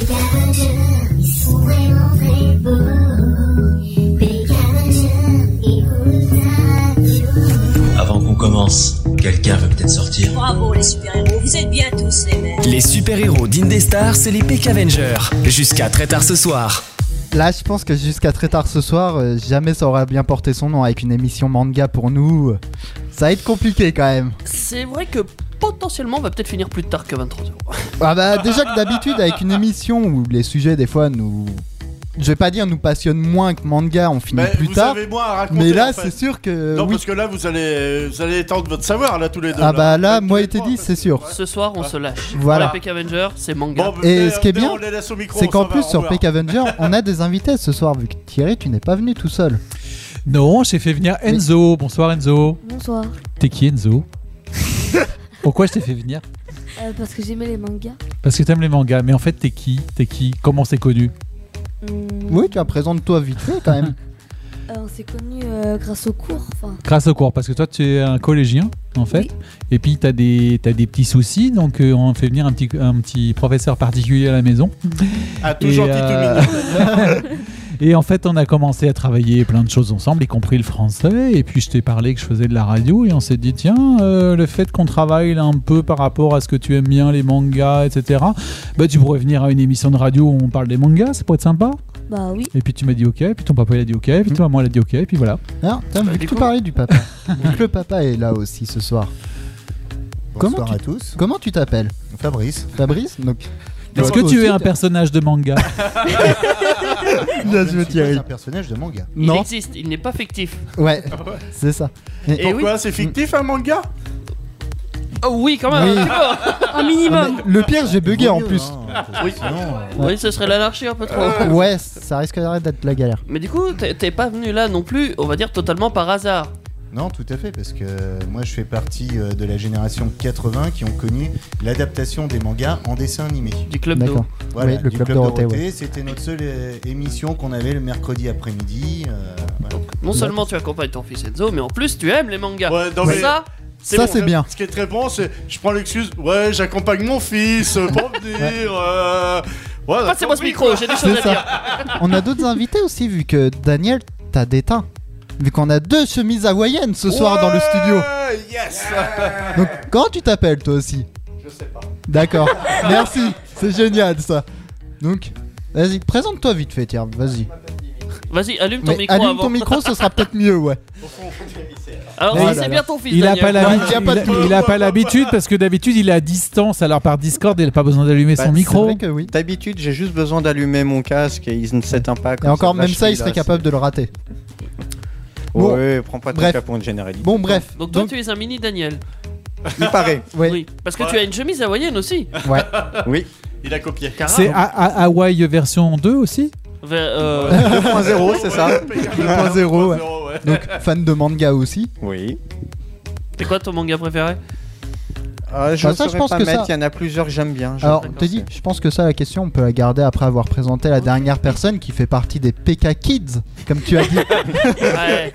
Regarde, ils sont vraiment très beaux. Regarde, ils roulent Avant qu'on commence, quelqu'un veut peut-être sortir. Bravo les super-héros, vous êtes bien tous les mecs. Les super-héros d'Indestar, c'est les PK Avengers. Jusqu'à très tard ce soir. Là, je pense que jusqu'à très tard ce soir, euh, jamais ça aura bien porté son nom avec une émission manga pour nous. Ça va être compliqué quand même. C'est vrai que potentiellement on va peut-être finir plus tard que 23h. Ah bah, déjà que d'habitude, avec une émission où les sujets, des fois, nous. Je vais pas dire nous passionnent moins que manga, on finit Mais plus vous tard. avez moins à raconter. Mais là, en fait. c'est sûr que. Non, oui. parce que là, vous allez, vous allez étendre votre savoir, là, tous les deux. Ah bah là, Tous les moi et trois, en Teddy, fait. c'est sûr. Ce soir on se lâche. Voilà. Pour la PK Avenger, c'est manga. Bon, Et mais ce qui est dès- bien, on les laisse au micro, C'est on qu'en s'en plus, va, au sur revoir. Peck Avenger, on a des invités ce soir, vu que Thierry, tu n'es pas venu tout seul. Non, j'ai fait venir Enzo. Bonsoir Enzo. Bonsoir. T'es qui Enzo Pourquoi je t'ai fait venir Euh, parce que j'aimais les mangas. Parce que t'aimes les mangas, mais en fait t'es qui T'es qui Comment c'est connu Hmm, Oui, tu as présente-toi vite fait quand même. euh, on s'est connus euh, grâce au cours. Enfin, Grâce au cours, parce que toi tu es un collégien en fait, Oui. et puis t'as des, t'as des petits soucis, donc euh, on fait venir un petit, un petit professeur particulier à la maison. Ah, tout Et, gentil, euh, tout mignon. Et en fait on a commencé à travailler plein de choses ensemble, y compris le français, et puis je t'ai parlé que je faisais de la radio, et on s'est dit tiens, euh, le fait qu'on travaille là, un peu par rapport à ce que tu aimes bien, les mangas, etc., bah tu pourrais venir à une émission de radio où on parle des mangas, ça pourrait être sympa. bah oui. Et puis tu m'as dit ok, puis ton papa il a dit ok, puis ta maman elle a dit ok, puis voilà. Hein, tiens, Bah, vu que tu parlais du papa, vu que le papa est là aussi ce soir. Bonsoir Comment à tous. Comment tu t'appelles Fabrice. Fabrice Donc, Est-ce que tu es un personnage de manga Bien joué, je ne suis pas Thierry. un personnage de manga. Il Non, existe, il n'est pas fictif. ouais, c'est ça. Et oui. Ah Pourquoi C'est fictif un manga Oh oui, quand même. Oui. un petit Un minimum. Ah, Le pire, j'ai bugué en Vaut mieux, plus. Oh, hein, parce que sinon, euh, peu. Oui, ce serait l'anarchie un peu trop. Ouais, ça risque d'être la galère. Mais du coup, t'es t'es pas venu là non plus, on va dire totalement par hasard. Non, tout à fait, parce que moi je fais partie euh, de la génération 80 qui ont connu l'adaptation des mangas en dessin animé. Du club d'eau. D'accord. Voilà, Oui, le du Club Dorothée, C'était notre seule euh, émission qu'on avait le mercredi après-midi. euh, voilà. Non seulement tu accompagnes ton fils Enzo, mais en plus tu aimes les mangas. Ouais, non, mais- Ça, Ça, bon. c'est bien. Ce qui est très bon, c'est je prends l'excuse. Ouais, j'accompagne mon fils euh, pour venir. euh, voilà, passez-moi Ah, ce oui, micro, j'ai des choses C'est à dire. ça. On a d'autres invités aussi, vu que Daniel, t'as des teints. Vu qu'on a deux chemises hawaïennes ce soir dans le studio. Ouais, Yes. Donc, comment tu t'appelles toi aussi Euh, Je sais pas. D'accord. Merci. C'est génial ça. Donc, vas-y, présente-toi vite fait, tiens. Vas-y. Vas-y, allume ton Mais micro allume avant. ton micro, ce sera peut-être mieux, ouais. Alors, Oh si là Ah c'est là. bien ton fils, Il a Daniel. pas Il y a l'habitude. pas de il- tout. Il a pas l'habitude parce que d'habitude il est à distance. Alors par Discord, il n'a pas besoin d'allumer Bah, son c'est C'est micro. vrai que oui. D'habitude, j'ai juste besoin d'allumer mon casque et il ne s'éteint pas. Et encore, même ça, il serait capable de le rater. Bon. Oui, prends pas de Bref. cas pour une généralité. Bon, bref. Donc toi tu es un mini Daniel. Il paraît. ouais. Oui. Parce que Ouais. tu as une chemise hawaïenne aussi. Oui. Il a copié. Cara. hein. C'est Ha- Ha- Hawaii version 2 aussi Ve- euh, 2.0, c'est ça 2.0, ouais. 2.0, ouais. Donc, fan de manga aussi. Oui. C'est quoi ton manga préféré Ah, je Bah, ne ça, je saurais pense pas que mettre, ça- il y en a plusieurs que j'aime bien. Je- Alors, d'accord, te dis, je pense que ça, la question, on peut la garder après avoir présenté la Ok. dernière personne qui fait partie des PK Kids, comme tu as dit. Ouais.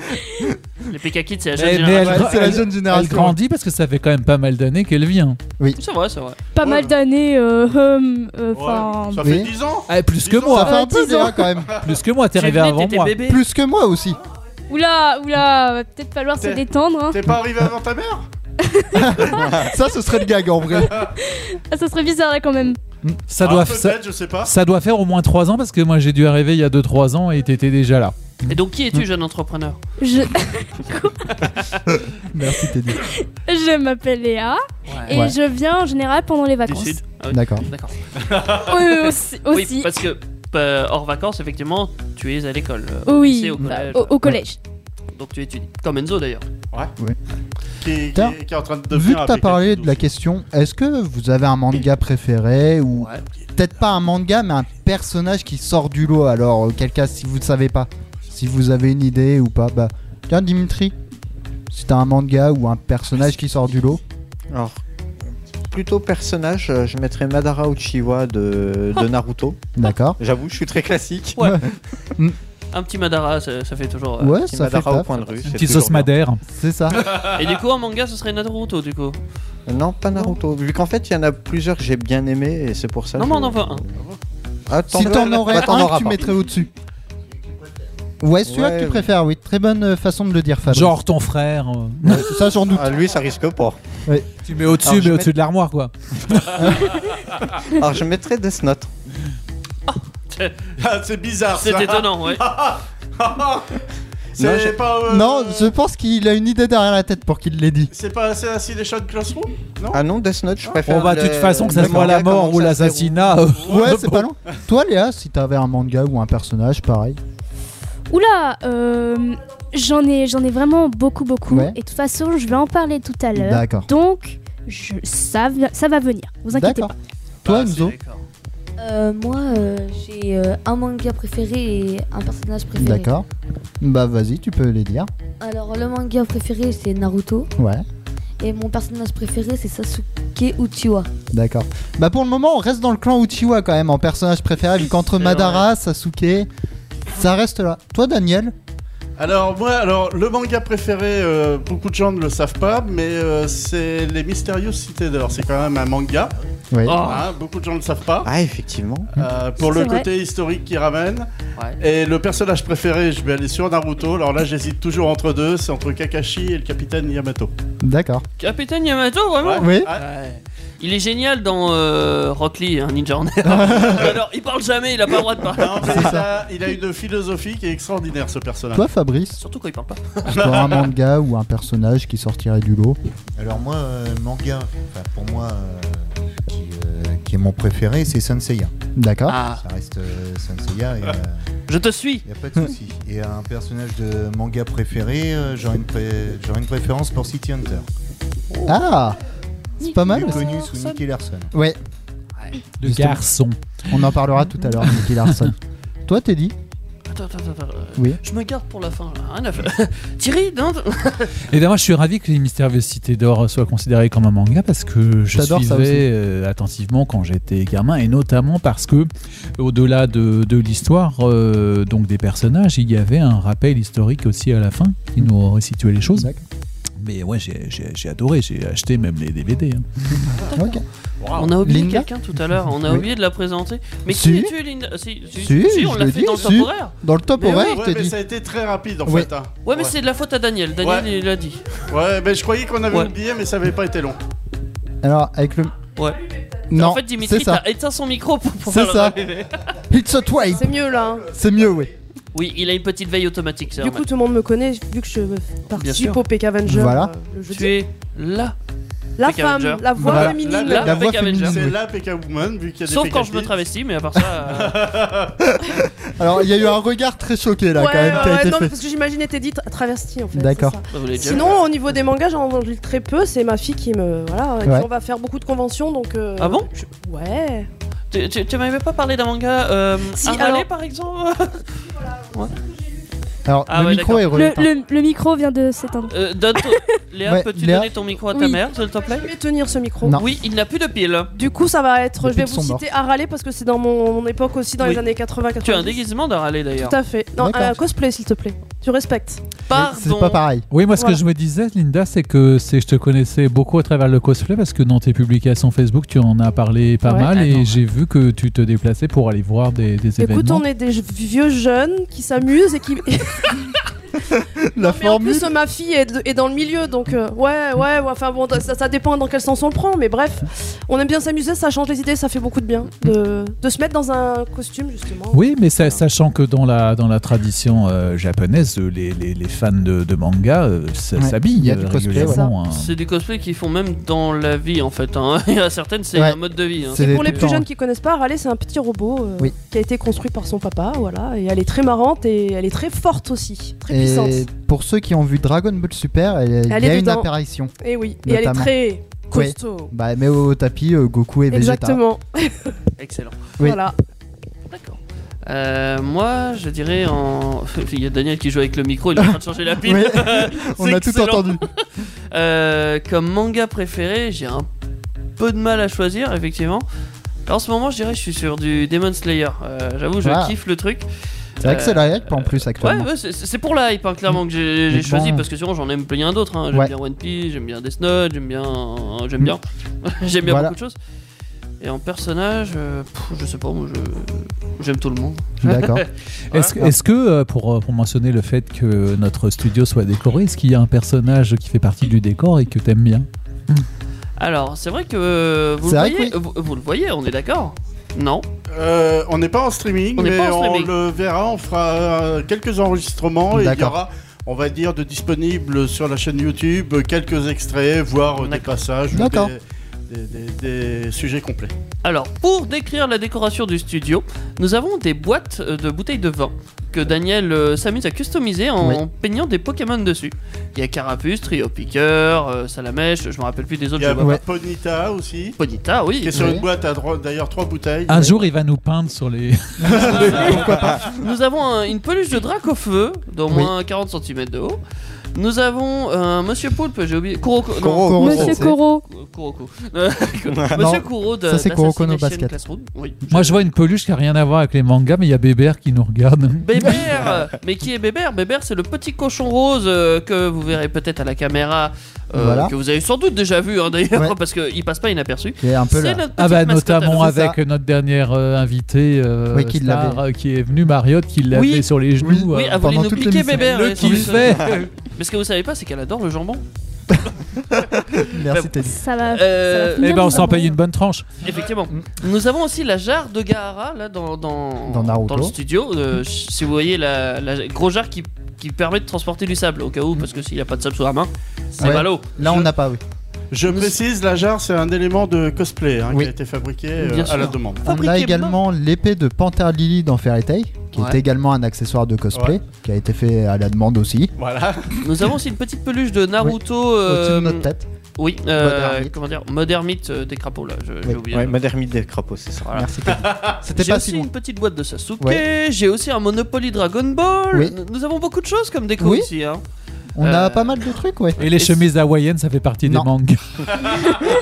Les PK Kids, c'est la jeune Mais- mais génération. elle- c'est la jeune génération. Elle grandit parce que ça fait quand même pas mal d'années qu'elle hein. vient. C'est vrai, c'est vrai. pas Ouais. mal d'années, euh, hum, euh, enfin. Ouais, Ça oui. fait 10 ans. Ah, plus que Disons, Ça moi, fait un peu Euh, disons. déjà quand même. plus que moi, t'es Tu arrivé venais, avant t'étais moi. bébé. Plus que moi aussi. Oula, oula, va peut-être falloir se T'es- détendre. Hein. T'es pas arrivé avant ta mère Ça, ce serait le gag en vrai. Ah, ça serait bizarre là quand même. Ça Ah, doit, peut-être, ça, je sais pas. ça doit faire au moins 3 ans parce que moi j'ai dû arriver il y a 2-3 ans et t'étais déjà là. Et donc qui Hmm. es-tu, jeune entrepreneur Je, Merci Teddy. je m'appelle Léa et Ouais. je viens en général pendant les Du vacances. sud Ah oui. D'accord. D'accord. Euh, aussi. Oui, aussi. parce que euh, hors vacances, effectivement, tu es à l'école. euh, au Oui, lycée, au bah, collège. au- au collège. Donc tu étudies. Comme Enzo d'ailleurs. Qui, qui- Tiens, qui est en train de devenir Vu que t'as impeccable, parlé de la tout. question, est-ce que vous avez un manga préféré ou Ouais. peut-être pas un manga mais un personnage qui sort du lot Alors, auquel cas, si vous ne savez pas, si vous avez une idée ou pas, bah tiens Dimitri, si t'as un manga ou un personnage qui sort du lot, Alors, plutôt personnage, euh, je mettrais Madara Uchiwa de, de Naruto. Ah. d'accord J'avoue, je suis très classique. Ouais. Mm. Un petit Madara, ça, ça fait toujours. euh. Ouais, Petit ça fait Madara au taf. point de rue. Une c'est petite toujours sauce bien. madère. C'est ça. Et du coup, en manga, ce serait Naruto du coup. Euh, Non, pas Naruto. Vu qu'en fait, il y en a plusieurs que j'ai bien aimé et c'est pour ça. Non, que- mais on en voit un. Attends. Si t'en aurais Bah, t'en un, auras tu pas. mettrais au-dessus. Ouais, celui-là Ouais, que tu oui. préfères, oui. Très bonne euh, façon de le dire, Fab. Genre ton frère. euh. Ouais, ça, j'en doute. Ah, lui, ça risque pas. Ouais. Tu mets au-dessus, Alors, mais je au-dessus mets- de l'armoire, quoi. Alors je mettrais Death Note. Ah, c'est bizarre. C'est ça. étonnant, ouais. c'est Non, je- pas. euh, Non, je pense qu'il a une idée derrière la tête pour qu'il l'ait dit. C'est pas assez assis les chats de classroom Non Ah non, Death Note, je préfère. Bon, bah, de le- toute façon, que ça le soit manga, la mort comment ou ça se l'assassinat. déroule. euh, Ouais, c'est pas long. Toi, Léa, si t'avais un manga ou un personnage, pareil. Oula, euh, j'en ai, j'en ai vraiment beaucoup, beaucoup. Ouais. Et de toute façon, je vais en parler tout à l'heure. D'accord. Donc, je, ça, v- ça va venir. Vous inquiétez D'accord. pas. Toi, Enzo Euh, moi, euh, j'ai euh, un manga préféré et un personnage préféré. D'accord. Bah, vas-y, tu peux les dire. Alors, le manga préféré, c'est Naruto. Ouais, Et mon personnage préféré, c'est Sasuke Uchiwa. d'accord. Bah, pour le moment, on reste dans le clan Uchiwa quand même en personnage préféré, vu qu'entre C'est Madara, Sasuke, ça reste là. Toi, Daniel Alors moi, alors le manga préféré, euh, beaucoup de gens ne le savent pas, mais euh, c'est Les Mystérieuses Cités d'Or. C'est quand même un manga. Oui. Hein, beaucoup de gens ne le savent pas. Ah, effectivement. Euh, pour le C'est vrai. côté historique qui ramène. Et le personnage préféré, je vais aller sur Naruto. Alors là, j'hésite toujours entre deux. C'est entre Kakashi et le capitaine Yamato. D'accord. Capitaine Yamato, vraiment Ouais. Oui. Ouais. Il est génial dans euh, Rock Lee, un ninja en air. Alors, il parle jamais, il a pas le droit de parler. Non, mais il, a, il a une philosophie qui est extraordinaire, ce personnage. Toi, Fabrice Surtout quand il parle pas. Pour un manga ou un personnage qui sortirait du lot. Alors moi, euh, manga, enfin, pour moi, euh, qui, euh, qui est mon préféré, c'est Senseiya. D'accord. Ça reste euh, Senseiya. Et, Ah. Je te suis. Il a pas de souci. Et un personnage de manga préféré, euh, j'aurais une, pré- j'aurais une préférence pour City Hunter. Ah C'est pas mal Plus aussi. connu sous Nicky Larson. Ouais. Le Justement. garçon. On en parlera tout à l'heure, Nicky Larson. Toi, Teddy Attends, attends, attends. euh, Oui. Je me garde pour la fin, là. Rien à faire. Thierry, non Et d'ailleurs, je suis ravi que les Mystérieuses Cités d'Or soient considérées comme un manga parce que je T'adores suivais ça aussi. euh, attentivement quand j'étais gamin et notamment parce que, au-delà de, de l'histoire euh, donc des personnages, il y avait un rappel historique aussi à la fin qui nous resituait les choses. Mais ouais, j'ai- j'ai j'ai adoré, j'ai acheté même les DVD. hein. Ok. On a oublié Linda quelqu'un tout à l'heure, on a Oui. oublié de la présenter. Mais Si. qui es-tu, Linda Ah, si, si, Si, si, on je l'a l'ai fait dit, dans le si. top horaire. Dans le top Mais horaire, oui. je Ouais, t'ai mais dit. ça a été très rapide en Ouais. fait. hein. Ouais, mais c'est de la faute à Daniel. Daniel, Ouais. il l'a dit. Ouais, mais je croyais qu'on avait Ouais. oublié, mais ça avait pas été long. Alors, avec le. Ouais. Non, en fait, c'est Dimitri, ça. t'as éteint son micro pour C'est pouvoir ça. le relever. It's a twice. C'est mieux là. hein. C'est mieux, oui. Oui, il a une petite veille automatique, c'est Du vrai. coup, tout le monde me connaît vu que je participe sûr. au PK Avenger. Voilà. euh, le jeudi. Tu es là. La Peck femme, Avenger. la voix Voilà. féminine. La- la- La voix Peck Avenger. féminine, C'est oui. la PK Woman, vu qu'il y a des Sauf quand je PKP. me travestis, mais à part ça. euh, Alors, il y a eu un regard très choqué là, ouais, quand même, qui ouais, a été non, fait. parce que j'imaginais Teddy tra- travesti en fait. D'accord. c'est ça. vous l'avez déjà vu. Sinon, au niveau des mangas, j'en lis très peu. C'est ma fille qui me. Voilà, elle dit, Ouais. on va faire beaucoup de conventions donc. euh, Ah bon je- Ouais. Tu, tu- tu m'avais pas parlé d'un manga euh, Si, Harley, alors- par exemple Alors, Ah le ouais, micro est d'accord. relou. Le, le- le micro vient de s'éteindre. Euh, donne ton- Léa, Ouais, peux-tu Léa. donner ton micro à ta Oui. mère, s'il te plaît Je vais tenir ce micro. Non. Oui, il n'a plus de pile. Du coup, ça va être. Les Je vais pubs vous sont mortes. citer à râler parce que c'est dans mon, mon époque aussi, dans Oui. les années 80 Tu as 90. un déguisement de Harley, d'ailleurs. Tout à fait. Non, euh, D'accord. un cosplay, s'il te plaît. Tu respectes. C'est Pardon. pas pareil. Oui, moi ce Mmh. Voilà. que je me disais, Linda, c'est que c'est je te connaissais beaucoup à travers le cosplay parce que dans tes publications Facebook, tu en as parlé pas Ouais. mal Attends, ouais. et j'ai vu que tu te déplaçais pour aller voir des, des Écoute, événements. on est des je- vieux jeunes qui s'amusent et qui. La Mais en formule. plus, euh, ma fille est, de- est dans le milieu, donc euh, ouais, ouais, ouais, enfin bon, ça, ça dépend dans quel sens on le prend, mais bref, on aime bien s'amuser, ça change les idées, ça fait beaucoup de bien de, de se mettre dans un costume, justement. Oui, mais sa- sachant que dans la, dans la tradition euh, japonaise, euh, les, les- les fans de, de manga euh, s- Ouais, il s'habillent y a du euh, cosplay, régulièrement. hein. C'est des cosplays qu'ils font même dans la vie, en fait. Hein. Il y a certaines, c'est Ouais. un mode de vie. hein. C'est des- Pour les tout plus le temps, jeunes qui connaissent pas, Raleigh, c'est un petit robot euh, Oui. qui a été construit par son papa, voilà, et elle est très marrante et elle est très forte aussi, très puissante. Et pour ceux qui ont vu Dragon Ball Super, elle- il y Elle est a une dedans. apparition. Et oui, et elle Notamment. est très costaud. Bah, mais au tapis, euh, Goku et Vegeta. Exactement, Excellent. Oui. voilà. D'accord. Euh, moi, je dirais en. Il y a Daniel qui joue avec le micro, il est en train de changer la pile. Oui. C'est On a tout excellent. entendu. Euh, comme manga préféré, j'ai un peu de mal à choisir, effectivement. En ce moment, je dirais que je suis sur du Demon Slayer. Euh, J'avoue, je Ah. kiffe le truc. Euh, C'est vrai que c'est la hype en plus Ouais, actuellement. ouais, c'est- c'est c'est pour la hype, hein, clairement, que j'ai Mais j'ai choisi, bon. parce que sinon j'en aime plein d'autres. hein. J'aime Ouais. bien One Piece, j'aime bien Death Note, j'aime bien. J'aime Mm. Hmm. bien. j'aime bien Voilà. beaucoup de choses. Et en personnage, euh, pff, je sais pas, moi je- j'aime tout le monde. Est-ce Voilà. est-ce que, euh, pour, euh, pour mentionner le fait que notre studio soit décoré, est-ce qu'il y a un personnage qui fait partie du décor et que t'aimes bien Alors, c'est vrai que euh, vous C'est le vrai que voyez, euh, vous, vous le voyez, on est d'accord Non. Euh, on n'est pas en streaming, On n'est mais pas en on streaming. le verra. On fera euh, quelques enregistrements et il y D'accord. aura, on va dire, de disponibles sur la chaîne YouTube euh, quelques extraits, voire euh, des passages, ou D'accord. des, des- des- des sujets complets. Alors, pour décrire la décoration du studio, nous avons des boîtes euh, de bouteilles de vin que Daniel euh, s'amuse à customiser en Oui. peignant des Pokémon dessus. Il y a Carapuce, Trio Picker, euh, Salamèche, je me rappelle plus des Il autres. y a je vois pas. Ponita aussi. Ponita, oui. Qui est sur Oui. une boîte à droite, d'ailleurs trois bouteilles. Un jour, il va nous peindre sur les. Nous avons un- une peluche de drac au feu d'au moins 40 cm de haut. Nous avons un Monsieur Poulpe, j'ai oublié. Kuroko. non. Koro, Koro, Monsieur c'est- Koro. Kuroko. Euh, Non, Monsieur Kuro de. ça, c'est Kuroko no d'Assassination Basket. Classroom. Oui. Moi, je vois une peluche qui a rien à voir avec les mangas, mais il y a Bébert qui nous regarde. Bébert Mais qui est Bébert Bébert, c'est le petit cochon rose euh, que vous verrez peut-être à la caméra, euh, Voilà. que vous avez sans doute déjà vu hein, d'ailleurs, parce qu'il passe pas inaperçu. C'est un peu là. notre Ah petite bah mascotte à notamment nous. avec notre dernière euh, invitée euh, Oui, qui star, l'avait. euh, qui est venue Mariotte qui l'avait Oui. sur les genoux euh, Oui, elle voulait pendant nous toute piquer l'émission. Bébert. Le ouais, sans kiffait. déconner. Mais ce que vous savez pas, c'est qu'elle adore le jambon. Merci, Teddy. Ça va. Euh, Eh ben on s'en paye une bonne tranche. Effectivement. Nous avons aussi la jarre de Gaara là dans dans, Dans Naruto. le studio. Euh, ch- si vous voyez la, la gros jarre qui, qui permet de transporter du sable au cas où parce que s'il n'y a pas de sable sous la main, c'est Ouais. ballot. Là, on n'a pas, oui. Je précise, la jarre, c'est un élément de cosplay hein, Oui. qui a été fabriqué euh, Bien à la sûr. demande. On a également l'épée de Panther Lily dans Fairy Tail, qui Ouais. est également un accessoire de cosplay, Ouais. qui a été fait à la demande aussi. Voilà. Nous avons aussi une petite peluche de Naruto. Au-dessus de euh, notre tête. Oui, euh, Modern Myth. comment dire, Modern Myth, euh, des crapauds là, je- j'ai oublié. Ouais, le- Modernité des crapauds, c'est ça. Merci. J'ai aussi une petite boîte de Sasuke, Ouais. j'ai aussi un Monopoly Dragon Ball. Oui. Nous- Nous avons beaucoup de choses comme déco Oui. ici. hein. On a pas mal de trucs, ouais. Et les chemises hawaïennes, ça fait partie des mangas.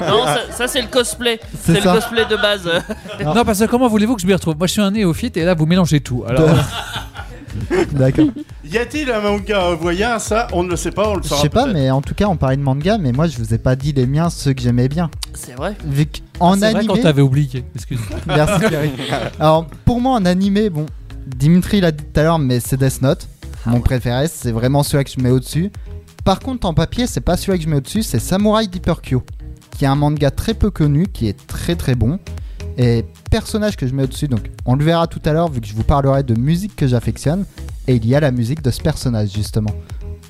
non, ça, ça, c'est le cosplay. C'est C'est le ça. cosplay de base. Non. parce que comment voulez-vous que je m'y retrouve Moi, je suis un néophyte et là, vous mélangez tout. Alors, euh, D'accord. Y a-t-il un manga voyant Ça, on ne le sait pas, on le Je saura sais pas, peut-être. mais en tout cas, on parlait de manga, mais moi, je vous ai pas dit les miens, ceux que j'aimais bien. C'est vrai. Vu qu'en c'est vrai animé- qu'on t'avait oublié. Excuse-moi. Merci Thierry. Alors pour moi en animé, bon, Dimitri l'a dit tout à l'heure, mais c'est Death Note, Ah mon préféré, c'est vraiment celui que je mets au-dessus. Par contre en papier, c'est pas celui que je mets au-dessus, c'est Samurai Deeper Kyo, qui est un manga très peu connu, qui est très très bon. Et personnage que je mets au-dessus, donc on le verra tout à l'heure vu que je vous parlerai de musique que j'affectionne, et il y a la musique de ce personnage justement.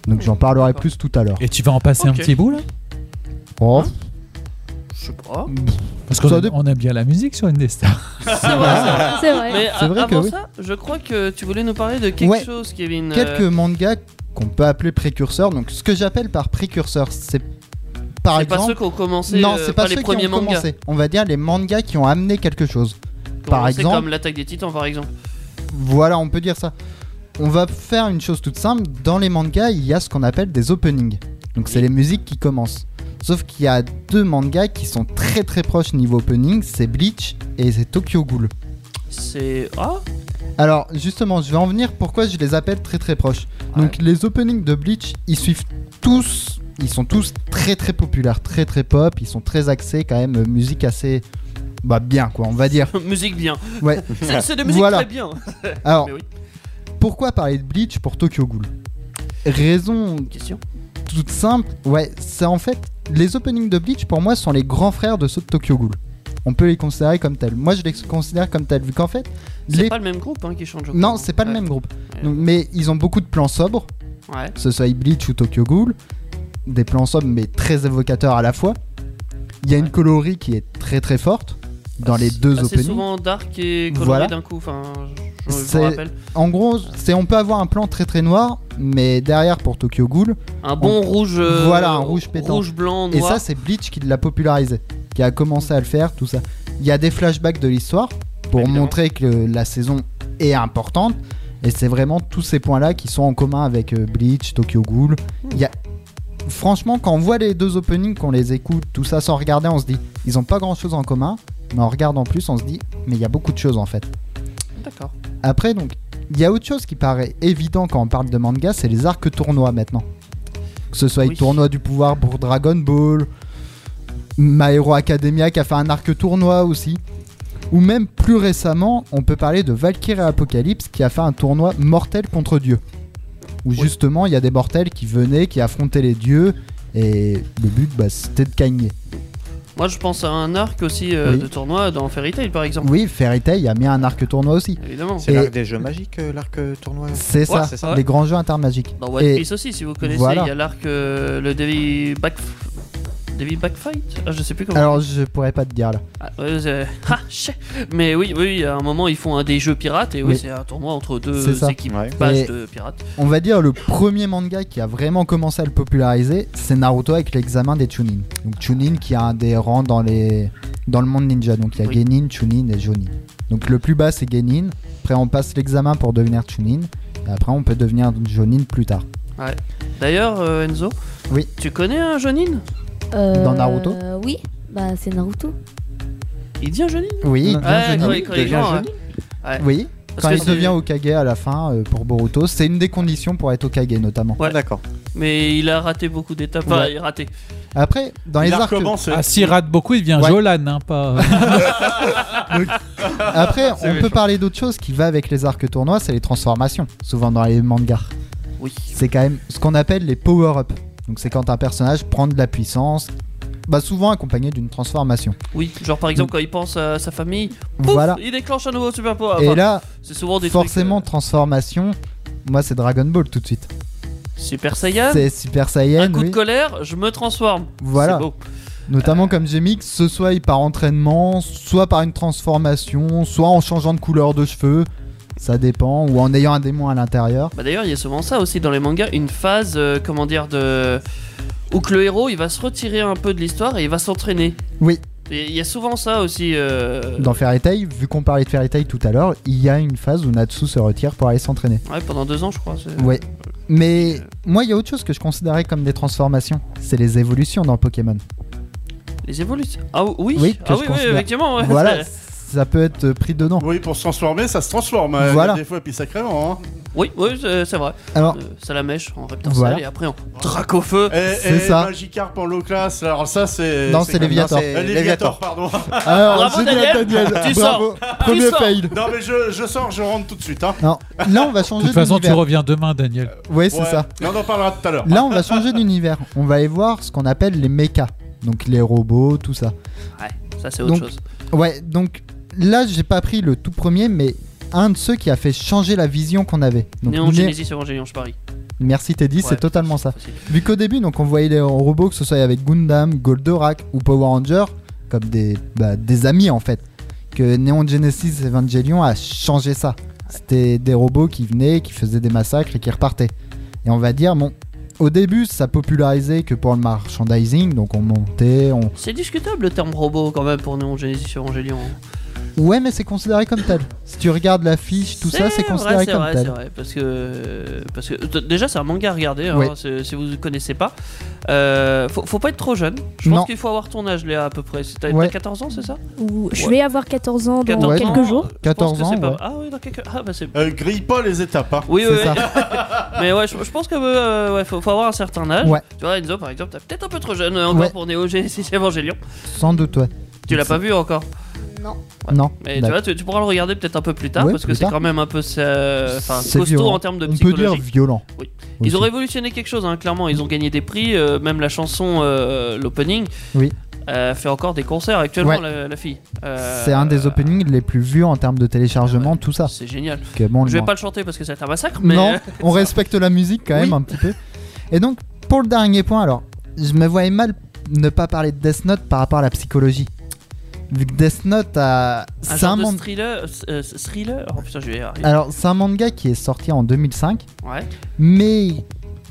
Donc j'en parlerai plus tout à l'heure. Et tu vas en passer Ok. un petit bout là Oh, Je sais pas. Hmm. Parce qu'on Ça aime, on aime bien la musique sur une des stars. C'est vrai. C'est vrai. Mais C'est vrai avant que oui. ça, je crois que tu voulais nous parler de quelque Ouais. chose, Kevin. euh, Quelques mangas qu'on peut appeler précurseurs. Donc, ce que j'appelle par précurseur, c'est par C'est pas exemple. ceux qui ont commencé, Non, euh, c'est pas pas, les ceux qui premiers ont mangas. commencé. On va dire les mangas qui ont amené quelque chose. Par commencer exemple, comme l'attaque des Titans, par exemple. voilà, on peut dire ça. On va faire une chose toute simple. Dans les mangas, il y a ce qu'on appelle des openings. Donc, c'est les musiques qui commencent. Sauf qu'il y a deux mangas qui sont très très proches niveau opening. C'est Bleach et c'est Tokyo Ghoul. C'est ah Alors justement, je vais en venir pourquoi je les appelle très très proches. Donc les openings de Bleach, ils suivent tous, ils sont tous très très populaires, très très pop, ils sont très axés quand même euh, musique assez bah bien quoi, on va dire. musique bien. Ouais. C'est- c'est de musique Voilà. très bien. Alors Mais oui. pourquoi parler de Bleach pour Tokyo Ghoul Raison Question. toute simple. Ouais, c'est en fait les openings de Bleach pour moi sont les grands frères de ceux de Tokyo Ghoul. On peut les considérer comme tels. Moi, je les considère comme tels vu qu'en fait, C'est les pas le même groupe hein, qui change. je non, crois. c'est pas le Ouais. même groupe. Donc, mais ils ont beaucoup de plans sobres. Ouais. Que ce soit Bleach ou Tokyo Ghoul. Des plans sobres, mais très évocateurs à la fois. Il y a une colorie qui est très très forte dans les deux Bah, Assez openings. souvent dark et coloré Voilà. d'un coup. Enfin, je, je me C'est- rappelle. en gros, c'est on peut avoir un plan très très noir, mais derrière pour Tokyo Ghoul, Un on- bon rouge, euh, voilà un rouge pétant, rouge, blanc, Et noir. ça, c'est Bleach qui l'a popularisé, qui a commencé à le faire, tout ça. Il y a des flashbacks de l'histoire pour montrer que la saison est importante, et c'est vraiment tous ces points-là qui sont en commun avec euh, Bleach, Tokyo Ghoul. Il y a franchement, quand on voit les deux openings, qu'on les écoute, tout ça sans regarder, on se dit, ils ont pas grand chose en commun, mais en regardant plus, on se dit, mais il y a beaucoup de choses en fait. D'accord. Après, donc, il y a autre chose qui paraît évident quand on parle de manga, c'est les arcs tournois maintenant. Que ce soit les tournois du pouvoir pour Dragon Ball, My Hero Academia qui a fait un arc tournoi aussi. Ou même plus récemment, on peut parler de Valkyrie Apocalypse qui a fait un tournoi mortel contre Dieu. Où justement, il y a des mortels qui venaient, qui affrontaient les dieux, et le but, bah, c'était de gagner. Moi, je pense à un arc aussi euh, Oui. de tournoi dans Fairy Tail, par exemple. Oui, Fairy Tail a mis un arc tournoi aussi. Évidemment. C'est Et- l'arc des jeux magiques, euh, l'arc euh, tournoi. C'est ça, les grands jeux intermagiques. Dans One Et Piece aussi, si vous connaissez, il voilà. y a l'arc, euh, le Devil Back... Devil Backfight ah, Je sais plus comment. Alors, je pourrais pas te dire là. Ah, ouais, c'est- Ah, chais. Mais oui, oui, à un moment, ils font un des jeux pirates, et oui, Oui. c'est un tournoi entre C'est deux ça. équipes basses Et de pirates. On va dire le premier manga qui a vraiment commencé à le populariser, c'est Naruto avec l'examen des Chunin. Donc Chunin qui a un des rangs dans les dans le monde ninja. Donc il y a Oui. Genin, Chunin et Jonin. Donc le plus bas c'est Genin. Après on passe l'examen pour devenir Chunin. Et après on peut devenir Jonin plus tard. Ouais. D'ailleurs, euh, Enzo, oui. tu connais un Jonin Dans Naruto Euh, Oui, bah c'est Naruto. Il devient Jonin Oui, il Ouais, devient Jonin. quand il- quand il Devient est grand, Jonin. ouais. Ouais. Oui. Parce Quand que il c'est- devient Okage à la fin euh, pour Boruto, c'est une des conditions pour être Okage notamment. Ouais. D'accord. Mais il a raté beaucoup d'étapes. Enfin, Ouais. il a raté. Après, dans les arcs. euh, Ah, s'il rate beaucoup, il devient Ouais. Jolan, hein, pas. Après, on peut parler d'autre chose qui va avec les arcs tournois, c'est les transformations, souvent dans les mangas. Oui. C'est quand même ce qu'on appelle les power-up. Donc c'est quand un personnage prend de la puissance, bah souvent accompagné d'une transformation. Oui, genre par exemple, quand il pense à sa famille, pouf, Mm. Voilà. il déclenche un nouveau super pouvoir. Et Ah, Enfin, là, c'est souvent des euh, forcément transformation. Moi, c'est Dragon Ball tout de suite. trucs. euh, Super Saiyan, C'est Super Saiyan, Ah. coup de oui. colère, je me transforme. Voilà. C'est beau. Notamment comme j'ai mis, que ce soit par entraînement, soit par une transformation, soit en changeant de couleur de cheveux, ça dépend, ou en ayant un démon à l'intérieur. Bah d'ailleurs, il y a souvent ça aussi dans les mangas, une phase, euh, comment dire, de où que le héros, il va se retirer un peu de l'histoire et il va s'entraîner. Oui. Et Il y a souvent ça aussi. euh, Dans Fairy Tail, vu qu'on parlait de Fairy Tail tout à l'heure, il y a une phase où Natsu se retire pour aller s'entraîner. Ouais, pendant deux ans, je crois. c'est- Ouais. Mais moi, il y a autre chose que je considérais comme des transformations. C'est les évolutions dans Pokémon. Les évolutions. Ah oui. Oui, que ah je oui, oui, considère. effectivement. ouais. euh, Voilà, ça peut être euh, pris dedans. Oui, pour se transformer, ça se transforme. euh, Voilà. Des fois, puis sacrément. hein. Oui, oui, c'est c'est vrai. Alors- Euh, Salamèche en reptile Voilà. et après en drac au feu. Et, C'est et ça. eh, Magikarp en low class, alors ça c'est. Non, c'est comme- Léviator. Euh, Léviator, pardon. Alors, Bravo, j'ai dit à Daniel. Daniel. Tu Bravo. sors. Tu Premier sors. fail. Non, mais je, je sors, je rentre tout de suite. Hein. Non, là, on va De changer toute façon, tu d'univers. reviens demain, Daniel. Ouais, c'est Ouais. ça. Mais on en parlera tout à l'heure. Là, on va changer d'univers. On va aller voir ce qu'on appelle les mechas. Donc, les robots, tout ça. Ouais, ça c'est autre Donc- chose. Ouais, donc là, j'ai pas pris le tout premier, mais un de ceux qui a fait changer la vision qu'on avait. Donc, Néon Né- Genesis Evangelion, je parie. Merci Teddy, Ouais, c'est totalement ça. Vu qu'au début, donc on voyait les robots, que ce soit avec Gundam, Goldorak ou Power Ranger, comme des, bah, des amis en fait. Que Neon Genesis Evangelion a changé ça. C'était des robots qui venaient, qui faisaient des massacres et qui repartaient. Et on va dire, bon, au début, ça popularisait que pour le merchandising, donc on montait, on. C'est discutable le terme robot quand même pour Néon Genesis Evangelion. Ouais, mais c'est considéré comme tel. Si tu regardes l'affiche, tout ça, c'est vrai, considéré Eh, c'est comme vrai, tel. c'est vrai, parce que, parce que euh, d- déjà c'est un manga à regarder, hein, Oui. c'est- si vous ne connaissez pas. Euh, faut, faut pas être trop jeune. Je Non. pense qu'il faut avoir ton âge, Léa, à peu près. Si T'as t'as Ouais. 14 ans, c'est ça Ou je Ouais. vais avoir 14 ans dans 14 quelques ans, euh, jours. je pense 14 que c'est ans, pas- ouais. Ah oui, dans quelques. Ah bah c'est. Euh, grille pas les étapes. Hein. Oui, oui, C'est oui. Mais ouais, je, je pense que euh, ouais, faut, faut avoir un certain âge. Ouais. Tu vois, Enzo, par exemple, t'es peut-être un peu trop jeune euh, encore Ouais. pour Neo Genesis Evangelion. Sans doute, ouais. Tu l'as pas vu encore Non. Non. Bah, Mais tu d'accord. vois, tu, tu pourras le regarder peut-être un peu plus tard Ouais, parce que plus c'est tard. quand même un peu euh, enfin, C'est costaud violent. en termes de On peut dire psychologie. violent. Oui. Aussi. Ils ont révolutionné quelque chose, hein, clairement. Ils ont gagné des prix, euh, même la chanson, euh, l'opening, Oui. euh, fait encore des concerts actuellement, Ouais. la, la fille. Euh, C'est un des openings les plus vus en termes de téléchargement, tout ça. C'est génial. Que bon, Je vais le- pas le chanter parce que c'est un massacre, mais. euh, Non, on respecte la musique quand même Oui. un petit peu. Et donc, pour le dernier point, alors, je me voyais mal ne pas parler de Death Note par rapport à la psychologie. Vu que Death Note a. Un C'est genre un, de man- thriller, euh, thriller Oh putain, je vais y arriver. alors, c'est un manga qui est sorti en 2005, Ouais. mais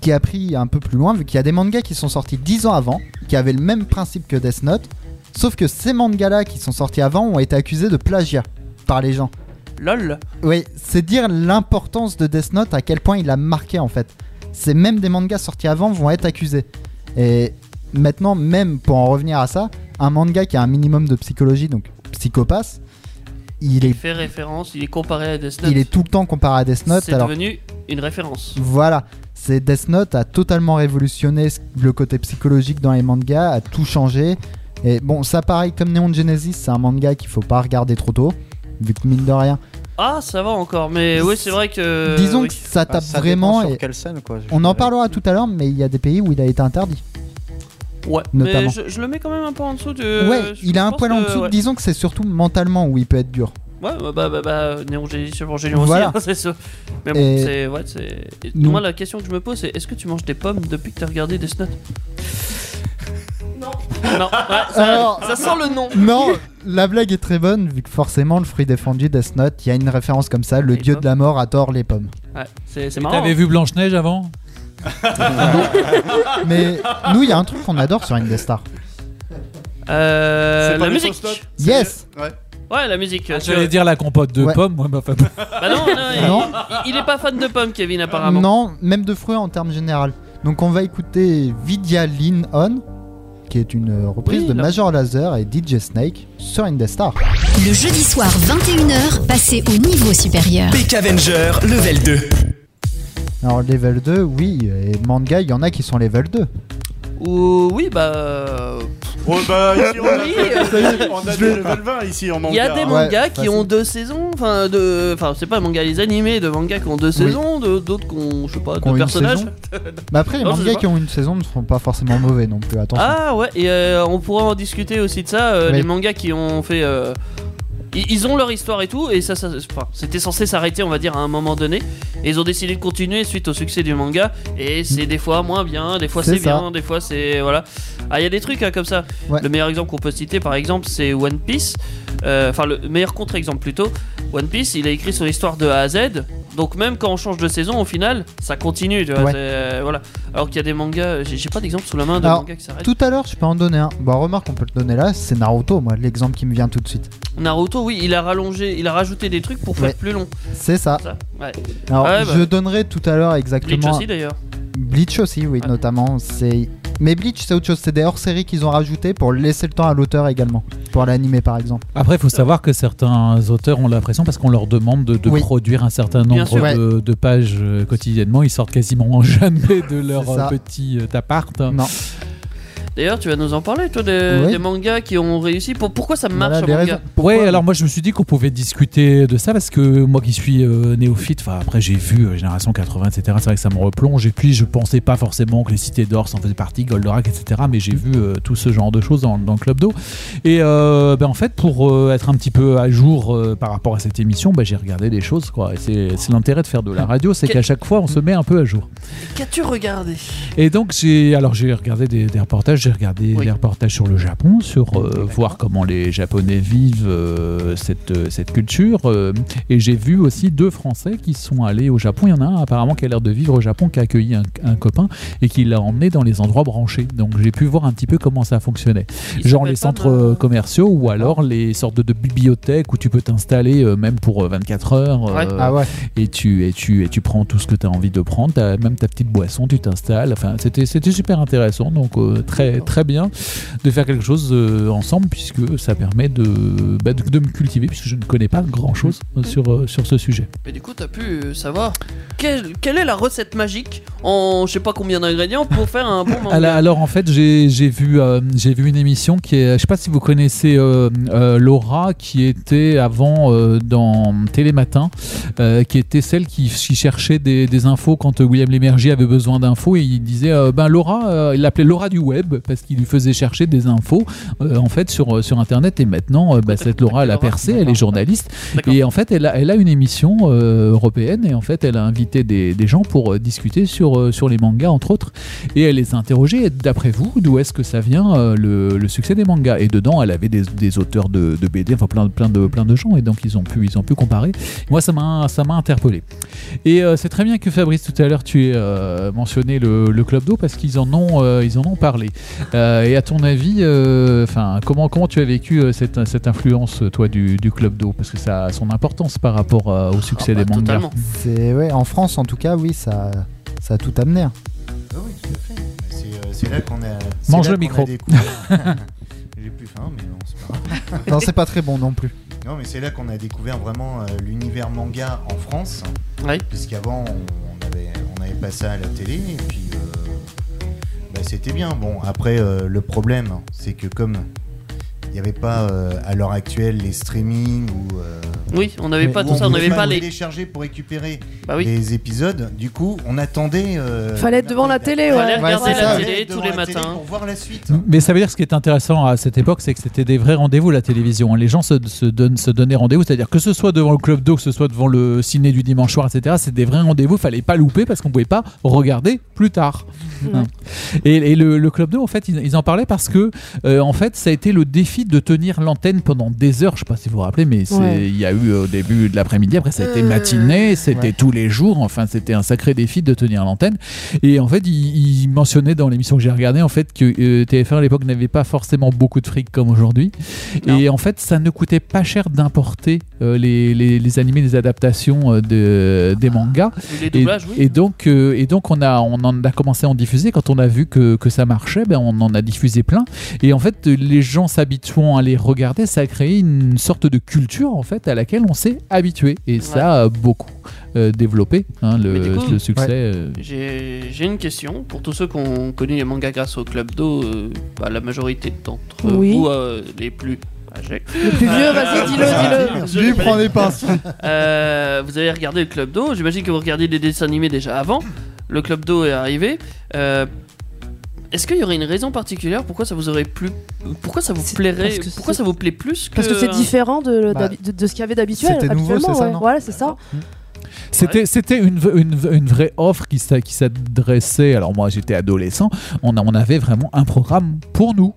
qui a pris un peu plus loin, vu qu'il y a des mangas qui sont sortis 10 ans avant, qui avaient le même principe que Death Note, sauf que ces mangas-là qui sont sortis avant ont été accusés de plagiat par les gens. LOL. Oui, c'est dire l'importance de Death Note, à quel point il a marqué en fait. C'est même des mangas sortis avant vont être accusés. Et maintenant, même pour en revenir à ça, un manga qui a un minimum de psychologie, donc psychopathe, il Il est, fait référence, il est comparé à Death Note. il est tout le temps comparé à Death Note. C'est alors, devenu une référence. Voilà, c'est Death Note a totalement révolutionné ce- le côté psychologique dans les mangas, a tout changé. Et bon, ça pareil, comme Neon Genesis, c'est un manga qu'il faut pas regarder trop tôt, vu que mine de rien. Ah, ça va encore, mais oui, c'est vrai que. Disons oui. que ça tape vraiment. et on en parlera tout à l'heure, mais il y a des pays où il a été interdit. Ouais, notamment. mais je, je le mets quand même un peu en dessous de. ouais, je il a un pense poil en que- dessous. ouais. Disons que c'est surtout mentalement où il peut être dur. Ouais, bah bah bah, bah Néon Génie Evangelion Voilà. aussi, hein, c'est ça. Mais bon, Et- c'est. Ouais, c'est. et Nous- Moi, la question que je me pose, c'est est-ce que tu manges des pommes depuis que t'as regardé des Note Non. Non, ouais, ça, Alors- ça sent le nom. Non, la blague est très bonne, vu que forcément, le fruit défendu, Death Note, il y a une référence comme ça le dieu de la mort adore les pommes. Ouais, c'est c'est Et marrant. T'avais vu Blanche-Neige avant Ah. Mais nous, il y a un truc qu'on adore sur Indestar. Euh, C'est pas la des musique. fausses notes, c'est- Yes. Ouais. Ouais, la musique. tu Ah, J'allais vois. dire la compote de Ouais. pommes, moi, ma femme. Bah non, non, il- Non. Il, il est pas fan de pommes, Kevin, apparemment. Non, même de fruits en termes général. Donc on va écouter Vidya Lean On, qui est une euh, reprise Oui, de là. Major Laser et DJ Snake sur Indestar. Le jeudi soir 21h, passez au niveau supérieur. PK Avenger, level 2. Alors level 2, oui, et manga, il y en a qui sont level 2. Ou oui, bah. euh, Oh, bah, ici, on a- Oui, euh, on a des level 20 ici en manga. Il y a des hein. mangas qui ont deux saisons, enfin de, enfin c'est pas un manga, les animés de mangas qui ont deux saisons, de- d'autres qui ont, je sais pas, Qui ont deux une personnages. saison. Mais après, les Non, je sais mangas pas. qui ont une saison ne sont pas forcément mauvais non plus, attention. Ah ouais, et euh, on pourra en discuter aussi de ça. euh, Oui. Les mangas qui ont fait, euh, ils, ils ont leur histoire et tout, et ça, ça enfin, c'était censé s'arrêter, on va dire, à un moment donné. Et ils ont décidé de continuer suite au succès du manga. Et c'est des fois moins bien, des fois C'est c'est ça. bien, des fois c'est voilà. Ah, il y a des trucs hein, comme ça. Ouais. Le meilleur exemple qu'on peut citer, par exemple, c'est One Piece. Euh, Enfin, le meilleur contre-exemple plutôt. One Piece, il a écrit son histoire de A à Z. Donc même quand on change de saison, au final, ça continue. tu vois, Ouais. c'est- euh, voilà. Alors qu'il y a des mangas, j'ai j'ai pas d'exemple sous la main de Alors, manga qui s'arrête. tout à l'heure, je peux en donner un. Bon, remarque, on peut le donner là, c'est Naruto, moi, l'exemple qui me vient tout de suite. Naruto, oui, il a rallongé, il a rajouté des trucs pour faire Ouais. plus long. C'est ça. Ouais. Alors, Ouais, bah, je donnerai tout à l'heure exactement. Bleach aussi, d'ailleurs. Bleach aussi, oui, notamment. C'est. Mais Bleach, c'est autre chose. C'est des hors-séries qu'ils ont rajouté pour laisser le temps à l'auteur également. Pour l'animer, par exemple. Après, il faut savoir que certains auteurs ont la pression parce qu'on leur demande de, de Oui. produire un certain Bien nombre sûr. de, de pages euh, quotidiennement. Ils sortent quasiment jamais de leur C'est ça. euh, petit euh, appart. Non. D'ailleurs, tu vas nous en parler, toi, des, Oui. des mangas qui ont réussi. Pour, pourquoi ça marche, un manga ouais, alors moi je me suis dit qu'on pouvait discuter de ça parce que moi qui suis euh, néophyte, enfin après j'ai vu euh, Génération 80, etc. C'est vrai que ça me replonge. Et puis je pensais pas forcément que les cités d'or s'en faisaient partie, Goldorak, etc. Mais j'ai vu euh, tout ce genre de choses dans, dans le club d'eau. Et euh, ben, en fait, pour euh, être un petit peu à jour euh, par rapport à cette émission, ben, j'ai regardé des choses. quoi. Et C'est c'est l'intérêt de faire de la radio, c'est Que- qu'à chaque fois on se met un peu à jour. Qu'as-tu regardé Et donc j'ai alors j'ai regardé des, des reportages, j'ai regardé des reportages sur le Japon, sur euh, voir comment les Japonais vivent euh, cette, euh, cette culture. euh, et j'ai vu aussi deux Français qui sont allés au Japon. Il y en a un apparemment qui a l'air de vivre au Japon, qui a accueilli un, un copain et qui l'a emmené dans les endroits branchés. Donc j'ai pu voir un petit peu comment ça fonctionnait, genre les centres euh, commerciaux ou alors les sortes de, de bibliothèques où tu peux t'installer euh, même pour euh, 24 heures Ouais. Ah ouais. et tu et tu et tu prends tout ce que tu as envie de prendre t'as même ta petite boisson tu t'installes enfin c'était c'était super intéressant donc euh, très très bien de faire quelque chose euh, ensemble puisque ça permet de, bah, de de me cultiver puisque je ne connais pas grand chose sur euh, sur ce sujet Mais du coup, t'as pu euh, savoir quelle, quelle est la recette magique en je sais pas combien d'ingrédients pour faire un bon manga. Alors, alors, en fait, j'ai j'ai vu, euh, j'ai vu une émission qui est, je sais pas si vous connaissez euh, euh, Laura, qui était avant euh, dans Télématin, euh, qui était celle qui, qui cherchait des, des infos quand euh, William Lémergie avait besoin d'infos et il disait, euh, ben Laura, euh, il l'appelait Laura du web parce qu'il lui faisait chercher des infos euh, en fait sur, euh, sur internet et maintenant, euh, bah, cette Laura, elle a percé, elle est journaliste et en fait, elle a, elle a une émission euh, européenne et en fait, elle a invité des, des gens pour euh, discuter sur, euh, sur les mangas entre autres et elle les interrogeait d'après vous d'où est-ce que ça vient euh, le, le succès des mangas et dedans elle avait des, des auteurs de, de BD enfin plein, de- plein, de, plein de gens et donc ils ont pu, ils ont pu comparer moi ça m'a ça m'a interpellé et euh, c'est très bien que Fabrice tout à l'heure tu aies euh, mentionné le, le club d'eau parce qu'ils en ont euh, ils en ont parlé Euh, et à ton avis euh, enfin comment, comment tu as vécu euh, cette, cette influence toi du, du club d'eau parce que ça a son importance par rapport euh, au Ah, succès bah, des mangas C'est ouais, en France en tout cas, oui, ça, ça a tout amené. hein. Ah oui, tout à fait. Mais C'est euh, c'est là qu'on a. c'est Mange là le qu'on micro. a découvert- J'ai plus faim, mais non, c'est pas grave. Non, c'est pas très bon non plus. Non, mais c'est là qu'on a découvert vraiment euh, l'univers manga en France. Puisqu'avant, on, on avait, on avait pas ça à la télé, et puis euh, bah, c'était bien. Bon, après, euh, le problème, c'est que comme il n'y avait pas euh, à l'heure actuelle les streamings ou. euh, Oui, on n'avait où pas tout ça, on pouvait n'avait pas les- télécharger pour récupérer Ah Bah oui. les épisodes. Du coup, on attendait. euh, Fallait être devant la télé, ouais. Fallait regarder c'est la ça. télé Devant tous les la télé matins. Pour voir la suite. Mais ça veut dire ce qui est intéressant à cette époque, c'est que c'était des vrais rendez-vous la télévision. hein. Les gens se, se donnent, se donnaient rendez-vous, c'est-à-dire que ce soit devant le club d'eau, que ce soit devant le ciné du dimanche soir, etc. C'est des vrais rendez-vous, fallait pas louper parce qu'on pouvait pas regarder plus tard. Hein. Et, et le, le club d'eau, en fait, ils, ils en parlaient parce que, euh, en fait, ça a été le défi de tenir l'antenne pendant des heures. Je sais pas si vous vous rappelez, mais c'est- il Ouais. y a eu euh, au début de l'après-midi, après ça a été matinée, c'était Ouais. tous les jours. Enfin, c'était un sacré défi de tenir l'antenne. Et en fait, il, il mentionnait dans l'émission que j'ai regardée en fait que euh, TF1 à l'époque n'avait pas forcément beaucoup de fric comme aujourd'hui. Et en fait, ça ne coûtait pas cher d'importer euh, les, les- les animés, les adaptations euh, de, des mangas. Ah. Les Et- doublages, oui. et donc, euh, et donc on, a, on en a commencé à en diffuser. Quand on a vu que, que ça marchait, ben on en a diffusé plein. Et en fait, les gens s'habituant à les regarder, ça a créé une sorte de culture en fait à laquelle on s'est habitué. Et ça a beaucoup euh, développé hein, Mais le, du coup, le succès. euh, Hmm. J'ai j'ai une question pour tous ceux qui ont connu les mangas grâce au club d'eau, euh, bah, la majorité d'entre Oui. vous, euh, les plus âgés. Euh, Les plus vieux, vas-y, dis-le, dis-le. Lui, prends des pinces. Euh, vous avez regardé le club d'eau, j'imagine que vous regardiez des dessins animés déjà avant. Le club d'eau est arrivé. Euh, Est-ce qu'il y aurait une raison particulière pourquoi ça vous aurait plu Pourquoi ça vous plairait parce que Pourquoi c'est- ça vous plaît plus que Parce que c'est un- différent de, Bah, d'habi- de, de ce qu'il y avait d'habituel. c'était nouveau, habituellement, c'est ça, ouais. non Voilà, c'est ça. C'était, c'était une, v- une, v- une vraie offre qui, s'a- qui s'adressait. Alors, moi, j'étais adolescent. On, a- on avait vraiment un programme pour nous.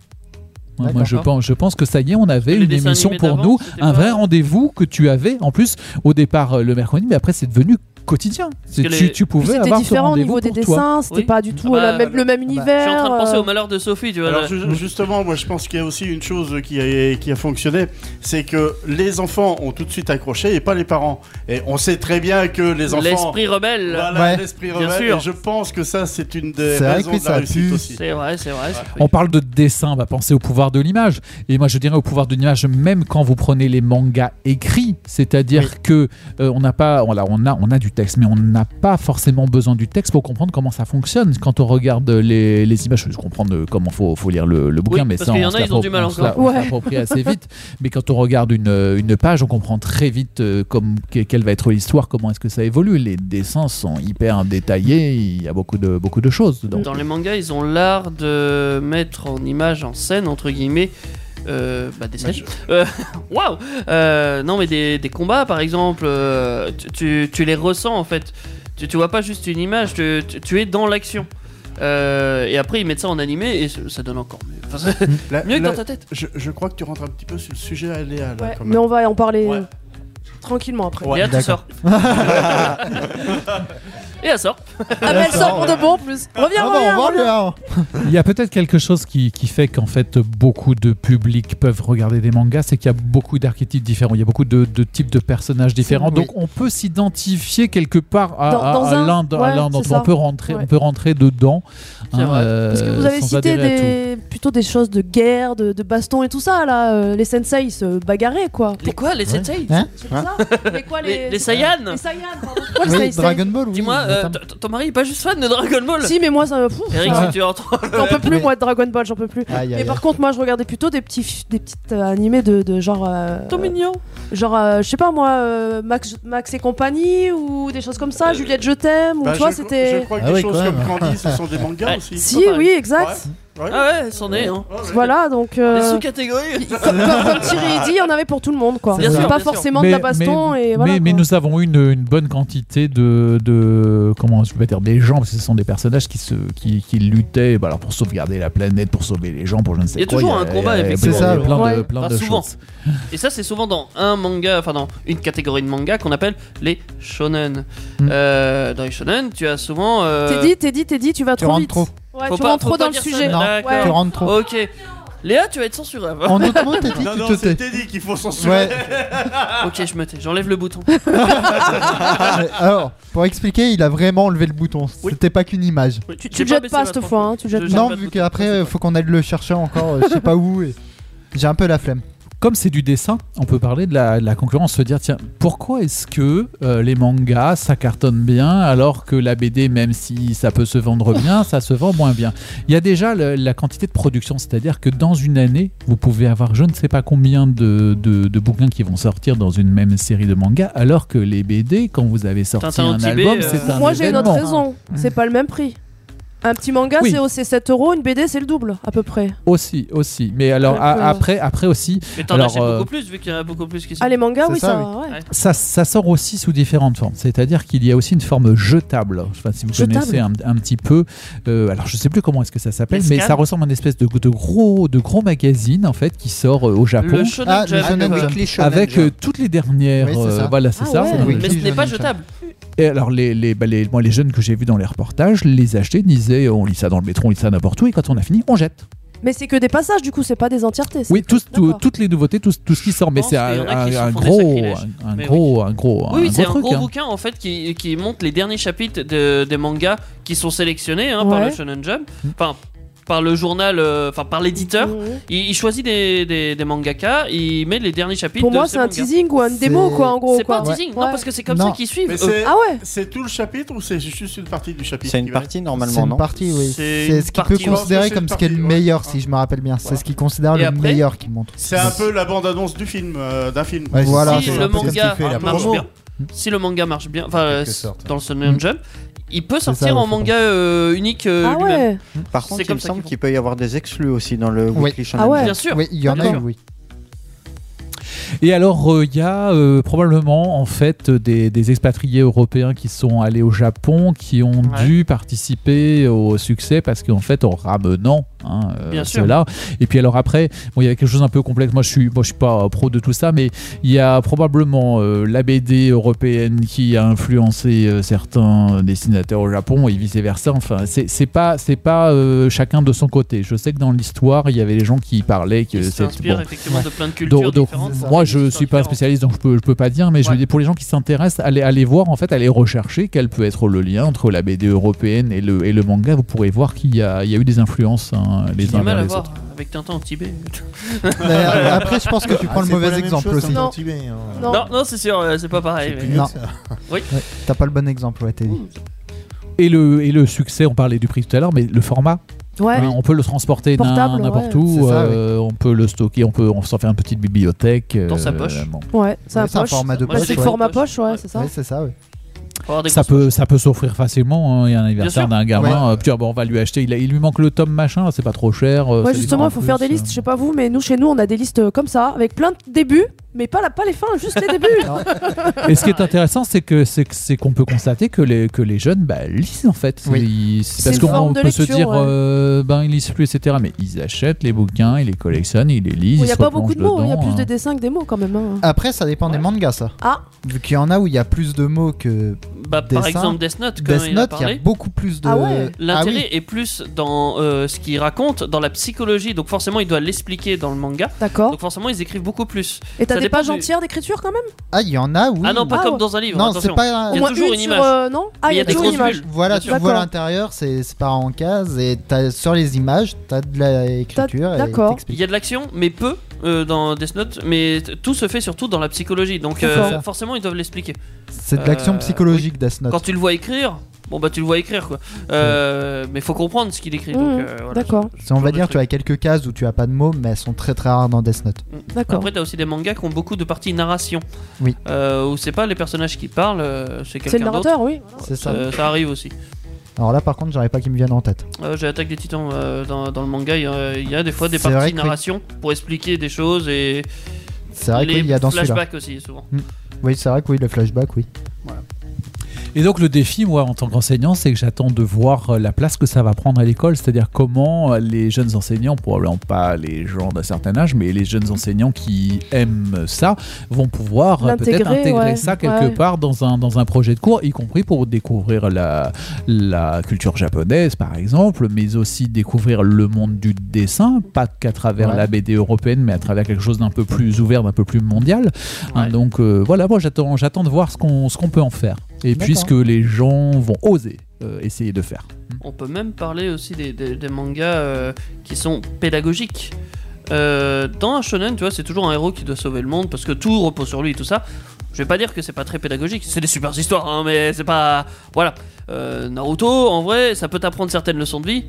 Hein, Moi, D'accord. je pense, je pense que ça y est, on avait Les une dessins émission animés pour d'avant, nous, c'était un pas- vrai rendez-vous que tu avais. En plus, au départ euh, le mercredi, mais après, c'est devenu quotidien. C'est- que les- tu, tu pouvais C'était avoir ce différent au rendez-vous niveau des pour toi. dessins, c'était Oui. pas du tout euh, Ah bah, la même- le même Je univers. suis en train de penser euh, au malheur de Sophie, tu vois. Alors là. ju- justement, moi je pense qu'il y a aussi une chose qui a, qui a fonctionné, c'est que les enfants ont tout de suite accroché et pas les parents. Et on sait très bien que les enfants... L'esprit rebelle. Voilà, l'esprit Bien rebelle. sûr. Et je pense que ça c'est une des C'est vrai raisons que de la ça réussite pue. aussi. C'est vrai, c'est vrai. On parle de dessin, on va penser au pouvoir de l'image. Et moi, je dirais au pouvoir de l'image, même quand vous prenez les mangas écrits, c'est-à-dire que euh, on n'a pas, on a, on a, on a du texte, mais on n'a pas forcément besoin du texte pour comprendre comment ça fonctionne. Quand on regarde les, les images, je comprends de comment faut, faut lire le, le bouquin, mais parce ça, qu'il y on en se a, ils ont l'appro- du mal on se l'a- encore. on se Ouais. l'approprie assez vite. Mais quand on regarde une, une page, on comprend très vite euh, comme, que- quelle va être l'histoire, comment est-ce que ça évolue. Les dessins sont hyper détaillés, il y a beaucoup de, beaucoup de choses dedans. Dans les mangas, ils ont l'art de mettre en image, en scène, entre guillemets, euh, bah, des scènes. Euh, Waouh Euh, Non, mais des, des combats, par exemple, euh, tu, tu- tu les ressens en fait. Tu, tu vois pas juste une image, tu, tu- tu es dans l'action. Euh, et après, ils mettent ça en animé et ça ça donne encore mieux. Enfin, ça- La- mieux que la- dans ta tête. Euh, Je, je crois que tu rentres un petit peu sur le sujet à Léa là. ouais, quand même. mais on va en parler euh, tranquillement après. Ouais. Et là, tu sors. D'accord. et elle sort. Ah, mais elle sort pour de bon en plus. Reviens, reviens, reviens. Il y a peut-être quelque chose qui, qui fait qu'en fait beaucoup de publics peuvent regarder des mangas, c'est qu'il y a beaucoup d'archétypes différents, il y a beaucoup de, de types de personnages différents. Oui. Donc on peut s'identifier quelque part à, Dans- à- dans à un- l'un d- à ouais, l'un c'est d'entre ça. eux. On peut rentrer, Ouais. on peut rentrer dedans. hein, euh, C'est vrai. Parce que vous avez sans cité adhérer à tout. des, plutôt des choses de guerre, de, de baston et tout ça là. euh, les sensei ils se bagarraient quoi. Les quoi, les sensei Mais quoi, les, les Saiyans Les Saiyans, Quoi, les Hein Oui, Saiyans Dragon Ball, Dis-moi, euh, t- t- ton mari est pas juste fan de Dragon Ball Si mais moi ça me fout. Eric, ça. si tu entends. le- J'en peux plus moi de Dragon Ball, j'en peux plus. Aïe, aïe, mais par aïe. contre moi je regardais plutôt des petits fi- des petites euh, animés de, de genre euh, Genre euh, je sais pas moi euh, Max Max et compagnie ou des choses comme ça, Juliette je t'aime ou Euh, Bah, tu vois je, cro- c'était je crois Ah que des choses comme Candy, ce sont des mangas Bah, aussi. Si oui, exact. Ah ouais, c'en est. Hein. Voilà donc euh, Des sous-catégories. comme, comme, comme Thierry dit, il y en avait pour tout le monde quoi. Bien sûr, pas bien sûr. forcément Mais- de la baston mais, et voilà. mais- quoi. mais nous avons une, une bonne quantité de, de comment je peux dire des gens parce que ce sont des personnages qui se qui, qui luttaient bah, alors pour sauvegarder la planète pour sauver les gens pour je ne Il sais y a quoi toujours un combat, il y a effectivement. plein de, plein de- Ouais. plein Enfin, de souvent. choses Et ça, c'est souvent dans un manga, enfin dans une catégorie de manga qu'on appelle les shonen. Euh, dans les shonen, tu as souvent. euh, T'es dit, t'es dit, t'es dit, tu vas Tu trop rentres vite. trop. Ouais, faut tu pas- rentres faut trop pas dans le dire sujet. ça, Ouais. d'accord. Ok. Léa, tu vas être censurable. En notamment, t'as dit Non, non, c'était dit qu'il faut censurer. Ouais. ok, je me tais. J'enlève le bouton. Bah, Alors, pour expliquer, il a vraiment enlevé le bouton. C'était pas qu'une image. Tu, tu le jettes pas cette fois, hein, tu le jettes non, vu qu'après, euh, faut qu'on aille le chercher encore, euh, je sais pas où. et J'ai un peu la flemme. comme c'est du dessin, on peut parler de la, de la concurrence, se dire tiens, pourquoi est-ce que euh, les mangas ça cartonne bien alors que la BD, même si ça peut se vendre bien, ça se vend moins bien Il y a déjà le- la quantité de production, c'est-à-dire que dans une année, vous pouvez avoir je ne sais pas combien de, de- de bouquins qui vont sortir dans une même série de mangas, alors que les BD, quand vous avez sorti Tintin au un Tibet, album, euh, c'est un Moi j'ai une autre événement. Mm. raison, c'est pas le même prix. Un petit manga Oui. c'est au- c'est 7 euros, une BD c'est le double à peu près. Aussi, aussi. Mais alors, Donc, a- euh, après, après aussi. Mais t'en alors, achètes euh, beaucoup plus vu qu'il y en a beaucoup plus qui sont. Ah, les mangas, C'est oui, ça, ça, oui. Ouais. ça, ça sort aussi sous différentes formes. C'est-à-dire qu'il y a aussi une forme jetable. Je sais pas si vous Jetable. connaissez un, un petit peu. euh, alors, je sais plus comment est-ce que ça s'appelle, Les mais scans ça ressemble à une espèce de, de gros, de gros magazine en fait qui sort euh, au Japon. Le Shonen Ah, le Jump, Shonen quoi. Weekly Shonen avec euh, Jump. toutes les dernières. Oui, c'est ça. euh, voilà, c'est Ah ça. ouais. c'est dans le- Mais ce n'est pas jetable. et alors, les, les, bah, les- moi, les jeunes que j'ai vus dans les reportages, les acheter, disaient on lit ça dans le métro, on lit ça n'importe où, et quand on a fini, on jette. Mais c'est que des passages du coup, c'est pas des entièretés. c'est- Oui, tous- tout- toutes les nouveautés, tout, tout ce qui sort, mais c'est qu'il y un, en a qui un- se un font des gros, sacrilèges. un, un Mais gros, un gros, Oui, oui, c'est gros un truc. gros hein. bouquin en fait qui, qui montre les derniers chapitres de- des mangas qui sont sélectionnés hein, par Ouais. le Shonen Jump, enfin par le journal, euh, enfin par l'éditeur. Il, il choisit des, des, des mangaka, il met les derniers chapitres. Pour de moi, ces c'est un mangas. teasing ou une démo quoi en gros. C'est pas un quoi. teasing, Ouais. non, parce que c'est comme ça qu'ils suivent. Mais eux. c'est- Ah ouais C'est tout le chapitre ou c'est juste une partie du chapitre C'est une qui va partie, être- normalement, C'est une non partie, oui. C'est C'est une ce qu'il partie, peut je pense que considérer c'est comme une ce qui est le partie, meilleur, si je me rappelle bien. C'est ce qu'il considère Et le après, meilleur qu'il montre. C'est un peu la bande-annonce du film, euh, d'un film. Ouais, Voilà, si c'est le un peu ce manga qu'il fait, la marche promo. bien, si le manga marche bien, enfin euh, quelque sorte. dans le Shonen Mm. Jump, il peut C'est ça, sortir ouais, en faut manga euh, unique euh, Ah lui-même. ouais. Hmm. Par C'est contre, il comme me ça semble qu'ils qu'il peut y avoir des exclus aussi dans le Weekly Ah Ah Shonen Jump. bien sûr. Oui, il y en a eu, D'accord. oui. Et alors, euh, il y a euh, probablement en fait des, des expatriés européens qui sont allés au Japon, qui ont Ouais. dû participer au succès parce qu'en fait, en ramenant hein, euh, Bien sûr. cela. Et puis alors après, bon, il y a quelque chose un peu complexe. Moi, je suis, moi, je suis pas euh, pro de tout ça, mais il y a probablement euh, la BD européenne qui a influencé euh, certains dessinateurs au Japon et vice versa. Enfin, c'est c'est pas, c'est pas euh, chacun de son côté. Je sais que dans l'histoire, il y avait les gens qui parlaient que Il c'est s'inspire bon. effectivement de plein de cultures Donc, donc, différentes. moi, je suis pas un spécialiste, donc je peux, je peux pas dire, mais je veux dire, pour les gens qui s'intéressent, allez, allez voir, en fait, allez rechercher quel peut être le lien entre la BD européenne et le, et le manga. Vous pourrez voir qu'il y a, il y a eu des influences hein, les J'ai uns du mal vers à les voir autres. avec Tintin au Tibet. Ah, Mais euh, après, je pense que tu prends le mauvais exemple aussi. Non. Non, hein. non, non, c'est sûr, euh, c'est pas pareil. mais- Non. Oui. Ouais, T'as pas le bon exemple, ouais, Teddy. Et le, et le succès, on parlait du prix tout à l'heure, mais le format. Ouais. Hein, on peut le transporter Portable, n'im- n'importe ouais. où, C'est ça, euh, on peut le stocker, on peut on s'en fait une petite bibliothèque. Dans sa euh, poche. bon. Ouais, c'est un Ouais, c'est un poche. format de Ouais, poche, C'est le ouais. format poche, ouais, c'est ça. Ouais, c'est ça, ouais. Faut avoir des Ça peut, ça peut s'offrir facilement. hein. Il y a un anniversaire sûr. d'un gamin. Ouais. euh, puis, ah, bon, on va lui acheter. Il, a- il lui manque le tome machin. C'est pas trop cher. Oh, euh, Ouais, ça lui justement, prend il faut plus, faire des euh. listes. Je sais pas vous, mais nous, chez nous, on a des listes euh, comme ça, avec plein de débuts, mais pas, la, pas les fins, juste les débuts. Et ce qui est intéressant, c'est que c'est que- c'est qu'on peut constater que les que les jeunes bah, lisent en fait. Ils- C'est parce une qu'on forme on de peut se lecture, dire ouais. euh, ben ils lisent plus etc. Mais ils achètent les bouquins, ils les collectionnent, ils les lisent. Il ils n'y a se pas beaucoup de replongent mots, il y a dedans, plus de hein. dessins que des mots quand même. hein. Après, ça dépend des mangas, ça. Ah. Vu qu'il y en a où il y a plus de mots que. Bah, dessins. par exemple, Death Note, comme Death il a Note, il y parlé. a beaucoup plus Ah de. Ah L'intérêt oui. est plus dans euh, ce qu'il raconte, dans la psychologie. Donc forcément, il doit l'expliquer dans le manga. D'accord. Donc forcément, ils écrivent beaucoup plus. Et t'as Ça des dépend pages du- entières d'écriture quand même Ah, il y en a, oui. Ah non, pas Ah comme ouais. dans un livre. Non, attention. c'est pas- Au Il y a moins toujours une une sur, image. euh, non Ah, il y a des toujours une grosses image. bulles. Voilà, Bien tu sûr. vois D'accord. l'intérieur, c'est c'est pas en case, et t'as- sur les images, t'as de la écriture. et Il y a de l'action, mais peu euh, dans Death Note. Mais t- tout se fait surtout dans la psychologie. Donc euh, D'accord. forcément, ils doivent l'expliquer. C'est de l'action Euh, psychologique, Death Note. Quand tu le vois écrire, bon bah tu le vois écrire quoi. Euh, Mais faut comprendre ce qu'il écrit. donc, Mmh, euh, voilà. D'accord. C'est- On va dire, tu as quelques cases où tu as pas de mots, mais elles sont très très rares dans Death Note. D'accord. Après, t'as aussi des mangas qui ont beaucoup de parties narration. Oui. Euh, où c'est pas les personnages qui parlent, euh, c'est quelqu'un le narrateur, d'autre. oui, voilà. C'est ça. Euh, ça arrive aussi. Alors là, par contre, j'aurais pas qu'ils me viennent en tête. Euh, J'ai Attaque des Titans euh, dans, dans le manga, il y, a- il y a des fois des C'est vrai parties que- narration pour expliquer des choses et. C'est vrai que les oui, il y a dans celui-là. flashbacks aussi souvent. Mm. Oui, c'est vrai que oui, le flashback, oui. Et donc le défi, moi, en tant qu'enseignant, c'est que j'attends de voir euh, la place que ça va prendre à l'école, c'est-à-dire comment euh, les jeunes enseignants, probablement pas les gens d'un certain âge, mais les jeunes enseignants qui aiment ça, vont pouvoir euh, peut-être L'intégrer, intégrer ouais, ça quelque ouais. part dans un, dans un projet de cours, y compris pour découvrir la, la culture japonaise, par exemple, mais aussi découvrir le monde du dessin, pas qu'à travers Ouais. la BD européenne, mais à travers quelque chose d'un peu plus ouvert, d'un peu plus mondial. Hein, donc euh, voilà, moi j'attends, j'attends de voir ce qu'on, ce qu'on peut en faire. Et D'accord. puisque les gens vont oser euh, essayer de faire. On peut même parler aussi des, des- des mangas euh, qui sont pédagogiques. Euh, dans un shonen, tu vois, c'est toujours un héros qui doit sauver le monde parce que tout repose sur lui et tout ça. Je vais pas dire que c'est pas très pédagogique, c'est des super histoires, hein, mais c'est pas. Voilà. Euh, Naruto, en vrai, ça peut t'apprendre certaines leçons de vie.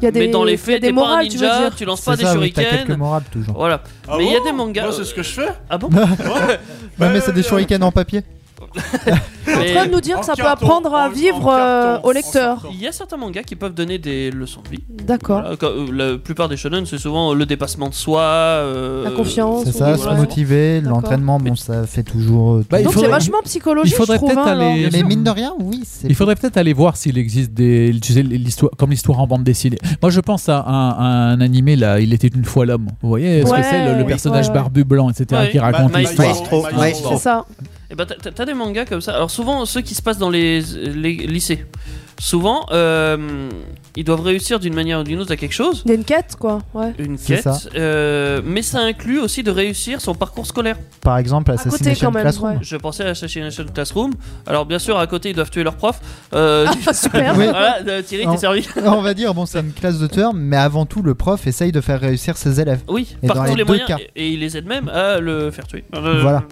Il y a des- mais dans les il y a faits, des t'es pas un morales, tu veux ninja, dire. tu, lances pas C'est des ça, oui, t'as shurikens. quelques morales, toujours. Voilà. Ah mais il y a bon des mangas. Moi, c'est ce que je fais. Ah bon Non, mais c'est des shurikens en papier. En train de nous dire que ça peut apprendre à vivre euh, au lecteur. Il y a certains mangas qui peuvent donner des leçons de vie. D'accord. Voilà, quand- euh, la plupart des shonen, c'est souvent le dépassement de soi, euh, La confiance. C'est ça, se motiver, l'entraînement, bon, ça fait toujours. euh, Bah, il Donc faudrait- c'est vachement psychologique, il faudrait je trouve. peut-être hein, aller- alors. Mais mine de rien, oui, c'est. Il faudrait peut-être aller voir s'il existe des. Tu sais, l'histoire, comme l'histoire en bande dessinée. Moi, je pense à un, à un animé, là, Il était une fois l'homme. Vous voyez ce Ouais, que c'est, le- le, oui, personnage ouais. barbu blanc, etc., Ouais. qui raconte Ma- l'histoire. Maestro. Et bah, t'as- t'as t'as des mangas comme ça. Alors souvent, ceux qui se passent dans les, les lycées, souvent, euh, ils doivent réussir d'une manière ou d'une autre à quelque chose. Il y a une quête, quoi. Ouais. Une C'est quête, ça. euh, mais ça inclut aussi de réussir son parcours scolaire. Par exemple, Assassination Classroom. Je pensais à Assassination Classroom. Alors bien sûr, à côté, ils doivent tuer leur prof. Euh, Ah, Ah, super. Oui. Voilà, euh, Thierry, On- t'es servi. On va dire, bon, c'est une classe de tueurs, mais avant tout, le prof essaye de faire réussir ses élèves. Oui, et par dans tous les, deux les, moyens, cas. et et il les aide même à le faire tuer. Euh, Voilà.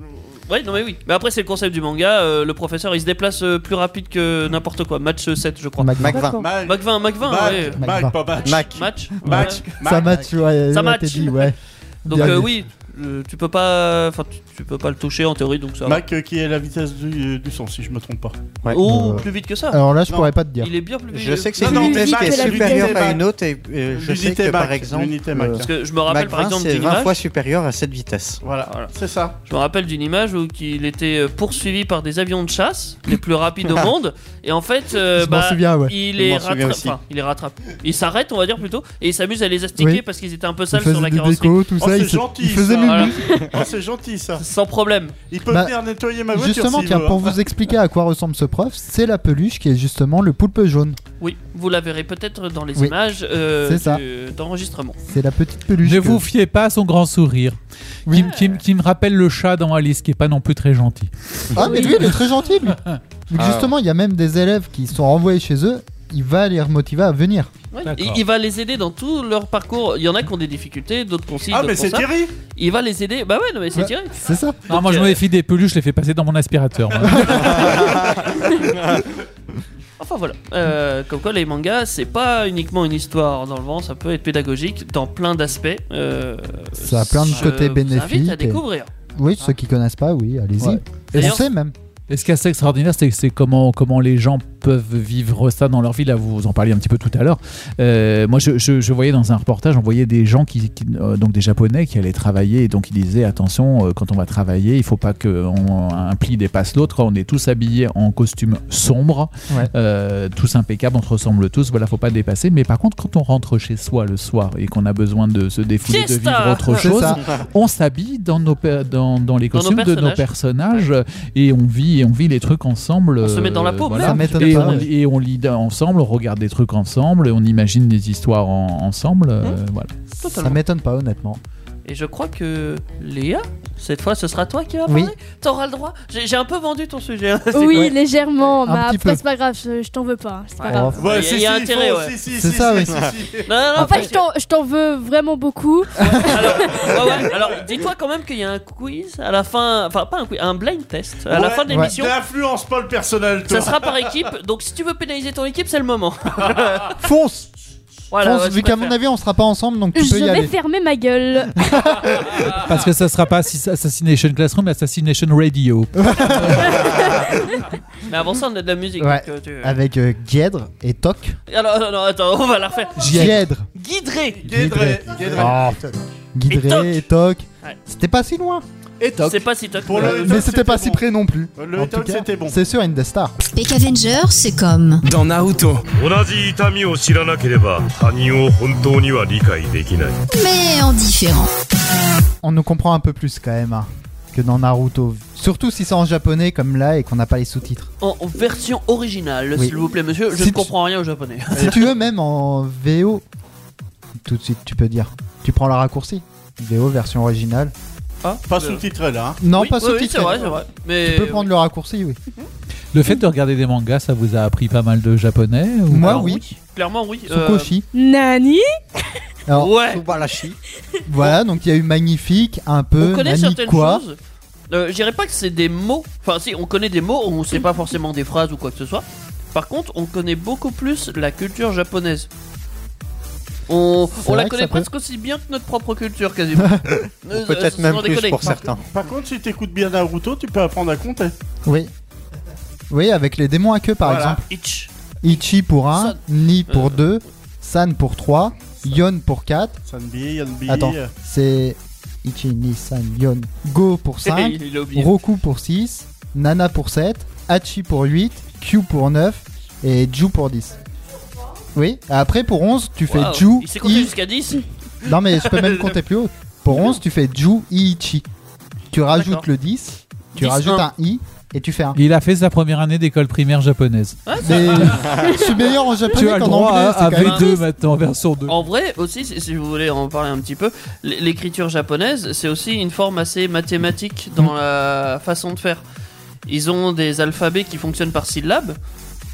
Ouais, non mais oui. Mais après c'est le concept du manga, euh, le professeur il se déplace euh, plus rapide que n'importe quoi. Match 7 je crois. Mac- Mac Mac D'accord. 20. Mac 20, Mac 20. Mac, ouais. Mac, Mac, pas match. Mac. Match. Match. ouais. Ça match, ouais, Ça ouais, match. t'es dit, ouais. Donc Bien euh, dit. oui, euh, tu peux pas, enfin tu, tu peux pas le toucher en théorie donc ça. va. Mac euh, qui est la vitesse du, du son, si je me trompe pas. Oh, plus vite que ça. euh, Alors là, je pourrais pas te dire. Il est bien plus vite. Je sais que c'est Non, une non, vitesse Mac, qui est l'unité supérieure Mac. à une autre. Et euh, je sais L'unité que par Mac, exemple, l'unité Mac. euh, Parce que je me rappelle, Mac par 20, exemple, c'est d'une 20 fois image. supérieur à cette vitesse. Voilà, c'est ça. Je me rappelle d'une image où il était euh, poursuivi par des avions de chasse, les plus rapides au monde, et en fait, euh, Je m'en bah, souviens, ouais. il Je les m'en souviens rattrape. aussi. enfin, il les rattrape. Il s'arrête, on va dire plutôt, et il s'amuse à les astiquer Oui. parce qu'ils étaient un peu Il sales faisait sur la des carrosserie. décos, tout Oh, ça, c'est il se- gentil, il faisait ça. mimi. Oh, c'est gentil ça. Sans problème. Il peut Bah, venir nettoyer ma voiture. Justement, s'il tiens, veut, pour hein. vous expliquer à quoi ressemble ce prof, c'est la peluche qui est justement le poulpe jaune. Oui, vous la verrez peut-être dans les Oui. images euh, C'est ça. du- d'enregistrement. C'est la petite peluche. Ne que- vous fiez pas à son grand sourire. Qui, me- qui me- qui me rappelle le chat dans Alice, qui est pas non plus très gentil. Ah, mais lui, il est très gentil, lui. Donc, Ah. justement, il y a même des élèves qui sont renvoyés chez eux. Il va les remotiver à venir. Ouais, D'accord. il, il va les aider dans tout leur parcours. Il y en a qui ont des difficultés, d'autres qui ont ci, Ah, d'autres mais qui ont c'est ça. Thierry Il va les aider. Bah ouais, non, mais c'est Ouais, Thierry. euh, C'est ça. Non, moi je me méfie des peluches, je les fais passer dans mon aspirateur. moi. Enfin voilà, Euh, comme quoi les mangas, c'est pas uniquement une histoire dans le vent, ça peut être pédagogique dans plein d'aspects. Euh, Ça a plein de je côtés vous invite bénéfiques. à et- découvrir. Oui, ceux qui connaissent pas, oui, allez-y. Ouais. Et on D'ailleurs- sait même. Et ce qui est assez extraordinaire, c'est c'est comment, comment les gens peuvent vivre ça dans leur vie. Là, vous en parliez un petit peu tout à l'heure. Euh, moi, je, je- je voyais dans un reportage, on voyait des gens, qui, qui- euh, donc des Japonais, qui allaient travailler. Et donc, ils disaient attention, euh, quand on va travailler, il faut pas qu'un pli dépasse l'autre. On est tous habillés en costume sombre, Ouais. euh, tous impeccables, on se ressemble tous. Voilà, faut pas dépasser. Mais par contre, quand on rentre chez soi le soir et qu'on a besoin de se défouler, de Fiesta vivre autre C'est chose, ça. on s'habille dans, nos per- dans, dans les Dans nos costumes de nos personnages et on vit, et on vit les trucs ensemble. euh, On se met dans la peau, voilà. merde. Ça m'étonne et, pas, on, ouais. et on lit ensemble, on regarde des trucs ensemble, et on imagine des histoires en- ensemble. euh, voilà. Mmh. Totalement. Ça m'étonne pas, honnêtement. Et je crois que Léa, cette fois ce sera toi qui vas Oui. parler. T'auras le droit. J'ai j'ai un peu vendu ton sujet. hein. C'est Oui, quoi légèrement, Un mais petit après peu. c'est pas grave, je, je t'en veux pas. hein, C'est pas Ouais. Oh. grave. Ouais, Il y a- si, il y a si, il faut- intérêt, ouais. si, si, C'est si, ça, si, oui. si, si. Non, non, non, en fait, parce je t'en- je t'en veux vraiment beaucoup. Ouais, ouais. Alors, dis-toi quand même qu'il y a un quiz à la fin, enfin pas un quiz, un blind test à la Ouais, fin de l'émission. N'influence pas le personnel. Ça toi. sera par équipe, donc si tu veux pénaliser ton équipe, c'est le moment. Fonce Voilà, Fonce, Ah ouais, je vu qu'à préfère. mon avis, on sera Ah, pas ensemble, donc tu je peux y vais aller. fermer ma gueule. Parce que ça sera pas Assass- Assassination Classroom, mais Assassination Radio. Mais avant ça, on a de la musique. Ouais. donc, euh, tu- Avec euh, Guèdre et Toc. Alors, non, non, attends, on va la refaire. Gièdre. Guidré. Guidré. Guidré. Ah, Guidré et Toc. Ouais. C'était pas si loin. Et toc. C'est pas si toc. Pour Euh, mais c'était pas si près non plus. Le En Toc, tout cas, c'était bon. C'est sûr, Indestar. Peck Avenger, c'est comme. 同じ痛みを知らなければ他人を本当には理解できない Mais en différent. On nous comprend un peu plus quand même hein, que dans Naruto. Surtout si c'est en japonais comme là et qu'on n'a pas les sous-titres. En en version originale, Oui. s'il vous plaît, monsieur. Je Si ne tu- comprends rien au japonais. Si tu veux, même en VO, tout de suite tu peux dire. Tu prends le raccourci. VO version originale. Pas sous-titré là. hein. Non, Oui, pas oui, oui, sous-titré. c'est vrai, c'est vrai. Mais- Tu peux prendre le raccourci, oui. Le fait de regarder des mangas, ça vous a appris pas mal de japonais ou- Moi, oui. Clairement, oui. Tsukoshi. Nani Ah, Alors, Subarashi. Voilà, donc il y a eu magnifique, un peu, on connaît Nani certaines quoi. choses. Euh, je dirais pas que c'est des mots. Enfin, si, on connaît des mots, on sait pas forcément des phrases ou quoi que ce soit. Par contre, on connaît beaucoup plus la culture japonaise. On, C'est on vrai la que connaît ça peut- presque aussi bien que notre propre culture, quasiment. Euh, euh, sans déconner. Par, par contre, si t'écoutes bien Naruto, tu peux apprendre à compter. Oui. Oui, avec les démons à queue par Voilà. exemple. Ichi. pour 1, Ni Euh. pour 2, San pour 3, Yon pour 4. Sanbi, Yanbi. euh, Attends, c'est Ichi, Ni, San, Yon. Go pour 5, Il l'a oublié. Roku pour 6, Nana pour 7, Hachi pour 8, Q pour 9 et Ju pour 10. Oui, après pour 11, tu fais Waouh, Ju, Il s'est compté I, jusqu'à 10. Non mais je peux même compter plus haut. Pour 11, tu fais Ju Iichi. Tu rajoutes le 10, tu 10, rajoutes un. un I et tu fais un. Il a fait sa première année d'école primaire japonaise. Ah, Mais je suis meilleur en tu as japonais le qu'en droit anglais. à, à c'est quand même V2 triste. maintenant, version 2. En vrai, aussi, si si vous voulez en parler un petit peu, l- l'écriture japonaise, c'est aussi une forme assez mathématique dans la façon de faire. Ils ont des alphabets qui fonctionnent par syllabes.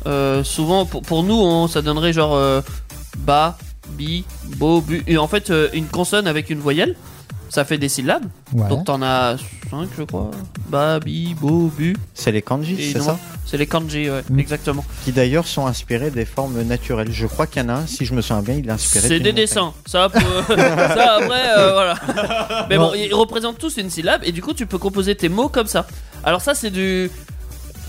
Euh, souvent, pour, pour nous, on- ça donnerait genre euh, ba, bi, bo, bu. Et en fait, euh, une consonne avec une voyelle, ça fait des syllabes. Ouais. Donc t'en as 5, je crois. Ba, bi, bo, bu. C'est les kanji, Et c'est non, ça C'est les kanji, ouais, Mm. exactement. Qui d'ailleurs sont inspirés des formes naturelles. Je crois qu'il y en a un, si je me souviens bien, il est inspiré. C'est d'une des montagne. dessins, ça, pour- ça après, euh, voilà. Mais bon, ils représentent tous une syllabe et du coup, tu peux composer tes mots comme ça. Alors, ça, c'est du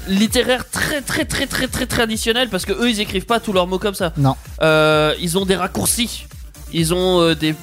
littéraire très très très très très traditionnel parce que eux ils écrivent pas tous leurs mots comme ça. Non. Euh, ils ont des raccourcis, ils ont euh, des,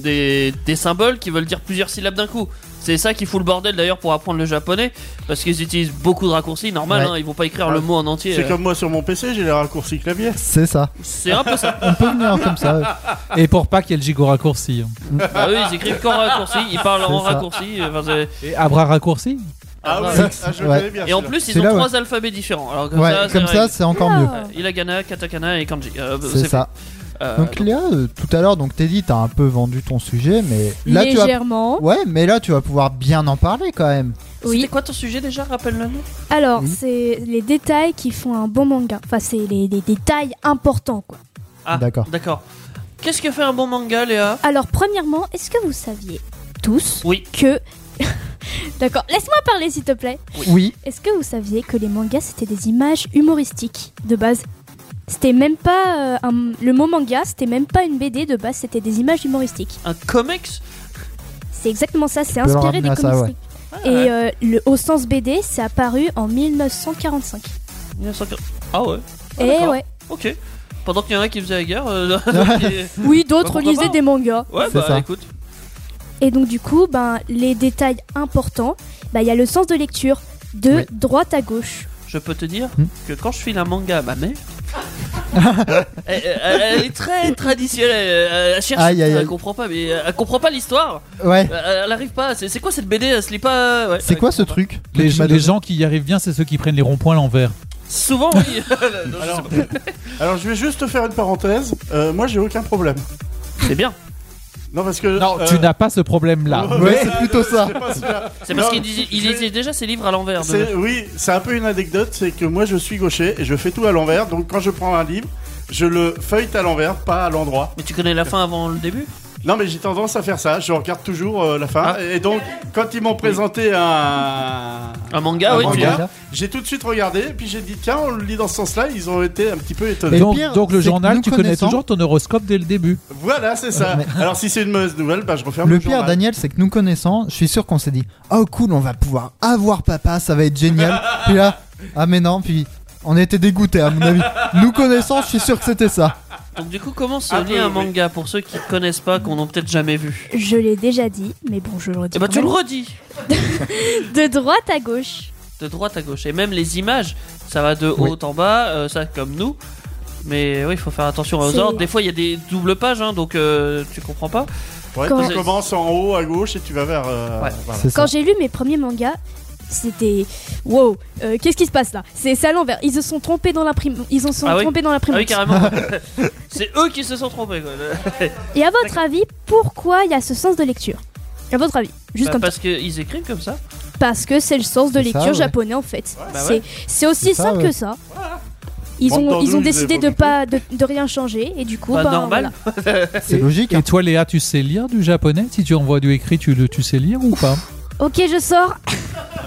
des, des symboles qui veulent dire plusieurs syllabes d'un coup. C'est ça qui fout le bordel d'ailleurs pour apprendre le japonais parce qu'ils utilisent beaucoup de raccourcis, normal, Ouais. hein, ils vont pas écrire Ah, le mot en entier. C'est euh. comme moi sur mon PC, j'ai les raccourcis clavier. C'est ça. C'est un peu ça. On peut venir comme ça. ouais. Mm. Et pour pas qu'il y ait le gigot raccourci. hein. Ah oui, ils écrivent qu'en raccourci, ils parlent en C'est ça. raccourci. euh, enfin, c'est- Et à bras raccourci Ah, ouais, ouais. ah, je le Ouais. connais bien, Et en celui-là. plus, ils ont Celui-là, ouais. trois alphabets différents. Alors comme Ouais, ça, comme ça, réglé. c'est encore mieux. Ah. Hiragana, katakana et kanji. Euh, C'est ça. fait. Euh, donc Léa, euh, tout à l'heure, donc Teddy, t'as un peu vendu ton sujet, mais là Légèrement. tu vas... ouais, mais là tu vas pouvoir bien en parler quand même. C'était quoi ton sujet déjà Rappelle-le nous. Alors, Oui. c'est les détails qui font un bon manga. Enfin, c'est les, les détails importants, quoi. Ah, d'accord. D'accord. Qu'est-ce que fait un bon manga, Léa Alors, premièrement, est-ce que vous saviez tous Oui. que... D'accord, laisse-moi parler s'il te plaît. Oui. Est-ce que vous saviez que les mangas c'était des images humoristiques de base C'était même pas euh, un- le mot manga, c'était même pas une BD de base, c'était des images humoristiques. Un comics C'est exactement ça, c'est peux le inspiré ramener des à comics. ça, ouais. Ah, ouais. Et euh, le au sens BD, c'est apparu en 1945. 1940. Ah ouais. Ah, Eh d'accord. ouais. Ok. Pendant qu'il y en a qui faisaient la guerre. euh, qui- Oui, Bah, d'autres pourquoi lisaient pas. des mangas. Ouais, bah écoute. Et donc du coup, ben les détails importants, ben, il y a le sens de lecture de droite à gauche. Je peux te dire Hmm que quand je file un manga à ma mère, elle, elle- elle est très traditionnelle. Elle, elle cherche, Aïe, aïe, aïe. elle comprend pas, mais euh, elle comprend pas l'histoire. Ouais. Elle, elle arrive pas. C'est c'est quoi cette BD Elle se lit pas. ouais, C'est elle quoi ce comprend pas. truc que Les, tu m'as les donné gens qui y arrivent bien, c'est ceux qui prennent les ronds-points à l'envers. Souvent, oui. Non, je sais Alors, pas. alors, je vais juste te faire une parenthèse. Euh, moi, j'ai aucun problème. C'est bien. Non, parce que. euh, Non, tu n'as pas ce problème-là. C'est parce Non, qu'il disait- il je- lisait déjà ses livres à l'envers. de- C'est- Oui, c'est un peu une anecdote, c'est que moi je suis gaucher et je fais tout à l'envers, donc quand je prends un livre, je le feuille à l'envers, pas à l'endroit. Mais tu connais la fin avant le début Ah. Non mais j'ai tendance à faire ça, je regarde toujours euh, la fin. Et donc quand ils m'ont présenté un... Un manga, oui, tu vois. j'ai tout de suite regardé, puis j'ai dit tiens on le lit dans ce sens-là, ils ont été un petit peu étonnés. donc, donc le journal, tu connais toujours ton horoscope dès le début. Voilà, c'est ça. Mais- Alors si c'est une mauvaise nouvelle, bah, je referme le, Le pire, journal. Daniel, c'est que nous connaissant, je suis sûr qu'on s'est dit Oh cool, on va pouvoir avoir papa, ça va être génial. puis là, ah mais non, puis on était dégoûtés à mon avis. Nous connaissant, je suis sûr que c'était ça. Donc du coup, comment se Ah, lit un oui. manga pour ceux qui connaissent pas, qu'on n'ont peut-être jamais vu Je l'ai déjà dit, mais bon, je le redis. Eh bah quand tu le même. redis. De droite à gauche. de droite à gauche. Et même les images, ça va de Oui. haut en bas, euh, ça comme nous. Mais oui, il faut faire attention aux C'est- ordres. Des fois, il y a des doubles pages, hein, donc euh, tu comprends pas. Ouais, Quand- tu commences en haut à gauche et tu vas vers... euh, voilà. Quand j'ai lu mes premiers mangas, c'était wow, euh, qu'est-ce qui se passe là C'est c'est à l'envers. Ils se sont trompés dans l'imprimerie. Ils se sont Ah oui. trompés dans Ah oui, l'imprimerie. carrément. C'est eux qui se sont trompés. Quoi. Et à votre avis, pourquoi il y a ce sens de lecture À votre avis, juste Bah, comme parce qu'ils écrivent comme ça. ça. Parce que c'est le sens de C'est ça, lecture ouais. japonais en fait. Bah c'est ouais. c'est aussi C'est ça, simple ouais. que ça. Ils ont, ils ont Entendons-nous, décidé de pas de, de rien changer et du coup, Pas Bah, ben, normal. voilà. C'est logique. hein. hein. Et toi, Léa, tu sais lire du japonais Si tu envoies du écrit, tu, le, tu sais lire ou pas Ok, je sors.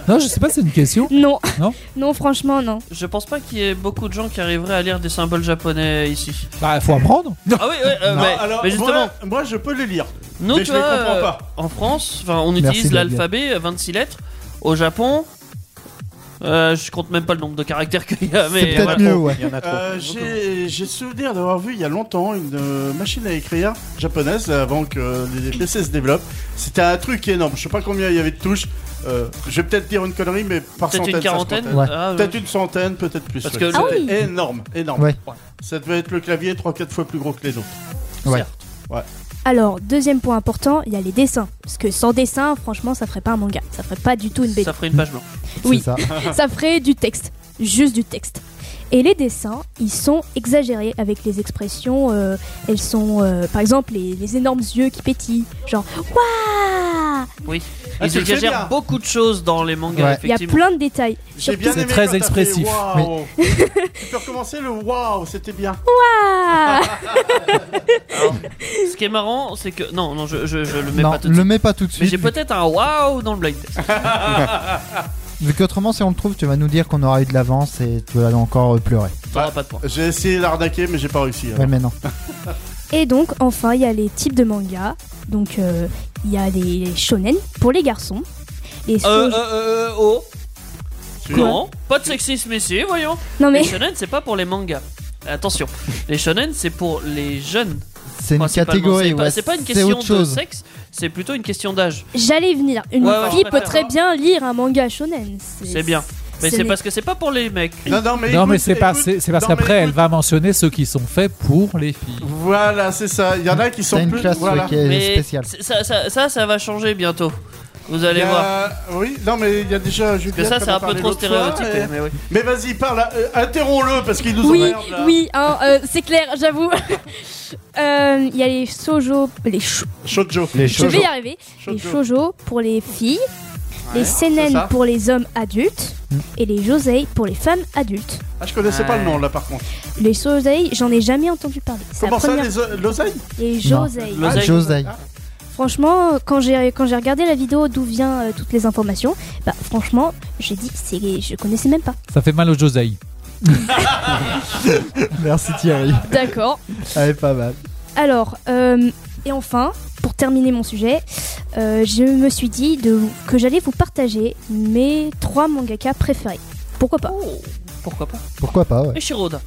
Non, je sais pas, c'est une question. Non. Non Non, franchement, non. Je pense pas qu'il y ait beaucoup de gens qui arriveraient à lire des symboles japonais ici. Bah, faut apprendre. Ah oui, oui, euh, Non, mais, alors, mais justement, moi, moi, je peux les lire. nous, mais tu je les vois, comprends euh, pas. en France, enfin, on Merci utilise de la bière. l'alphabet euh, 26 lettres. Au Japon, euh, je compte même pas le nombre de caractères qu'il y a, mais voilà. Euh, j'ai- J'ai souvenir d'avoir vu il y a longtemps une euh, machine à écrire japonaise là, avant que euh, les PC se développent. C'était un truc énorme. Je sais pas combien il y avait de touches. Euh, je vais peut-être dire une connerie, mais par Peut-être centaines. une quarantaine cinquantaines. Ouais. Ah, ouais. Peut-être une centaine, peut-être plus. Parce ouais. que C'était le- énorme, énorme. Ouais. Ça devait être le clavier 3-4 fois plus gros que les autres. Ouais. Ouais. Alors, deuxième point important, il y a les dessins. Parce que sans dessin, franchement, ça ferait pas un manga. Ça ferait pas du tout une BD. ça ferait une page blanche. Oui, ça. ferait du texte, juste du texte. Et les dessins, ils sont exagérés avec les expressions. euh, elles sont, euh, par exemple, les, les énormes yeux qui pétillent, genre waouh. Oui. Ah, Ils tu le fais bien. exagèrent beaucoup de choses dans les mangas, Il y a effectivement. plein de détails. Surtout- bien aimé quand t'as fait waouh. tu peux recommencer le waouh, c'était bien. Waouh Ce qui est marrant, c'est que. Non, non, je, je, je le mets non, pas tout de le suite. mets pas tout de Mais suite. j'ai peut-être un waouh dans le blind test. Vu qu'autrement, si on le trouve, tu vas nous dire qu'on aura eu de l'avance et tu vas encore euh, pleurer. Bah, J'ai essayé d'arnaquer, mais j'ai pas réussi. alors. Ouais, mais non. Et donc, enfin, il y a les types de mangas. Donc, euh, il y a les shonen pour les garçons. Les Euh, euh, shoujo- euh, euh, oh. Quoi Non, pas de sexisme ici, voyons. Non, mais- Les shonen, c'est pas pour les mangas. Attention, les shonen, c'est pour les jeunes. C'est une principalement. catégorie, C'est pas, ouais, c'est pas une c'est question autre chose. de sexe, c'est plutôt une question d'âge. J'allais y venir. Une Ouais, ouais, fille je peut préfère. très hein. bien lire un manga shonen. C'est bien. Mais c'est c'est les- parce que c'est pas pour les mecs. Ben, non, mais c'est pas, c'est c'est parce qu'après, elle va mentionner ceux qui sont faits pour les filles. Voilà, c'est ça. Il y en a qui sont plus. voilà. Mais c'est- Ça, ça, ça, ça va changer bientôt. Vous allez Il y a- voir. Oui, non, mais il y a déjà Julien. ça, c'est un peu trop stéréotypé, mais oui. Mais vas-y, parle, euh, interromps-le parce qu'il nous Oui, emmerde. là. oui, hein, euh, c'est clair, j'avoue. Euh, Il y a les shoujo, les shou- Shoujo. Je vais y arriver. Les shoujo pour les filles, Ouais, les c'est ça. seinen pour les hommes adultes et les josei pour les femmes adultes. Ah, je connaissais pas le nom là par contre. Les josei, j'en ai jamais entendu parler. C'est la Comment ça, première- les o- l'oseille Les josei. Non. L'oseille. Ah, Josei. Franchement, quand j'ai quand j'ai regardé la vidéo d'où vient euh, toutes les informations, bah franchement, j'ai dit c'est je connaissais même pas. Ça fait mal au Josei. Merci Thierry. D'accord. Elle est pas mal. Alors, euh, et enfin, pour terminer mon sujet, euh, je me suis dit de, que j'allais vous partager mes trois mangaka préférés. Pourquoi pas Pourquoi pas Pourquoi pas, ouais. Et Shiroda,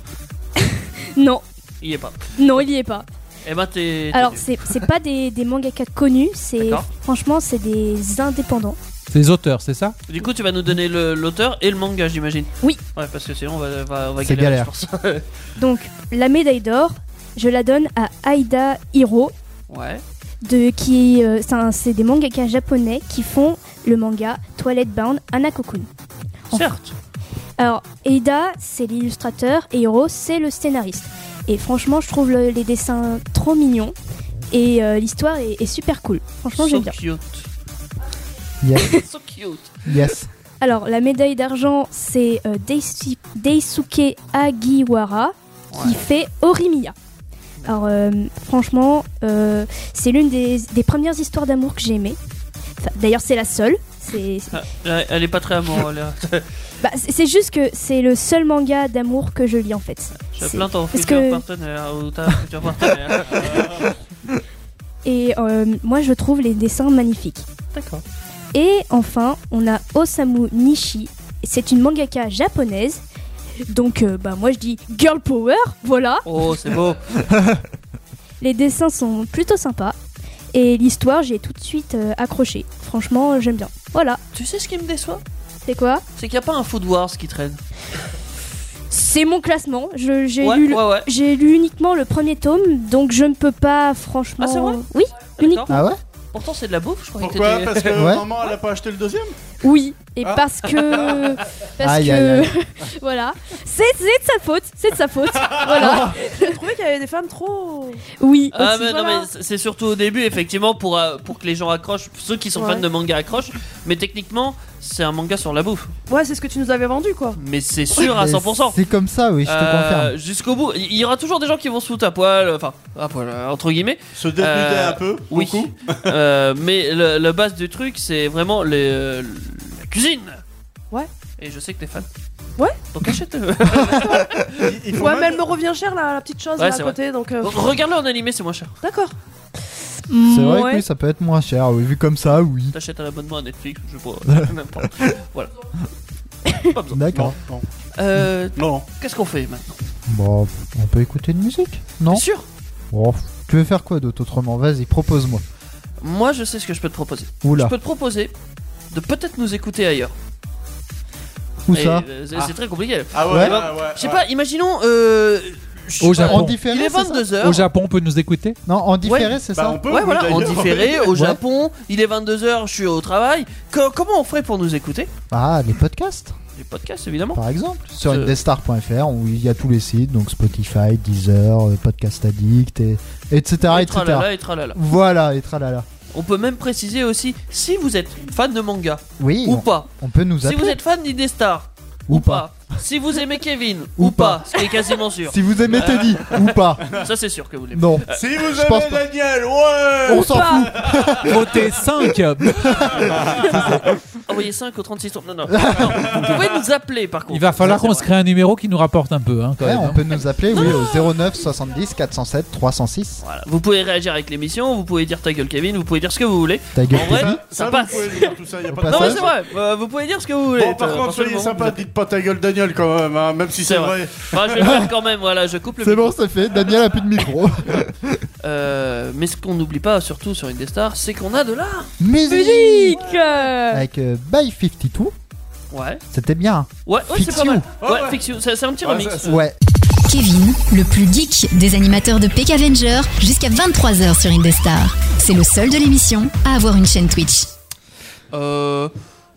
Non, il y est pas. non, il y est pas. Eh ben, t'es. t'es Alors, nul. c'est c'est pas des, des mangaka connus, c'est D'accord. franchement, c'est des indépendants. C'est les auteurs, c'est ça Du coup, tu vas nous donner le- l'auteur et le manga, j'imagine. Oui. Ouais, parce que sinon, on va, va, on va C'est galérer, galère. je pense. Donc, la médaille d'or, je la donne à Aida Hiro, ouais. de, qui euh, c'est un- c'est des mangaka japonais qui font le manga Toilette Bound Anakokun. Certes. Alors, Eida, c'est l'illustrateur et Hiro, c'est le scénariste. Et franchement, je trouve le- les dessins trop mignons et euh, l'histoire est, est super cool. Franchement, j'aime So bien. cute. Yes. so cute. yes. Alors, la médaille d'argent, c'est euh, Deisu- Daisuke Agiwara qui fait Orimiya. Alors, euh, franchement, euh, c'est l'une des, des premières histoires d'amour que j'ai aimées. Enfin, D'ailleurs, c'est la seule. C'est c'est- Ah, elle elle est pas très amoureuse, là. bah, c'est- c'est juste que c'est le seul manga d'amour que je lis en fait. Je C'est- plains ton parce futur que- partenaire ou ta future partenaire. Et euh, moi, je trouve les dessins magnifiques. D'accord. Et enfin, on a Osamu Nishi. C'est une mangaka japonaise. Donc, euh, bah, moi, je dis girl power, voilà. Oh, c'est beau. Les dessins sont plutôt sympas. Et l'histoire, j'ai tout de suite euh, accroché. Franchement, j'aime bien. Voilà. Tu sais ce qui me déçoit C'est quoi C'est qu'il n'y a pas un Food Wars qui traîne. C'est mon classement. Je- J'ai Ouais, lu, le- ouais, ouais. j'ai lu uniquement le premier tome, donc je ne peux pas, franchement. Ah, c'est vrai Oui, uniquement. Ah ouais Pourtant, c'est de la bouffe, je croyais Pourquoi que Parce que t'étais... maman, elle a pas acheté le deuxième Oui, Et parce que. Parce Aïe, aïe, que. aïe. voilà. C'est c'est de sa faute. C'est de sa faute. voilà. J'ai trouvé qu'il y avait des femmes trop. Oui. Ah, aussi, mais non, voilà. mais c'est- c'est surtout au début, effectivement, pour, euh, pour que les gens accrochent, ceux qui sont Ouais. fans de manga accrochent, mais techniquement, c'est un manga sur la bouffe. Ouais, c'est ce que tu nous avais vendu quoi. Mais c'est sûr à Mais 100%. C'est comme ça, oui, je te Euh, confirme. Jusqu'au bout, il y aura toujours des gens qui vont se foutre à poil, enfin, à poil, euh, entre guillemets. Se dénuder Euh, un peu, oui. beaucoup. Euh, mais le- la base du truc, c'est vraiment les, euh, la cuisine. Ouais. Et je sais que t'es fan. Ouais. Donc achète. ouais, mais elle me revient cher là, la petite chose Ouais, là, c'est à côté. vrai. Donc, euh, Regarde-le en animé, c'est moins cher. D'accord. C'est vrai que Ouais. oui, ça peut être moins cher, oui, vu comme ça, oui. T'achètes un abonnement à Netflix, je vois. n'importe. voilà. Pas besoin. D'accord. Non. Euh, Non. Qu'est-ce qu'on fait maintenant Bon, Bah, on peut écouter une musique, non Bien sûr. Bon, tu veux faire quoi d'autre autrement Vas-y, propose-moi. Moi, je sais ce que je peux te proposer. Oula. Je peux te proposer de peut-être nous écouter ailleurs. Où Et, ça euh, C'est Ah. c'est très compliqué. Ah ouais, Eh ben, ouais, ouais, Je sais ouais. pas, imaginons. Euh, je sais Au pas, Japon. En différé, Il est c'est ça 22h. Au Japon, on peut nous écouter Non, en différé, Ouais. c'est Bah, ça on peut, Ouais, voilà, en d'ailleurs. différé, au Ouais. Japon, il est 22h, je suis au travail. Co- comment on ferait pour nous écouter Ah, les podcasts, Les podcasts, évidemment. par exemple. Sur Ce- indestar.fr, où il y a tous les sites, donc Spotify, Deezer, euh, Podcast Addict, et, etc. Et etc. tralala, et tralala. Voilà, et tralala. On peut même préciser aussi si vous êtes fan de manga Oui, ou on- pas. On peut nous Si appeler. vous êtes fan d'Idestar Ou pas. Si vous aimez Kevin ou pas, ce qui est quasiment sûr. Si vous aimez Euh, Teddy ou pas. Ça c'est sûr que vous l'aimez. Non. Euh, Si vous Je pense aimez pas. Daniel, ouais On s'en fout. Votez 5 Envoyez 5 au 36 Non, non. non. Vous pouvez nous appeler par contre. Il va falloir Ça, c'est qu'on vrai. se crée un numéro qui nous rapporte un peu. Hein, quand Ouais, même, on hein. peut nous appeler, oui, au 09 70 407 306. Voilà. Vous pouvez réagir avec l'émission, vous pouvez dire ta gueule Kevin, vous pouvez dire ce que vous voulez. Ta gueule, en vrai, Kevin. ça vous passe. pouvez dire tout ça, y a pas de non mais problème. c'est vrai, Euh, vous pouvez dire ce que vous voulez. Bon, par Euh, contre, soyez absolument. sympa, dites pas ta gueule Daniel quand même, hein, même si c'est vrai. Enfin, je vais le faire quand même, voilà, je coupe le C'est micro. bon, c'est fait. Daniel a plus de micro. Euh, mais ce qu'on n'oublie pas surtout sur Indestar, c'est qu'on a de l'art. Musique Avec euh, By 52. Ouais. C'était bien. Ouais, ouais, c'est Fix pas You. mal. Ouais, Fix You, c'est c'est un petit remix. Ouais. Kevin, le plus geek des animateurs de Peck Avenger, jusqu'à 23h sur Indestar. C'est le seul de l'émission à avoir une chaîne Twitch. Euh,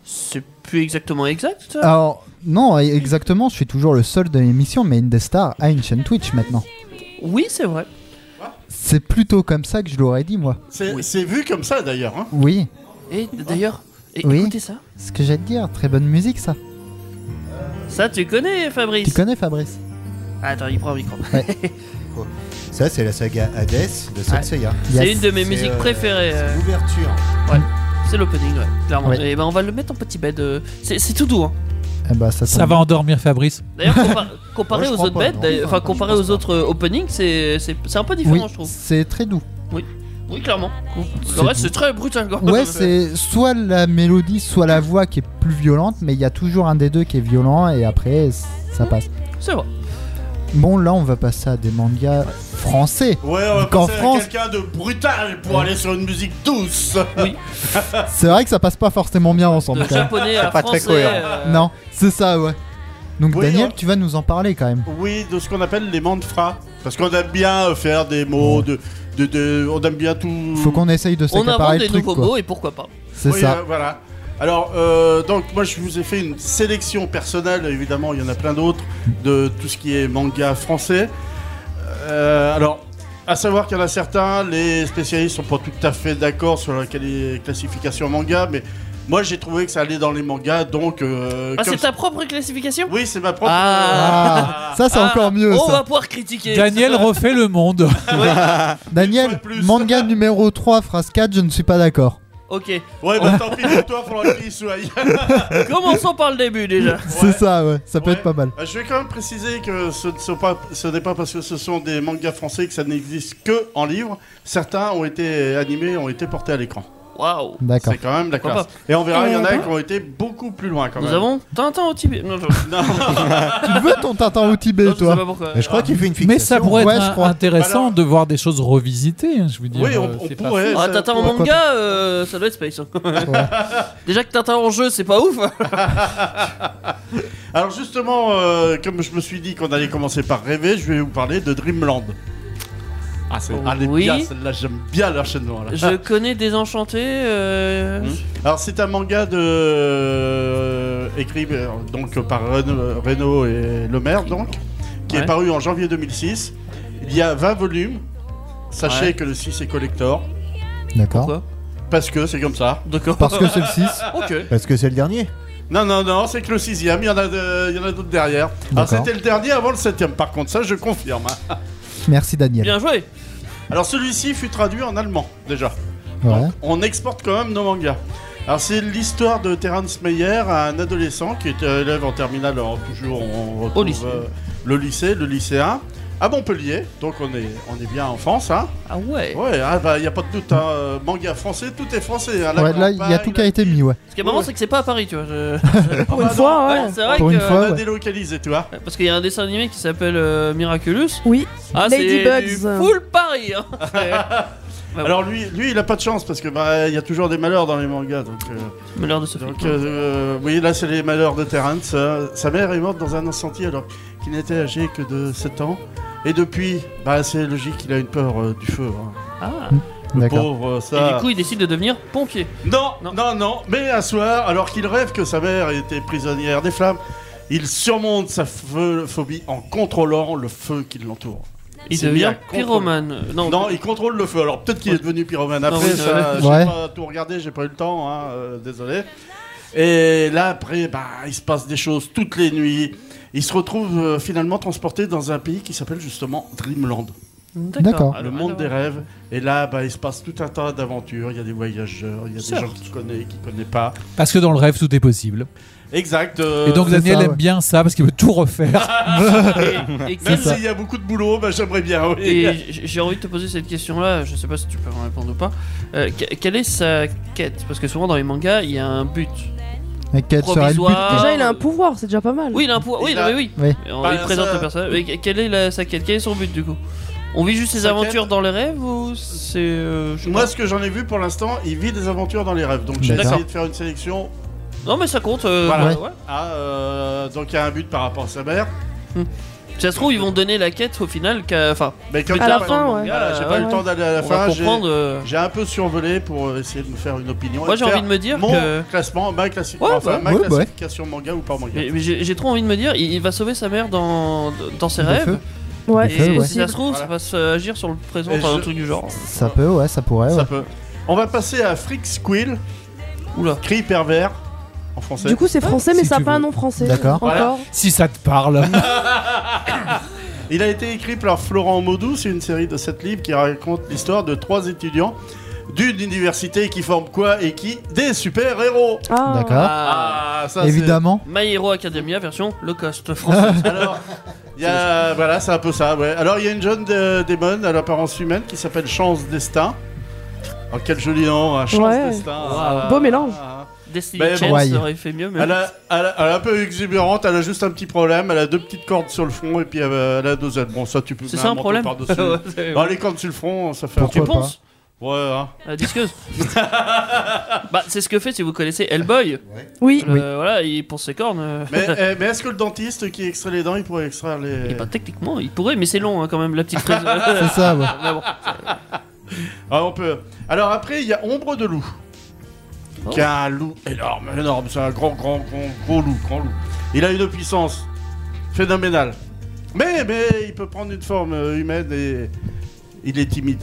c'est plus exactement exact. ça Alors, non, e- exactement, je suis toujours le seul de l'émission, mais Indestar a une chaîne Twitch maintenant. Oui, c'est vrai. C'est plutôt comme ça que je l'aurais dit, moi. C'est c'est vu comme ça d'ailleurs. Hein. Oui, Et d'ailleurs, et- Oui. écoutez ça. ce que j'allais te dire, très bonne musique ça. Ça, tu connais, Fabrice. Tu connais Fabrice Attends, il prend un micro. Ça, c'est la saga Hades de Saint Seiya. Ah. C'est une de mes C'est, musiques euh, préférées. euh. L'ouverture. Ouais, c'est l'opening, ouais, clairement. Ouais. Et ben, on va le mettre en petit bed. euh, C'est c'est tout doux. Hein. Eh bah, ça, Ça tombe va endormir Fabrice. D'ailleurs, compa- comparé Moi, je aux crois autres pas, beds, non. d'ailleurs- enfin, Enfin, comparé aux autres euh, openings, c'est c'est- c'est un peu bien. Oui, différent, je trouve. c'est très doux. Oui, oui, clairement. Le C'est reste, doux. c'est très brutal. quand même. Ouais, c'est soit la mélodie, soit la voix qui est plus violente, mais il y a toujours un des deux qui est violent et après c- ça passe. C'est vrai. Bon, là on va passer à des mangas français. Ouais, on va Donc en passer à France, quelqu'un de brutal pour aller sur une musique douce. Oui. c'est vrai que ça passe pas forcément bien ensemble. Le quand même. japonais à C'est pas très français, cohérent. euh, Non, c'est ça, ouais. Donc Oui, Daniel, hein. tu vas nous en parler quand même. Oui, de ce qu'on appelle les mantras. Parce qu'on aime bien euh, faire des mots, de, de, de- on aime bien tout. Faut qu'on essaye de On invente s'accaparer des le truc. nouveaux quoi. mots et pourquoi pas. C'est Oui, ça. euh, voilà. Alors, euh, donc, moi, je vous ai fait une sélection personnelle. Évidemment, il y en a plein d'autres de tout ce qui est manga français. Euh, alors, à savoir qu'il y en a certains, les spécialistes sont pas tout à fait d'accord sur la quali- classification manga, mais moi, j'ai trouvé que ça allait dans les mangas, donc. euh, Ah, comme- c'est ta propre classification Oui, c'est ma propre. Ah, ça c'est Ah, encore mieux. On ça. va pouvoir critiquer. Daniel refait le monde. Daniel, manga numéro 3, phrase 4, je ne suis pas d'accord. Ok. Ouais, bah tant pis pour toi, faudra qu'il soit Commençons par le début déjà. C'est ça, ouais, ça peut être pas mal. Euh, Je vais quand même préciser que ce ne sont pas- ce n'est pas, parce que ce sont des mangas français que ça n'existe que en livre. Certains ont été animés, ont été portés à l'écran. Waouh. D'accord. C'est quand même la Pourquoi classe. Et on verra, il y en a qui ont été beaucoup plus loin quand Nous même. avons Tintin au Tibet. Non, je... non, Tu veux ton Tintin au Tibet, je sais toi pas pourquoi. Mais je crois qu'il fait une fixation. Mais ça pourrait Ouais, être je un- crois. intéressant de voir des choses revisitées. hein, je veux dire, Oui, on, euh, on c'est pas pourrait. Ah, ça- Tintin en pourquoi manga, euh, ça doit être Space. Déjà que Tintin en jeu, c'est pas ouf. Alors justement, euh, comme je me suis dit qu'on allait commencer par rêver, je vais vous parler de Dreamland. Ah, c'est ah, elle est Oh Oui. bien, celle-là, j'aime bien l'enchaînement. là. Hmm. Je connais Désenchanté. euh, Alors c'est un manga de euh, écrit euh, donc par Ren- Reno et Lemaire donc qui est Ouais. paru en janvier 2006. Il y a 20 volumes. Sachez Ouais. que le 6 est collector D'accord. parce que c'est comme ça. D'accord. Parce que c'est le 6. OK. Parce que c'est le dernier. Non, non, non, c'est que le sixième, il y en a, de- il y en a d'autres derrière. Alors D'accord. c'était le dernier avant le septième, par contre, ça je confirme. hein. Merci Daniel. joué Alors celui-ci fut traduit en allemand, déjà. Ouais. On exporte quand même nos mangas. Alors c'est l'histoire de Terence Meyer, un adolescent qui est euh, élève en terminale, alors toujours on retrouve lycée. euh, le lycée, le lycéen, à Montpellier, donc on est, on est bien en France. Hein. Ah ouais Ouais, il n'y a pas de doute, hein, euh, manga français, tout est français. hein, la Ouais, là, il y a campagne, tout qui a été mis, ouais. Ce qui est marrant, c'est que c'est pas à Paris, tu vois. je- Pour une fois, ouais. C'est vrai Pour que- une fois, on a ouais. délocalisé, tu vois. Parce qu'il y a un dessin animé qui s'appelle euh, Miraculous. Oui. Ah, c'est Ladybugs. du full Paris. hein. Bah Alors lui, lui, il a pas de chance parce que bah, il y a toujours des malheurs dans les mangas. Donc, euh, Malheur de ce hein. donc, euh, oui, là c'est les malheurs de Terrence. Euh, sa mère est morte dans un incendie alors qu'il n'était âgé que de 7 ans. Et depuis, bah, c'est logique, il a une peur euh, du feu. hein. Ah. Le D'accord. pauvre, euh, ça. Et du coup, il décide de devenir pompier. Non, non, non, Mais un soir, alors qu'il rêve que sa mère était prisonnière des flammes, il surmonte sa feu- phobie en contrôlant le feu qui l'entoure. Il s'est devient mis à contrôler- pyromane. Non, Ah, il contrôle le feu. Alors peut-être qu'il est devenu pyromane après. Ah oui, ça, ouais. J'ai Ouais. pas tout regardé, j'ai pas eu le temps, hein, euh, désolé. Et là après, bah, il se passe des choses toutes les nuits. Il se retrouve euh, finalement transporté dans un pays qui s'appelle justement Dreamland. Ah, Ah, D'accord. Le monde des rêves. Et là, bah, il se passe tout un tas d'aventures. Il y a des voyageurs, il y a des Certes. gens qui connaissent, qui connaissent pas. Parce que dans le rêve, tout est possible. Exact. euh, Et donc Daniel aime bien ça parce qu'il veut tout refaire. Et- et Même quel- s'il y a beaucoup de boulot, bah, j'aimerais bien. oui. Et j- j'ai envie de te poser cette question-là, je sais pas si tu peux en répondre ou pas. Euh, que- quelle est sa quête Parce que souvent dans les mangas, il y a un but. La quête serait le but. Provisoire. Déjà, il a un pouvoir, c'est déjà pas mal. Oui, il a un pouvoir. Oui, Il non, a- mais oui. Oui. Et On Bah, lui présente ça- le personnage. Mais que- quelle est la- sa quête Quel est son but du coup On vit juste ses Sa aventures dans les rêves ou c'est. euh, je sais Moi, pas. ce que j'en ai vu pour l'instant, il vit des aventures dans les rêves. Donc j'ai D'accord. essayé de faire une sélection Non, mais ça compte. euh, Voilà. ouais. Ah, euh, donc il y a un but par rapport à sa mère. Si ça se trouve, ils vont donner la quête au final. qu'à- Enfin, Mais comme plus ça, tard par dans le exemple, manga, voilà, j'ai pas euh, eu le temps d'aller à la on fin. va J'ai comprendre. euh, j'ai un peu survolé pour euh, essayer de me faire une opinion. Moi, et j'ai faire envie de me dire mon que- classement, ma, classi- Ouais, enfin, bah, ma ouais, bah ouais. classification manga ou pas manga. Mais, mais j'ai j'ai trop envie de me dire, il, il va sauver sa mère dans, dans- dans ses Le rêves. feu. Ouais, et Le feu, ouais. si ça se trouve, ça va se euh, agir sur le présent, Et enfin, un je- truc du genre. Ça peut, ouais, ça pourrait. Ça ouais. peut. On va passer à Frick Squill. Oula. Cri pervers en français. Du coup, c'est français, mais ça a tu pas veux. un nom français. D'accord. Encore. Voilà. si ça te parle. Il a été écrit par Florent Maudou, c'est une série de 7 livres qui raconte l'histoire de trois étudiants d'une université qui forment quoi et qui Des super-héros Ah. D'accord. Ah, ça, c'est- Évidemment. My Hero Academia version low cost française. Alors, Il y a- voilà, c'est un peu ça, ouais. Alors, il y a une jeune dé- démon à l'apparence humaine qui s'appelle Chance Destin. Oh, quel joli nom, hein, Chance Ouais. Destin. Wow. Beau mélange. Destiny Mais bon, Chains ouais. aurait fait mieux, mais. Bah, Elle a, elle a- elle est un peu exubérante, elle a juste un petit problème, elle a deux petites cordes sur le front et puis elle a elle a deux ailes. Bon, ça, tu peux C'est mettre ça, un manteau problème par-dessus. Ouais, c'est- Non, les cordes sur le front, ça fait Tu un peu- penses Ouais, hein. La disqueuse. bah, c'est ce que fait si vous connaissez Hellboy. Oui. Euh, Voilà, il ponce ses cornes. euh. Mais, eh, mais est-ce que le dentiste qui extrait les dents, il pourrait extraire les. Et bah, techniquement, il pourrait, mais c'est long hein, quand même, la petite prise. C'est ça, ouais. Mais bon. Ah, on peut. Alors après, il y a Ombre de loup. Oh. Qui a un loup énorme, énorme. C'est un grand, grand, grand, gros loup, grand loup. Il a une puissance phénoménale. Mais, mais il peut prendre une forme euh, humaine et il est timide.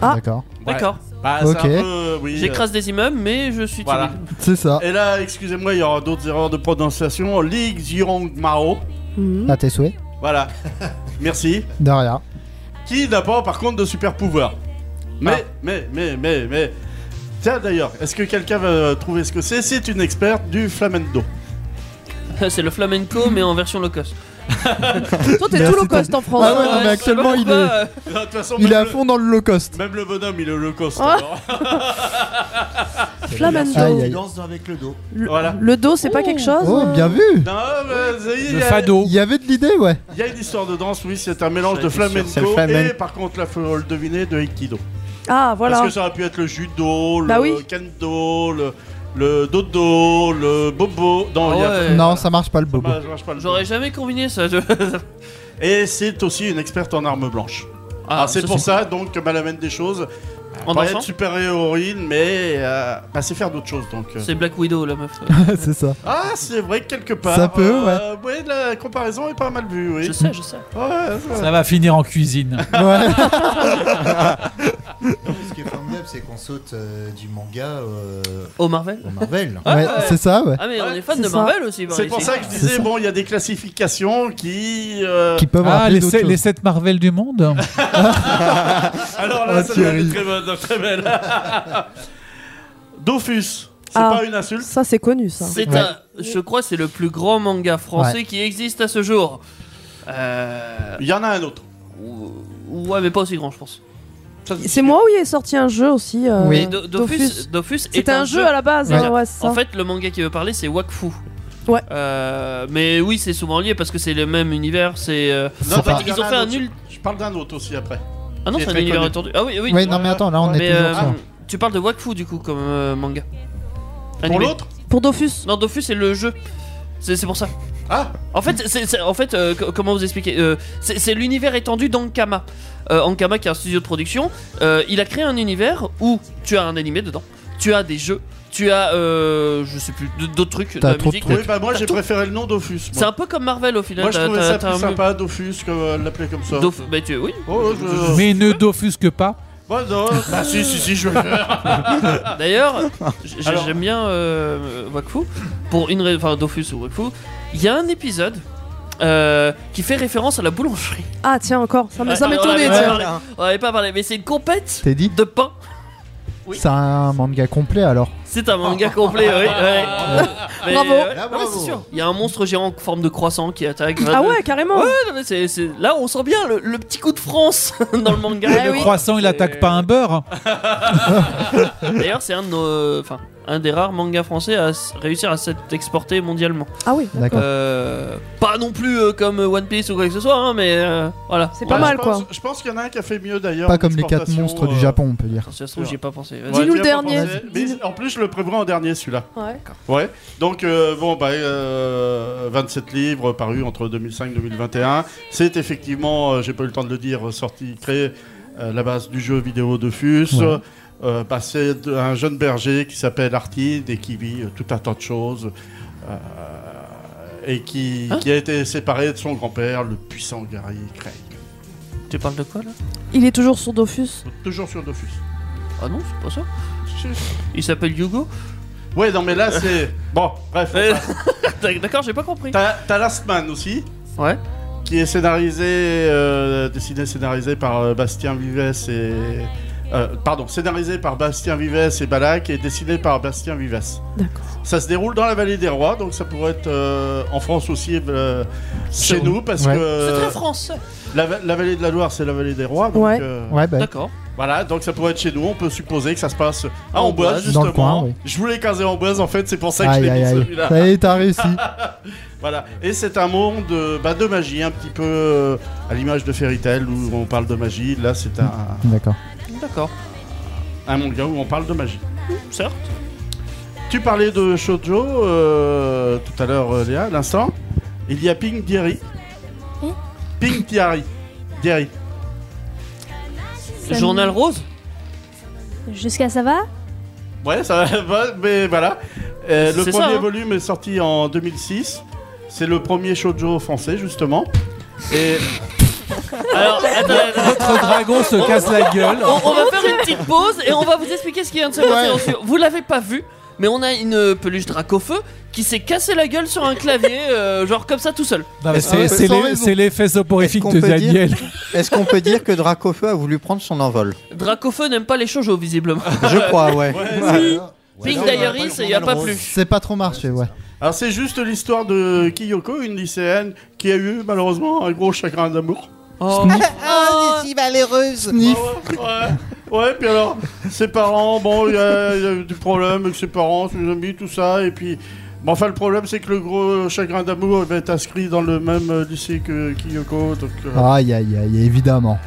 D'accord. Ouais. D'accord. Bah, c'est un peu, oui, J'écrase euh, des immeubles, mais je suis Voilà. timide. C'est ça. Et là, excusez-moi, il y aura d'autres erreurs de prononciation. Ligue Zirong Mao. Mhm. À tes souhaits. Voilà. Merci. De rien. Qui n'a pas, par contre, de super pouvoir. Mais, Ah. mais, mais, mais, mais. Tiens, d'ailleurs, est-ce que quelqu'un va trouver ce que c'est C'est une experte du flamendo. c'est le flamenco, mais en version low cost. Toi, t'es tout low cost en France. Ah, Ah ouais, non, mais actuellement, il est. De toute façon, Il est même à le- fond dans le low cost. Même le bonhomme, il est low cost. Ah. alors. Flamando. Aïe, aïe. Il danse avec le dos. voilà. Le dos, c'est pas quelque chose Oh, euh bien vu. Non, mais ça y est, il y, a- Il y avait de l'idée, ouais. il y a une histoire de danse, oui, c'est un mélange de J'étais sûr, c'est le flamenco flamen- et par contre, là, faut le deviner, de aikido. Ah, voilà. Parce que ça aurait pu être le judo, le Bah oui. kendo, le, le dodo, le bobo. Ah Non, Ah il y a- Non, ça marche pas le bobo. Ça marche pas, le J'aurais jamais combiné ça. je- Et c'est aussi une experte en armes blanches. Alors, c'est Ah, ça, pour c'est ça, donc, que Malamène des choses. En On parlait dansant de super-héroïne, mais euh, bah, c'est faire d'autres choses donc. euh. C'est Black Widow la meuf. c'est ça. Ah, c'est vrai, quelque part. Ça peut, euh, ouais, la comparaison est pas mal vue, oui. Je sais, je sais. Ça va finir en cuisine. Ce qui est formidable, c'est qu'on saute euh, du manga euh, au Marvel. Au Marvel. Ouais, c'est ça, ouais. Ah, mais on est fan de Marvel aussi, par C'est ici. pour ça que je C'est disais, ça. bon, il y a des classifications qui. euh, ah, les, sept- les 7 Marvel du monde Alors là, ça doit Ah, Thierry. être très bonne, très belle. Dofus, c'est Ah, pas une insulte. Ça, c'est connu, ça. C'est un- je crois, que c'est le plus grand manga français Ouais. qui existe à ce jour. Il y en a un autre. Ouais, mais pas aussi grand, je pense. C'est moi où il est sorti un jeu aussi. euh, Mais Do- Dofus, Dofus est C'était un jeu à la base, hein, ouais, c'est ça. en fait, le manga qui veut parler, c'est Wakfu. Euh, Ouais. mais oui, c'est souvent lié parce que c'est le même univers. C'est. euh, en fait, ils ont fait un nul. Je parle d'un autre aussi après. Ah non, Qui est c'est un très univers connu. étendu. Ah oui, euh, ah, oui. Ouais, non, mais attends, là, on est toujours sur- Tu parles de Wakfu du coup comme euh, manga. l'autre Pour Dofus Non, Dofus c'est le jeu. C'est c'est pour ça. Ah En fait, c'est c'est- en fait euh, co- comment vous expliquer Euh, C'est c'est l'univers étendu d'Ankama. Euh, Ankama qui est un studio de production, euh, il a créé un univers où tu as un animé dedans, tu as des jeux, tu as euh, je sais plus d- d'autres trucs, de la musique. euh, Oui, bah moi T'as j'ai tout. préféré le nom Dofus. C'est un peu comme Marvel au final. Moi je t'as- trouvais t'as- ça t'as plus un- sympa, Dofus, que euh, l'appeler comme ça. Dof- bah, tu- oui. Oh, je- Mais ne d'offusque pas. Bah non, bah si, si, si, je vais le faire. D'ailleurs, j- Alors- j'aime bien euh, Wakfu pour une raison, enfin Dofus ou Wakfu. Il y a un épisode euh, qui fait référence à la boulangerie. Ah, tiens, encore. Ça me- Ouais, ça m'est on tourné, avait pas tiens. parlé. On avait pas parlé, mais c'est une compète T'es dit de pain. C'est un manga complet alors. C'est un manga complet, oui. ouais. Mais, Bravo. ouais, Ah, non, bravo. mais c'est sûr. Il y a un monstre géant en forme de croissant qui attaque. Ah ouais, carrément. Ouais, non, mais c'est- c'est- Là, on sent bien le, le petit coup de France dans le manga. Ah le croissant, il attaque pas un beurre. hein. D'ailleurs, c'est un, de nos- enfin, un des rares mangas français à s- réussir à s'être exporté mondialement. Ah oui, d'accord. Euh, pas non plus euh, comme One Piece ou quoi que ce soit, hein, mais euh, voilà. C'est Ouais, je pense- Je pense qu'il y en a un qui a fait mieux d'ailleurs. Pas en comme les quatre exportation, monstres du euh, Japon, on peut dire. Ça se trouve, j'y ai pas pensé. Vas-y. Ouais, j'y ai Dis-nous le pas dernier. pensé, mais en plus, je le prévois en dernier celui-là. Ouais. Ouais. Donc euh, bon, bah, euh, 27 livres parus entre 2005 et 2021. C'est effectivement, euh, j'ai pas eu le temps de le dire, sorti, créé euh, la base du jeu vidéo de Fus. Ouais. Euh, bah, c'est de- un jeune berger qui s'appelle Artide et qui vit euh, tout un tas de choses. euh, et qui, Hein qui a été séparé de son grand-père, le puissant Gary Craig. Tu parles de quoi là Il est toujours sur Dofus. Toujours sur Dofus. Ah non, c'est pas ça. Il s'appelle Hugo Ouais, non, mais là, c'est. Bon, bref. D'accord, j'ai pas compris. T'as t'as Last Man aussi. Ouais. Qui est scénarisé, euh, dessiné, scénarisé par euh, Bastien Vives et. euh, pardon, scénarisé par Bastien Vives et Balak et dessiné par Bastien Vives. D'accord. Ça se déroule dans la vallée des rois, donc ça pourrait être euh, en France aussi euh, chez nous parce Ouais. que. C'est très français. La, va- la vallée de la Loire, c'est la vallée des rois. Donc, euh, Ouais. Ouais, bah. D'accord. Voilà, donc ça pourrait être chez nous. On peut supposer que ça se passe à En Amboise, Boise. Dans justement. le coin, oui. Je voulais caser Amboise, en fait, c'est pour ça que Aïe, je l'ai aïe, mis aïe. celui-là. Ça y est, t'as réussi. Voilà, et c'est un monde euh, bah, de magie, un petit peu euh, à l'image de Fairy Tail où on parle de magie. Là, c'est un, D'accord. D'accord. un manga où on parle de magie. Certes. Tu parlais de Shoujo euh, tout à l'heure, euh, Léa, à l'instant. Il y a Pink Diary. Pink Diary. Diary. Ça me- Journal rose Jusqu'à ça va Ouais, ça va, mais voilà. Euh, le C'est premier ça, hein. volume est sorti en 2006. C'est le premier shoujo français, justement. Et. Alors, attends, Votre dragon se casse la gueule. On, on va faire une petite pause et on va vous expliquer ce qui vient de se passer. Ouais. ensuite. Vous l'avez pas vu, mais on a une euh, peluche dracofeu qui s'est cassé la gueule sur un clavier, euh, genre comme ça tout seul. Non, mais c'est- c'est les- c'est l'effet soporifique qu'on de peut dire- Daniel. Est-ce qu'on peut dire que Dracofeu a voulu prendre son envol Dracofeu n'aime pas les shoujo visiblement. Je crois, ouais. Oui. Pink Diary, il y a pas plus. C'est pas trop marché, ouais. Alors c'est juste l'histoire de Kiyoko, une lycéenne qui a eu malheureusement un gros chagrin d'amour. Oh. Ah, si malheureuse Ouais, ouais, puis alors, ses parents, bon, il y, a il y a eu du problème avec ses parents, ses amis, tout ça, et puis... Bon, enfin, le problème, c'est que le gros chagrin d'amour va être inscrit dans le même euh, lycée que Kiyoko, donc... euh, Aïe, aïe, aïe, évidemment.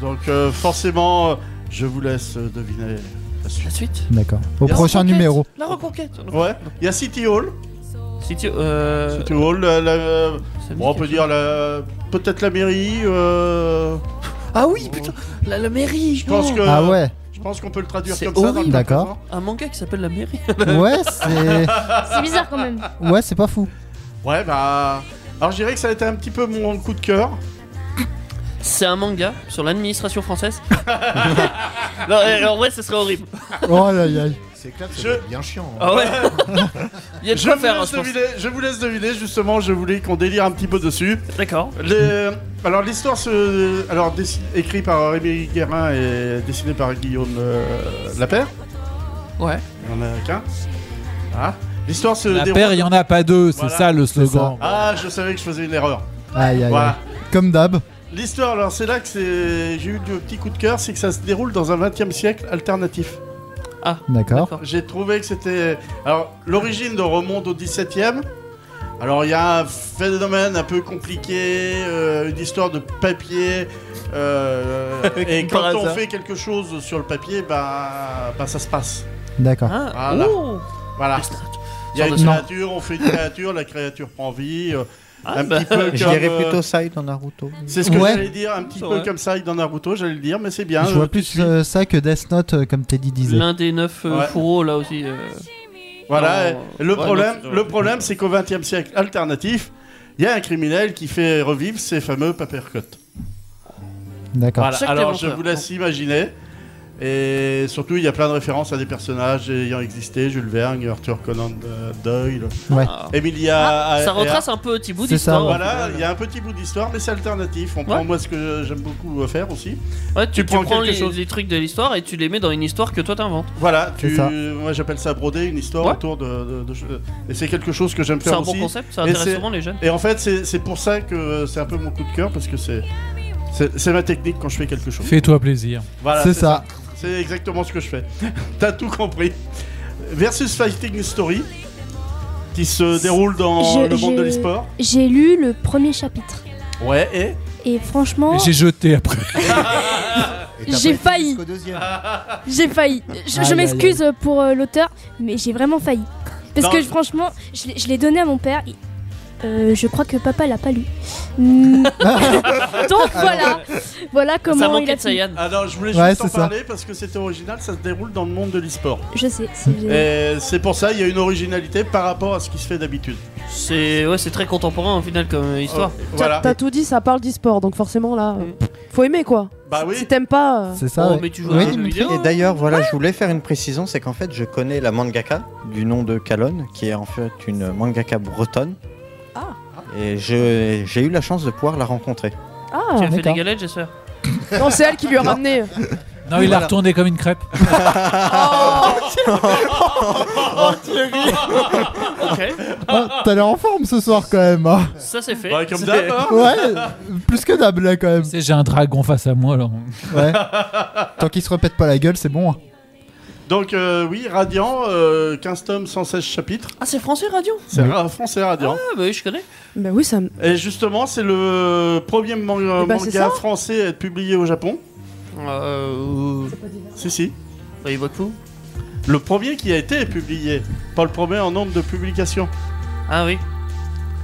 Donc euh, forcément, euh, je vous laisse euh, deviner la suite. D'accord. Au Bien prochain sûr. numéro. La reconquête. Ouais, il y a City Hall. City, euh... City Hall, la- la- bon, on peut dire la- peut-être la mairie. euh, Ah oui, putain, la, la mairie. Je pense que- Ah ouais. Je pense qu'on peut le traduire C'est comme ça. dans le horrible. D'accord. Un manga qui s'appelle La mairie. Ouais, c'est- C'est bizarre quand même. Ouais, c'est pas fou. Ouais, bah. Alors je dirais que ça a été un petit peu mon coup de cœur. C'est un manga sur l'administration française. non, euh, en vrai, ce serait horrible. Oh là là. C'est clair que Je- ça doit être bien chiant. hein. Ah ouais. Il y a de je, quoi vous faire, hein, laisse je pense. deviner, je vous laisse deviner, justement, je voulais qu'on délire un petit peu dessus. D'accord. Alors, l'histoire, se... alors dessi- écrit par Rémi Guérin et dessinée par Guillaume euh, Lapère. Ouais. Il y en a qu'un. Ah. L'histoire se La déroule. paire, il n'y en a pas deux, c'est Voilà, ça le c'est slogan. ça. Ah, je savais que je faisais une erreur. Aïe, aïe, Voilà. aïe. Comme d'hab. L'histoire, alors c'est là que c'est- j'ai eu du petit coup de cœur, c'est que ça se déroule dans un 20e siècle alternatif. Ah, D'accord. d'accord. J'ai trouvé que c'était. Alors, l'origine de remonte au 17e. Alors, il y a un phénomène un peu compliqué, euh, une histoire de papier. euh, et Comme quand par on hasard. fait quelque chose sur le papier, bah, bah ça se passe. D'accord. Hein Ah, Voilà. oh. Voilà. Il y a Sorte une de- Ah, Non. créature, on fait une créature, la créature prend vie. euh, un bah, petit peu Je comme, dirais euh, plutôt ça dans Naruto. c'est ce que Ouais. j'allais dire, un petit C'est peu vrai. comme ça dans Naruto, j'allais le dire, mais c'est bien. Je euh, vois tu plus suis. euh, ça que Death Note, euh, comme Teddy disait. L'un des neuf euh, Ouais. fourreaux là aussi. euh. Voilà, Non, et le, ouais, problème, non, c'est- le problème, c'est qu'au XXe siècle alternatif, il y a un criminel qui fait revivre ces fameux papercotes. D'accord. Voilà, Chaque alors je inventeur. vous laisse imaginer. Et surtout, il y a plein de références à des personnages ayant existé Jules Verne, Arthur Conan euh, Doyle, Ouais. Emilia. Ah. Ça Earhart. retrace un peu petit bout C'est ça, d'histoire. ouais. Voilà, il y a un petit bout d'histoire, mais c'est alternatif. On prend moi ce que j'aime beaucoup faire aussi. Ouais, tu, tu prends, quelque les, chose. les trucs de l'histoire et tu les mets dans une histoire que toi t'inventes. Voilà, C'est Ah, tu, ça. moi j'appelle ça broder une histoire Ouais. autour de, de- de- et c'est quelque chose que j'aime C'est faire un bon aussi. concept, ça Et intéresse c'est- souvent les jeunes. Et en fait, c'est c'est pour ça que c'est un peu mon coup de cœur parce que c'est c'est c'est ma technique quand je fais quelque chose. Fais-toi plaisir. Voilà, C'est ça. C'est exactement ce que je fais. T'as tout compris. Versus Fighting Story qui se déroule dans Je- le monde de j'ai- l'esport. J'ai lu le premier chapitre. Ouais, et Et franchement, Et J'ai jeté après. Et t'as j'ai pas été failli. jusqu'au deuxième. J'ai failli. Je, Aïe, je aïe, m'excuse pour euh, l'auteur, mais j'ai vraiment failli. Parce Non. que franchement, je l'ai- je l'ai donné à mon père. il- euh, je crois que papa l'a pas lu. Mm. Donc voilà, voilà ça comment il manquait a de fait. Saiyan. Ah non, je voulais Ah Ouais, juste en c'est ça. parler parce que c'était original, ça se déroule dans le monde de l'esport. Je sais. c'est génial. Et c'est pour ça, il y a une originalité par rapport à ce qui se fait d'habitude. C'est ouais, c'est très contemporain au final comme histoire. Oh, T'as- voilà. T'as tout dit, ça parle d'e-sport, donc forcément là, euh, faut aimer quoi. Bah oui. Si t'aimes pas, euh, C'est ça. Mm. Oh, ouais. mais tu joues à Oui, un jeu Dimitri. vidéo. Et d'ailleurs, voilà, je voulais faire une précision, c'est qu'en fait, je connais la mangaka du nom de Kalon, qui est en fait une mangaka bretonne. Ah. Et je- j'ai eu la chance de pouvoir la rencontrer. ah. Tu as fait des d'accord. galettes, j'espère. Non, c'est elle qui lui a ramené. Non, il a retourné comme une crêpe. Oh, Ok, Oh, T'as l'air en forme ce soir quand même. hein. ça c'est fait. Bah, comme C'est- d'hab, hein. Ouais, plus que d'hab là quand même. Tu sais, j'ai un dragon face à moi, alors. Ouais. Tant qu'il se répète pas la gueule, c'est bon. hein. Donc euh, oui, Radiant, euh, 15 tomes, 116 chapitres. Ah, c'est français radio C'est ra- français Radiant. Ah, bah oui, je connais. bah oui, ça me. Et justement, c'est le premier man- Eh ben, c'est manga ça. français à être publié au Japon. Euh. Bah, Si, si. Il voit fou. Le premier qui a été publié, pas le premier en nombre de publications. Ah oui.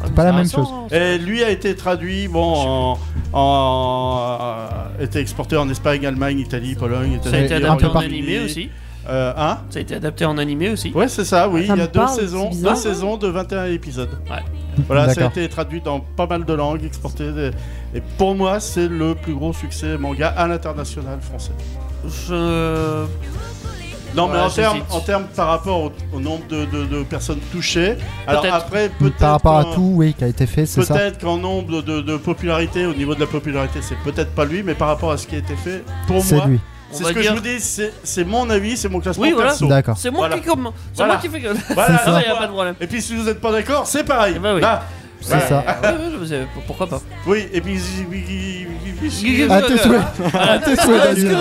C'est pas la même intéressant, chose. hein. Et lui a été traduit, bon, en. en- euh, été exporté en Espagne, Allemagne, Italie, Pologne, Ça a États-Unis. été un adapté peu en partout. animé aussi. Euh, hein Ça a été adapté en animé aussi. Ouais, c'est ça, oui. Ça Il y a me deux parle, saisons, c'est bizarre, deux ouais. saisons de 21 épisodes. Ouais. Voilà, ça a D'accord. été traduit dans pas mal de langues, exporté. des- Et pour moi, c'est le plus gros succès manga à l'international français. Je. Non, mais Ouais, en termes j'hésite. en termes par rapport au, au nombre de, de- de personnes touchées, alors Peut-être. après, peut-être. Par rapport qu'en- à tout, oui, qui a été fait, c'est ça. Peut-être qu'en nombre de, de popularité, au niveau de la popularité, c'est peut-être pas lui, mais par rapport à ce qui a été fait, pour C'est moi, lui. c'est On va ce que dire- je vous dis, c'est c'est mon avis, c'est mon classement Oui, voilà. perso. D'accord. C'est moi Voilà. qui commande. C'est Voilà. moi qui fais que. Voilà, ça, non, y a voilà. pas de problème. Et puis si vous n'êtes pas d'accord, c'est pareil. Eh ben oui. Ah, Là, C'est ça. Ouais, ouais, ouais, ouais, pourquoi pas euh, oui, et puis. À Ah, tes souhaits. À tes ah, souhaits, Daniel.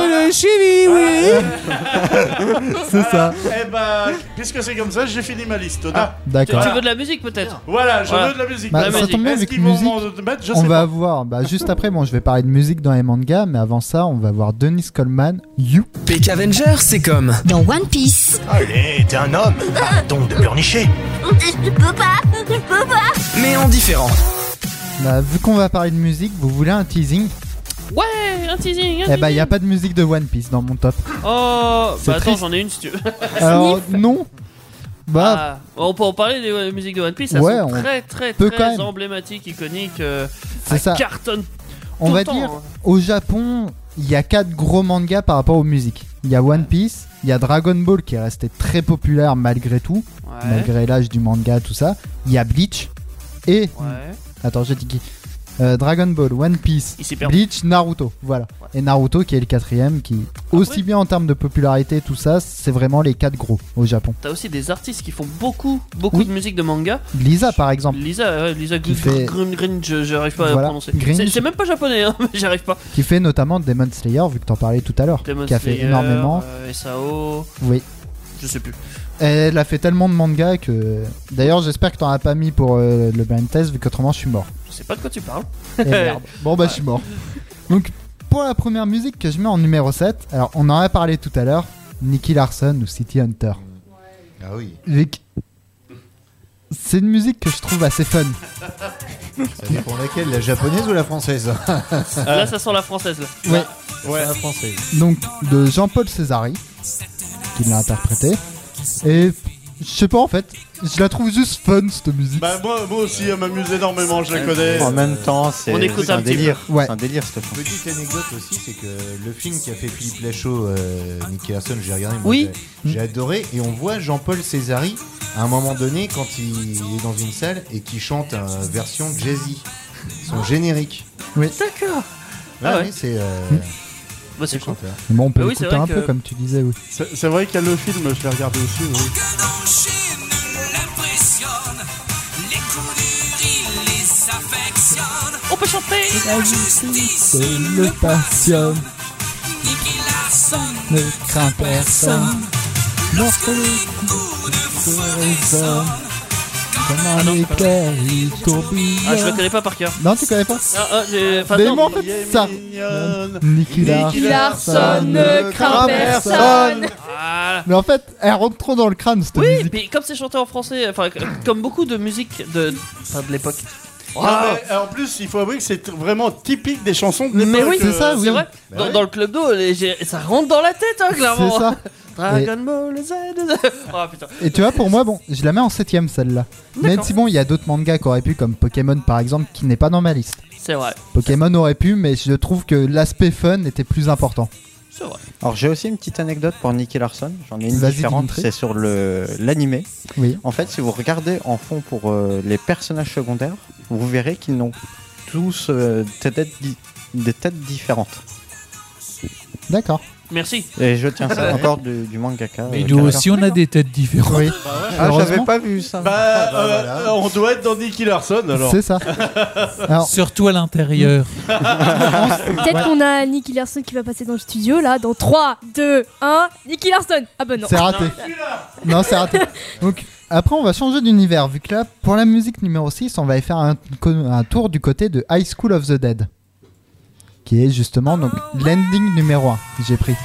C'est ça. Ah, Ah, Eh ben, puisque c'est comme ça, j'ai fini ma liste. Là. Tu, tu D'accord. veux de la musique peut-être Voilà, Ah, je Voilà. veux de la musique. Bah, la ça musique. tombe bien Est-ce avec qu'ils vont musique. m'en mettre Je On sais va pas. avoir, bah, juste après, bon, je vais parler de musique dans les mangas, mais avant ça, on va voir Dennis Coleman, You. Peck Avenger, c'est comme. Dans One Piece, Allez, t'es un homme, donc de pleurnicher. Je peux pas, je peux pas. Mais en différent. Bah, vu qu'on va parler de musique, vous voulez un teasing Ouais, un teasing. Un Eh bah, il n'y a pas de musique de One Piece dans mon top. Oh, C'est bah attends, triste. j'en ai une si tu veux. Alors, non. Bah, Ah, on peut en parler des euh, musiques de One Piece, elles Ouais, sont on très très peut quand très même. emblématiques, iconiques, euh, C'est ça. ça cartonne. on tout va le temps, dire, hein. au Japon, il y a quatre gros mangas par rapport aux musiques. Il y a One Piece, il y a Dragon Ball qui est resté très populaire malgré tout, Ouais. malgré l'âge du manga, tout ça. Il y a Bleach et. Attends, j'ai dit qui Euh, Dragon Ball, One Piece, Bleach, Naruto, voilà. Et Naruto qui est le quatrième, qui aussi bien en termes de popularité, tout ça, c'est vraiment les quatre gros au Japon. T'as aussi des artistes qui font beaucoup beaucoup de musique de manga. Lisa par exemple, Lisa, euh, Lisa Gr- fait- Gr- Gringe, j'arrive pas à Voilà, prononcer. Gringe. C'est- C'est même pas japonais, hein, mais j'arrive pas. qui fait notamment Demon Slayer, vu que t'en parlais tout à l'heure, Demon qui a fait Slayer, énormément. euh, SAO. Oui. Je sais plus. Elle a fait tellement de mangas que. D'ailleurs, j'espère que t'en as pas mis pour euh, le blind test, vu qu'autrement je suis mort. Je sais pas de quoi tu parles. Eh merde. Bon bah je suis mort. Donc pour la première musique que je mets en numéro 7, alors on en a parlé tout à l'heure, Nicky Larson ou City Hunter. Ah oui. Vic. C'est une musique que je trouve assez fun. Ça dépend laquelle, la japonaise ou la française Ah, Là, ça sent la française. Là. Ouais. Ouais, la française. Donc de Jean-Paul Césari, qui l'a interprété. Et je sais pas en fait, je la trouve juste fun cette musique. Bah, moi, moi aussi, elle m'amuse énormément, je la connais. En même temps, c'est On écoute c'est un, un petit délire. peu. Ouais. C'est un délire cette chanson. Petite anecdote aussi, c'est que le film qui a fait Philippe Lachaud, euh, Nicky Larson, j'ai regardé, moi, Oui. j'ai j'ai adoré, et on voit Jean-Paul Césari à un moment donné quand il est dans une salle et qui chante une version jazzy, son générique. Oui. Hmm. D'accord. Ouais, Ah ouais. oui, c'est. euh, Bah, c'est le chanteur. Bon, on peut Ah oui, c'est écouter vrai un que- peu comme tu disais, oui. C'est c'est vrai qu'il y a le film, je l'ai regardé aussi. oui. On peut chanter C'est le passion. Ne crains personne. Lorsque le coup de résonne, comme un éclair, il tourbillonne. Ah, je la connais pas par cœur. Non, tu connais pas Ah, ah, j'ai- enfin, Mais non, moi, en fait, ça. Nicky Voilà. Mais en fait, elle rentre trop dans le crâne cette Oui, musique. mais comme c'est chanté en français, enfin, c- comme beaucoup de musique de, enfin, de l'époque. Non, Ah, mais, euh, en plus, il faut avouer que c'est vraiment typique des chansons de mais l'époque, oui, Bah euh, c'est vrai. dans, dans le club d'eau, les- j'ai- ça rentre dans la tête, hein, clairement. C'est ça. Dragon Ball Z. oh putain. Et tu vois, pour moi, bon, je la mets en septième celle-là. Même si bon, il y a d'autres mangas qui auraient pu, comme Pokémon par exemple, qui n'est pas dans ma liste. C'est vrai. Pokémon aurait pu, mais je trouve que l'aspect fun était plus important. Alors j'ai aussi une petite anecdote pour Nicky Larson, j'en ai une Vas-y, différente, Dimitri. c'est sur le l'animé. Oui. En fait, si vous regardez en fond pour euh, les personnages secondaires, vous verrez qu'ils n'ont tous euh, des, têtes di- des têtes différentes. D'accord. Merci. Et je tiens ça Ouais. encore du, du mangaka. Mais euh, nous Kara. aussi, on a des têtes différentes. Ah, j'avais pas vu ça. Bah, euh, euh, on doit être dans Nicky Larson alors. C'est ça. Alors- Surtout à l'intérieur. Peut-être qu'on a Nicky Larson qui va passer dans le studio là, dans 3, 2, 1. Nicky Larson Ah bah non. C'est raté. Non, c'est raté. Donc, après, on va changer d'univers, vu que là, pour la musique numéro 6, on va aller faire un, un tour du côté de High School of the Dead. Qui est justement donc l'ending numéro 1 que j'ai pris.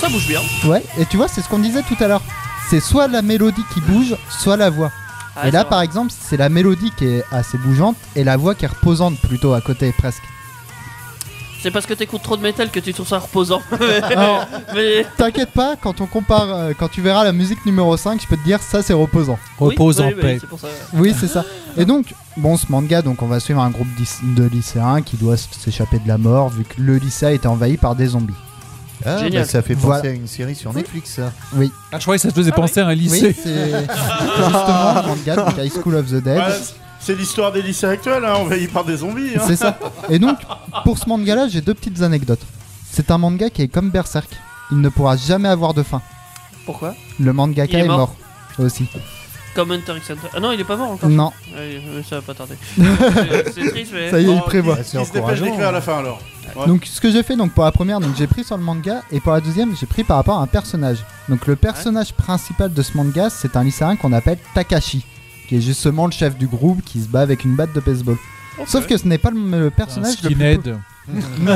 Ça bouge bien. Ouais, et tu vois, c'est ce qu'on disait tout à l'heure. C'est soit la mélodie qui bouge, soit la voix. Ah, et là, c'est vrai. par exemple, c'est la mélodie qui est assez bougeante et la voix qui est reposante plutôt à côté, presque. C'est parce que t'écoutes trop de métal que tu trouves ça reposant. Alors, mais. T'inquiète pas, quand on compare, euh, quand tu verras la musique numéro 5, je peux te dire ça c'est reposant. Oui, Repose oui, en oui, paix. c'est pour ça. Oui, c'est ça. Et donc, bon, ce manga, donc on va suivre un groupe d'is- de lycéens qui doit s- s'échapper de la mort vu que le lycée a été envahi par des zombies. Ah, Génial. bah, ça fait penser Voilà. à une série sur Netflix, ça. Oui. Ah, je croyais que ça te faisait penser à un lycée. Oui, c'est justement le manga donc High School of the Dead. Ouais, c'est- c'est l'histoire des lycées actuels, hein, envahis par des zombies. hein. C'est ça. Et donc, pour ce manga-là, j'ai deux petites anecdotes. C'est un manga qui est comme Berserk. Il ne pourra jamais avoir de fin. Pourquoi Le mangaka Il est est, mort. mort. aussi. Comme Hunter x Hunter. Ah non, il est pas mort encore. Non. Ouais, euh, ça va pas tarder. C'est- c'est triste, mais. Ça y est, il Oh, prévoit. il- il se dépêche d'écrire à la fin alors. Ouais. Donc ce que j'ai fait donc pour la première, donc j'ai pris sur le manga et pour la deuxième, j'ai pris par rapport à un personnage. Donc le personnage principal de ce manga, c'est un lycéen qu'on appelle Takashi, qui est justement le chef du groupe qui se bat avec une batte de baseball. Sauf que ce n'est pas le, le personnage le plus skinhead. po-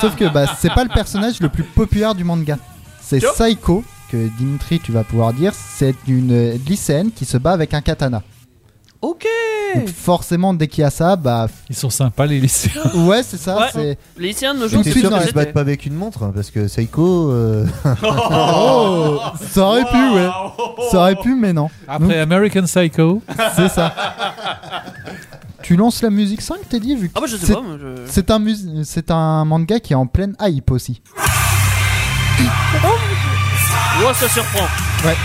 Sauf que bah, c'est pas le personnage le plus populaire du manga. C'est Saiko que Dimitri, tu vas pouvoir dire, c'est une euh, lycéenne qui se bat avec un katana. Ok Donc forcément, dès qu'il y a ça, bah. Ils sont sympas les lycéens. Ouais, c'est ça. Ouais. c'est- Les lycéens de nos Tout jours, de T'es suite sûr dans qu'ils la- se battent pas avec une montre hein, Parce que Psycho. euh, Oh Ça aurait pu, ouais. Ça aurait pu, mais non. Après Donc, American Psycho. c'est ça. Tu lances la musique 5, t'es dit vu que Ah bah, je sais c'est- pas, moi, je- C'est un, mus- c'est un manga qui est en pleine hype aussi. Oh, ça surprend. Ouais.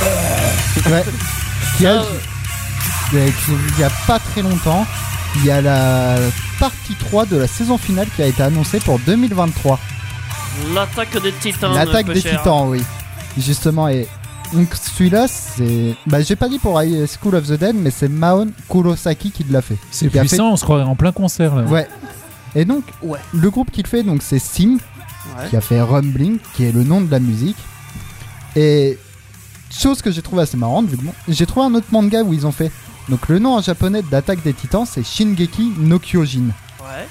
Ouais. Il Ah. y, a, il y a- il y a pas très longtemps, il y a la partie 3 de la saison finale qui a été annoncée pour 2023. L'attaque des titans. L'attaque euh, des Pêcheur. titans, oui. Justement, et donc celui-là, c'est. Bah, j'ai pas dit pour High School of the Dead, mais c'est Maon Kurosaki qui l'a fait. C'est Qui a puissant, on se croirait en plein concert là. fait- Ouais. Et donc, le groupe qu'il fait, donc c'est Sim, Ouais. qui a fait Rumbling, qui est le nom de la musique. Et chose que j'ai trouvé assez marrante, vu que bon, j'ai trouvé un autre manga où ils ont fait. Donc le nom en japonais d'attaque des titans, c'est Shingeki no Kyojin. Ouais.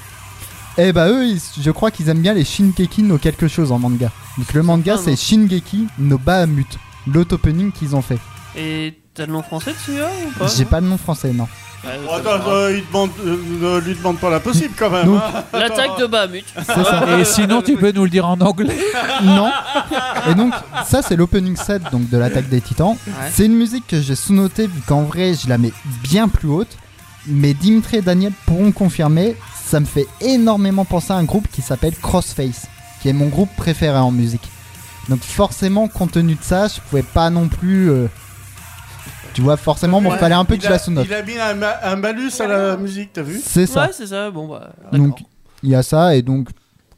Eh bah eux, ils- je crois qu'ils aiment bien les Shingeki no quelque chose en manga. Donc le manga c'est Shingeki no Bahamut, l'autre opening qu'ils ont fait. Et t'as le nom français dessus, hein, ou pas J'ai pas le nom français, non. Ouais, Oh, ça attends, va. euh, il demande, euh, ne lui demande pas l'impossible quand même. Donc- hein. L'attaque de Bahamut. Ah, Et sinon, tu peux nous le dire en anglais non. Et donc, ça, c'est l'opening set donc, de l'attaque des titans. Ouais. C'est une musique que j'ai sous-notée, vu qu'en vrai, je la mets bien plus haute. Mais Dimitri et Daniel pourront confirmer, ça me fait énormément penser à un groupe qui s'appelle Crossface, qui est mon groupe préféré en musique. Donc, forcément, compte tenu de ça, je pouvais pas non plus. euh, Tu vois, forcément, bon, Ouais. fallait un peu Il que je la a- sous-note. Il a mis un, ma- un malus à la musique, t'as vu C'est ça. Ouais, c'est ça, bon bah. Donc il y a ça et donc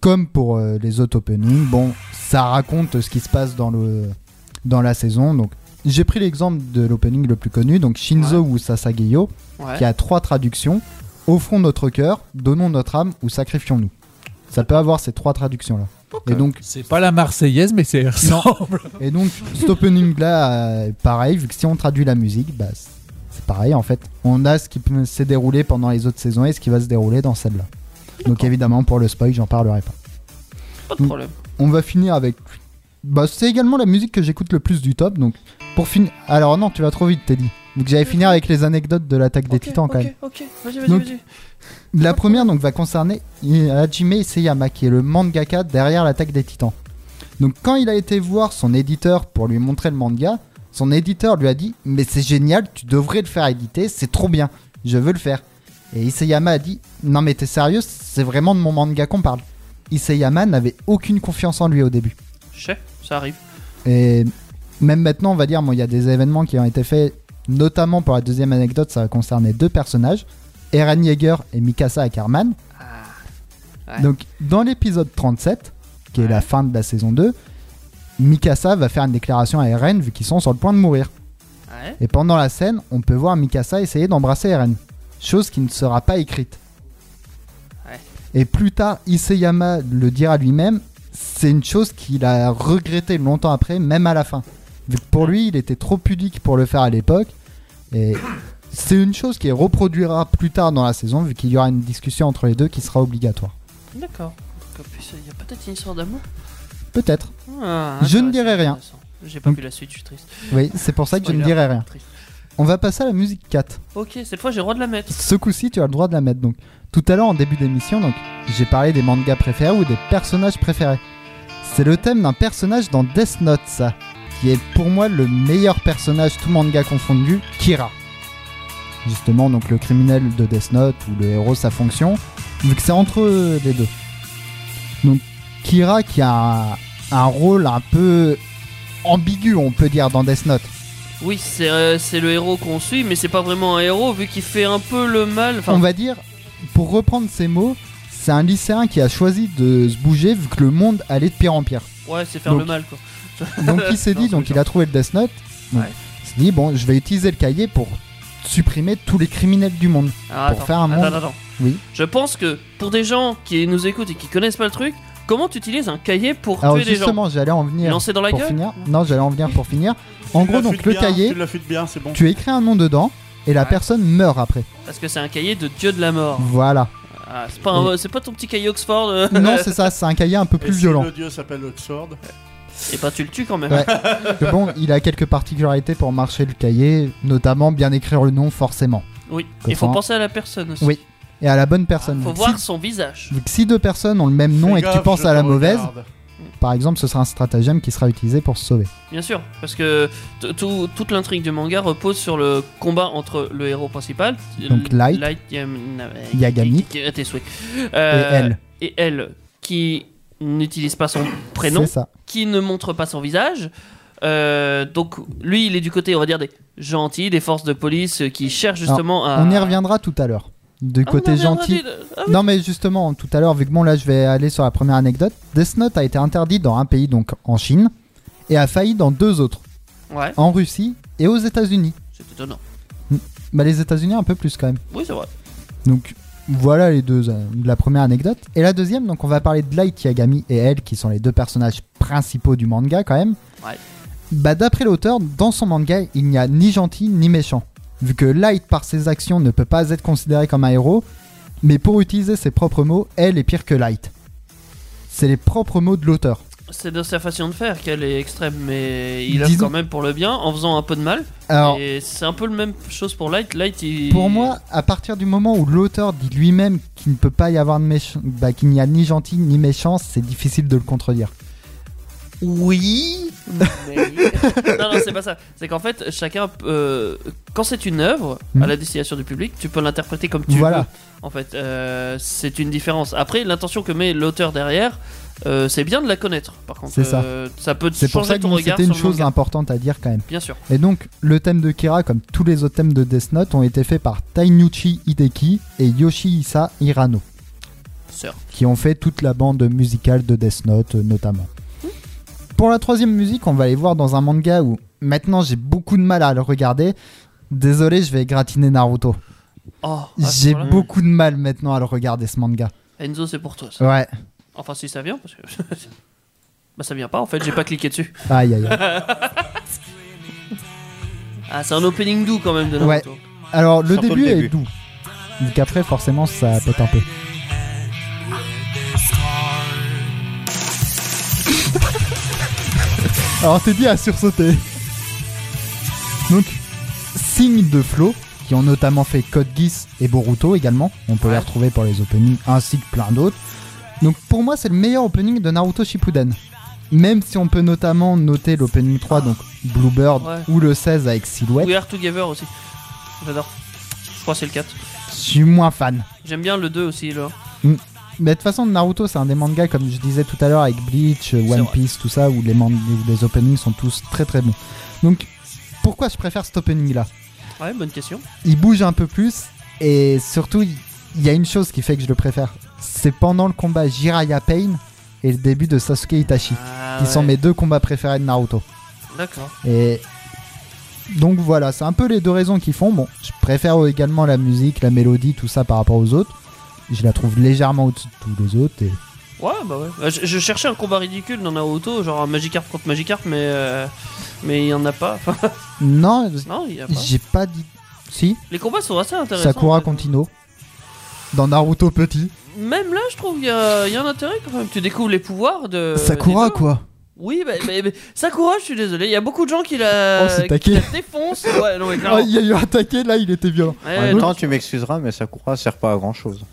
comme pour euh, les autres openings, bon, ça raconte ce qui se passe dans le dans la saison. Donc j'ai pris l'exemple de l'opening le plus connu, donc Shinzo ou Sasageyo, Ouais. qui a trois traductions offrons notre cœur, donnons notre âme ou sacrifions-nous. Ça peut avoir ces trois traductions là. Et donc C'est pas la Marseillaise, mais c'est ressemble. et donc, cet opening-là, euh, pareil, vu que si on traduit la musique, bah, c- c'est pareil en fait. On a ce qui peut- s'est déroulé pendant les autres saisons et ce qui va se dérouler dans celle-là. Donc, évidemment, pour le spoil, j'en parlerai pas. Pas de Donc, problème. On va finir avec. Bah, c'est également la musique que j'écoute le plus du top. Donc, pour finir. Alors, non, tu vas trop vite, Teddy. Donc, j'allais finir avec les anecdotes de l'attaque des titans quand même. Ok, vas-y, vas-y, Donc, vas-y. La première donc va concerner Hajime Iseyama qui est le mangaka derrière l'attaque des titans. Donc quand il a été voir son éditeur pour lui montrer le manga, son éditeur lui a dit "Mais c'est génial, tu devrais le faire éditer, c'est trop bien, je veux le faire." Et Iseyama a dit "Non mais t'es sérieux, c'est vraiment de mon manga qu'on parle." Iseyama n'avait aucune confiance en lui au début. Je sais, ça arrive. Et même maintenant, on va dire, bon, il y a des événements qui ont été faits, notamment pour la deuxième anecdote, ça va concerner deux personnages, Eren Yeager et Mikasa Ackerman. Ah, ouais. Donc, dans l'épisode 37, qui est la fin de la saison 2, Mikasa va faire une déclaration à Eren vu qu'ils sont sur le point de mourir. Ouais. Et pendant la scène, on peut voir Mikasa essayer d'embrasser Eren, chose qui ne sera pas écrite. Ouais. Et plus tard, Iseyama le dira lui-même, c'est une chose qu'il a regretté longtemps après, même à la fin. Vu que pour lui, il était trop pudique pour le faire à l'époque. Et c'est une chose qu'il reproduira plus tard dans la saison, vu qu'il y aura une discussion entre les deux qui sera obligatoire. D'accord. Donc, en plus, il y a peut-être une histoire d'amour. Peut-être. Ah, je ne intéressant, dirai rien. intéressant. J'ai pas Donc- vu la suite, je suis triste. Oui, c'est pour ça que je ne Spoiler, dirai rien. triste. On va passer à la musique 4. Ok, cette fois j'ai le droit de la mettre. Ce coup-ci, tu as le droit de la mettre. Donc, tout à l'heure en début d'émission, donc j'ai parlé des mangas préférés ou des personnages préférés. C'est le thème d'un personnage dans Death Note, ça, qui est pour moi le meilleur personnage tout manga confondu, Kira. Justement, donc le criminel de Death Note ou le héros, sa fonction, vu que c'est entre euh, les deux. Donc Kira qui a un, un rôle un peu ambigu, on peut dire, dans Death Note. Oui, c'est euh, c'est le héros qu'on suit, mais c'est pas vraiment un héros vu qu'il fait un peu le mal. Enfin, On va dire, pour reprendre ces mots, c'est un lycéen qui a choisi de se bouger vu que le monde allait de pire en pire. Ouais, c'est faire Donc- le mal quoi. Donc il s'est Non, dit, c'est donc il a trouvé le Death Note. Donc, Il s'est dit, bon, je vais utiliser le cahier pour supprimer tous les criminels du monde. Ah, pour attends, faire un attends, monde. attends. Oui. Je pense que pour des gens qui nous écoutent et qui connaissent pas le truc, comment tu utilises un cahier pour Alors tuer des justement, gens j'allais en venir. Lancer dans la pour gueule finir. Non, j'allais en venir pour finir. En Tu gros, la donc fouilles le bien, cahier, Tu la futes bien, c'est bon. tu écris un nom dedans et la personne meurt après. Parce que c'est un cahier de dieu de la mort. Voilà. Ah, c'est pas, un- c'est pas ton petit cahier Oxford. euh. Non, c'est ça, c'est un cahier un peu plus Et si violent. Le dieu s'appelle Oxford. Et bah tu le tues quand même. Ouais. Parce que bon, il a quelques particularités pour marcher le cahier, notamment bien écrire le nom, forcément. Oui, Comprends il faut penser à la personne aussi. Oui, et à la bonne personne. Faut Donc, voir si- son visage. donc, si deux personnes ont le même nom Fais et que tu gaffe, penses je à la te mauvaise, regarde. par exemple, ce sera un stratagème qui sera utilisé pour se sauver. Bien sûr, parce que t- tout- toute l'intrigue du manga repose sur le combat entre le héros principal, Donc, L- Light, Yam- euh, na- Yagami, qui- à tes souhaits. Et elle. Euh, Et elle, qui n'utilise pas son prénom, C'est ça. qui ne montre pas son visage. Euh, donc lui, il est du côté, on va dire, des gentils, des forces de police euh, qui cherchent justement Alors, à... On y reviendra tout à l'heure. Du on côté en reviendra Ah gentil. tout- Non, mais justement, tout à l'heure, vu que bon, là, je vais aller sur la première anecdote. Death Note a été interdit dans un pays, donc en Chine, et a failli dans deux autres. Ouais. En Russie et aux États-Unis. C'est étonnant. Mm. Bah, les États-Unis, un peu plus quand même. Oui, c'est vrai. Donc voilà les deux, euh, la première anecdote. Et la deuxième, donc on va parler de Light Yagami et elle, qui sont les deux personnages principaux du manga quand même. Ouais. Bah d'après l'auteur, dans son manga, il n'y a ni gentil ni méchant. Vu que Light, par ses actions, ne peut pas être considéré comme un héros, mais pour utiliser ses propres mots, elle est pire que Light. C'est les propres mots de l'auteur. C'est de sa façon de faire qu'elle est extrême, mais il œuvre Disons- quand même pour le bien en faisant un peu de mal. Alors- Et c'est un peu le même chose pour Light. Light, il... Pour moi, à partir du moment où l'auteur dit lui-même qu'il ne peut pas y avoir de méchant, bah, qu'il n'y a ni gentil ni méchant, c'est difficile de le contredire. Oui. non, non, c'est pas ça. C'est qu'en fait, chacun, euh, quand c'est une œuvre Mhm. à la destination du public, tu peux l'interpréter comme tu Voilà. veux. En fait, Euh, c'est une différence. Après, l'intention que met l'auteur derrière, euh, c'est bien de la connaître. Par contre, C'est ça. euh, ça peut C'est changer pour ça que ton bon, regard c'était une sur le chose manga. importante à dire quand même. Bien sûr. Et donc, le thème de Kira, comme tous les autres thèmes de Death Note, ont été faits par Tainichi Hideki et Yoshihisa Hirano, Sœur. qui ont fait toute la bande musicale de Death Note euh, notamment. Pour la troisième musique, on va aller voir dans un manga où maintenant j'ai beaucoup de mal à le regarder. Désolé, je vais gratiner Naruto. Oh, à ce j'ai point-là. beaucoup de mal maintenant à le regarder ce manga. Enzo, c'est pour toi. Ça. Ouais. Enfin, si ça vient, parce que. bah, ça vient pas en fait, j'ai pas cliqué dessus. Aïe, aïe, ah, c'est un opening doux quand même de Ouais. Naruto. Alors le Surtout le début, début. est doux. Donc après, forcément, ça pète un peu. Alors t'es dit à sursauter. Donc, signe de Flo, qui ont notamment fait Code Geass et Boruto également. On peut les retrouver pour les openings, ainsi que plein d'autres. Donc pour moi, c'est le meilleur opening de Naruto Shippuden. Même si on peut notamment noter l'opening 3, donc Bluebird, Ouais. ou le 16 avec Silhouette, We Are Together aussi. J'adore. Je crois que c'est le 4. je suis moins fan. J'aime bien le 2 aussi, là. Mm. Mais de toute façon, Naruto, c'est un des mangas, comme je disais tout à l'heure, avec Bleach, euh, One Piece, tout ça, où les, man- où les openings sont tous très très bons. Donc, pourquoi je préfère cet opening-là Ouais, bonne question. Il bouge un peu plus, et surtout, il il y a une chose qui fait que je le préfère. C'est pendant le combat Jiraiya Pain et le début de Sasuke Itachi, Ah qui sont ouais. mes deux combats préférés de Naruto. D'accord. Et donc voilà, c'est un peu les deux raisons qui font. Bon, je préfère également la musique, la mélodie, tout ça par rapport aux autres. Je la trouve légèrement au-dessus de tous les autres. Et... Ouais, bah ouais. Euh, Je, je cherchais un combat ridicule dans Naruto, genre un Magikarp contre Magikarp, mais euh, mais il y en a pas. Non, Non, il y a pas. j'ai pas dit. Si, Les combats sont assez intéressants. Sakura Contino. Dans Naruto Petit. Même là, je trouve qu'il y, a il y a un intérêt quand même. Tu découvres les pouvoirs de. Sakura, quoi. Oui, mais, mais- mais- Sakura, je suis désolé. Il y a beaucoup de gens qui la, Oh, c'est qui taqué. la défoncent. Ouais, non, mais clairement. Oh, il y a eu un taquet, là, il était violent. En même temps, tu m'excuseras, mais Sakura sert pas à grand chose.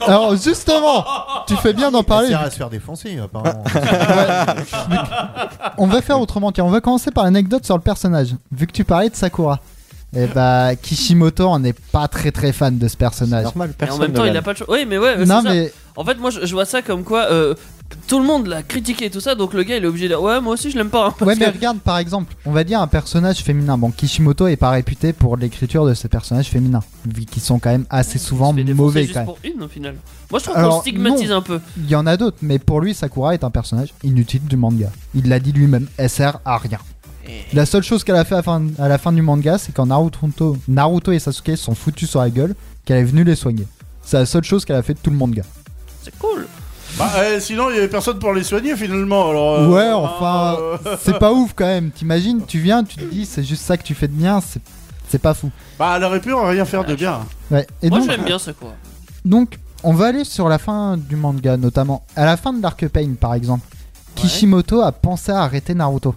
Alors, euh, justement, tu fais bien d'en parler. sert à se faire défoncer, apparemment. On va faire autrement. Tiens, on va commencer par l'anecdote sur le personnage. Vu que tu parlais de Sakura. Et bah, Kishimoto en est pas très très fan de ce personnage. normal, Et en même temps, il a pas de choix. Oui, mais ouais, mais Non, c'est ça. mais- En fait, moi, je, je vois ça comme quoi euh, tout le monde l'a critiqué et tout ça, donc le gars, il est obligé de dire Ouais, moi aussi, je l'aime pas. hein, parce Ouais, mais que- regarde par exemple, on va dire un personnage féminin. Bon, Kishimoto est pas réputé pour l'écriture de ses personnages féminins, vu qu'ils sont quand même assez souvent C'est mauvais juste quand même. pour une au final. Moi, je trouve qu'on Alors, stigmatise non, un peu. Il y en a d'autres, mais pour lui, Sakura est un personnage inutile du manga. Il l'a dit lui-même, elle sert à rien. La seule chose qu'elle a fait à, fin- à la fin du manga, c'est quand Naruto, Naruto et Sasuke sont foutus sur la gueule, qu'elle est venue les soigner. C'est la seule chose qu'elle a fait de tout le manga. C'est cool. Bah, euh, sinon, il y avait personne pour les soigner finalement. Alors, euh, ouais, enfin, c'est pas ouf quand même. T'imagines, tu viens, tu te dis, c'est juste ça que tu fais de bien, c'est- c'est pas fou. Bah, elle aurait pu en rien faire de bien. Ouais. Et moi, donc- j'aime bien Sakura. Donc, on va aller sur la fin du manga, notamment. À la fin de l'arc Pain, par exemple, Kishimoto a pensé à arrêter Naruto.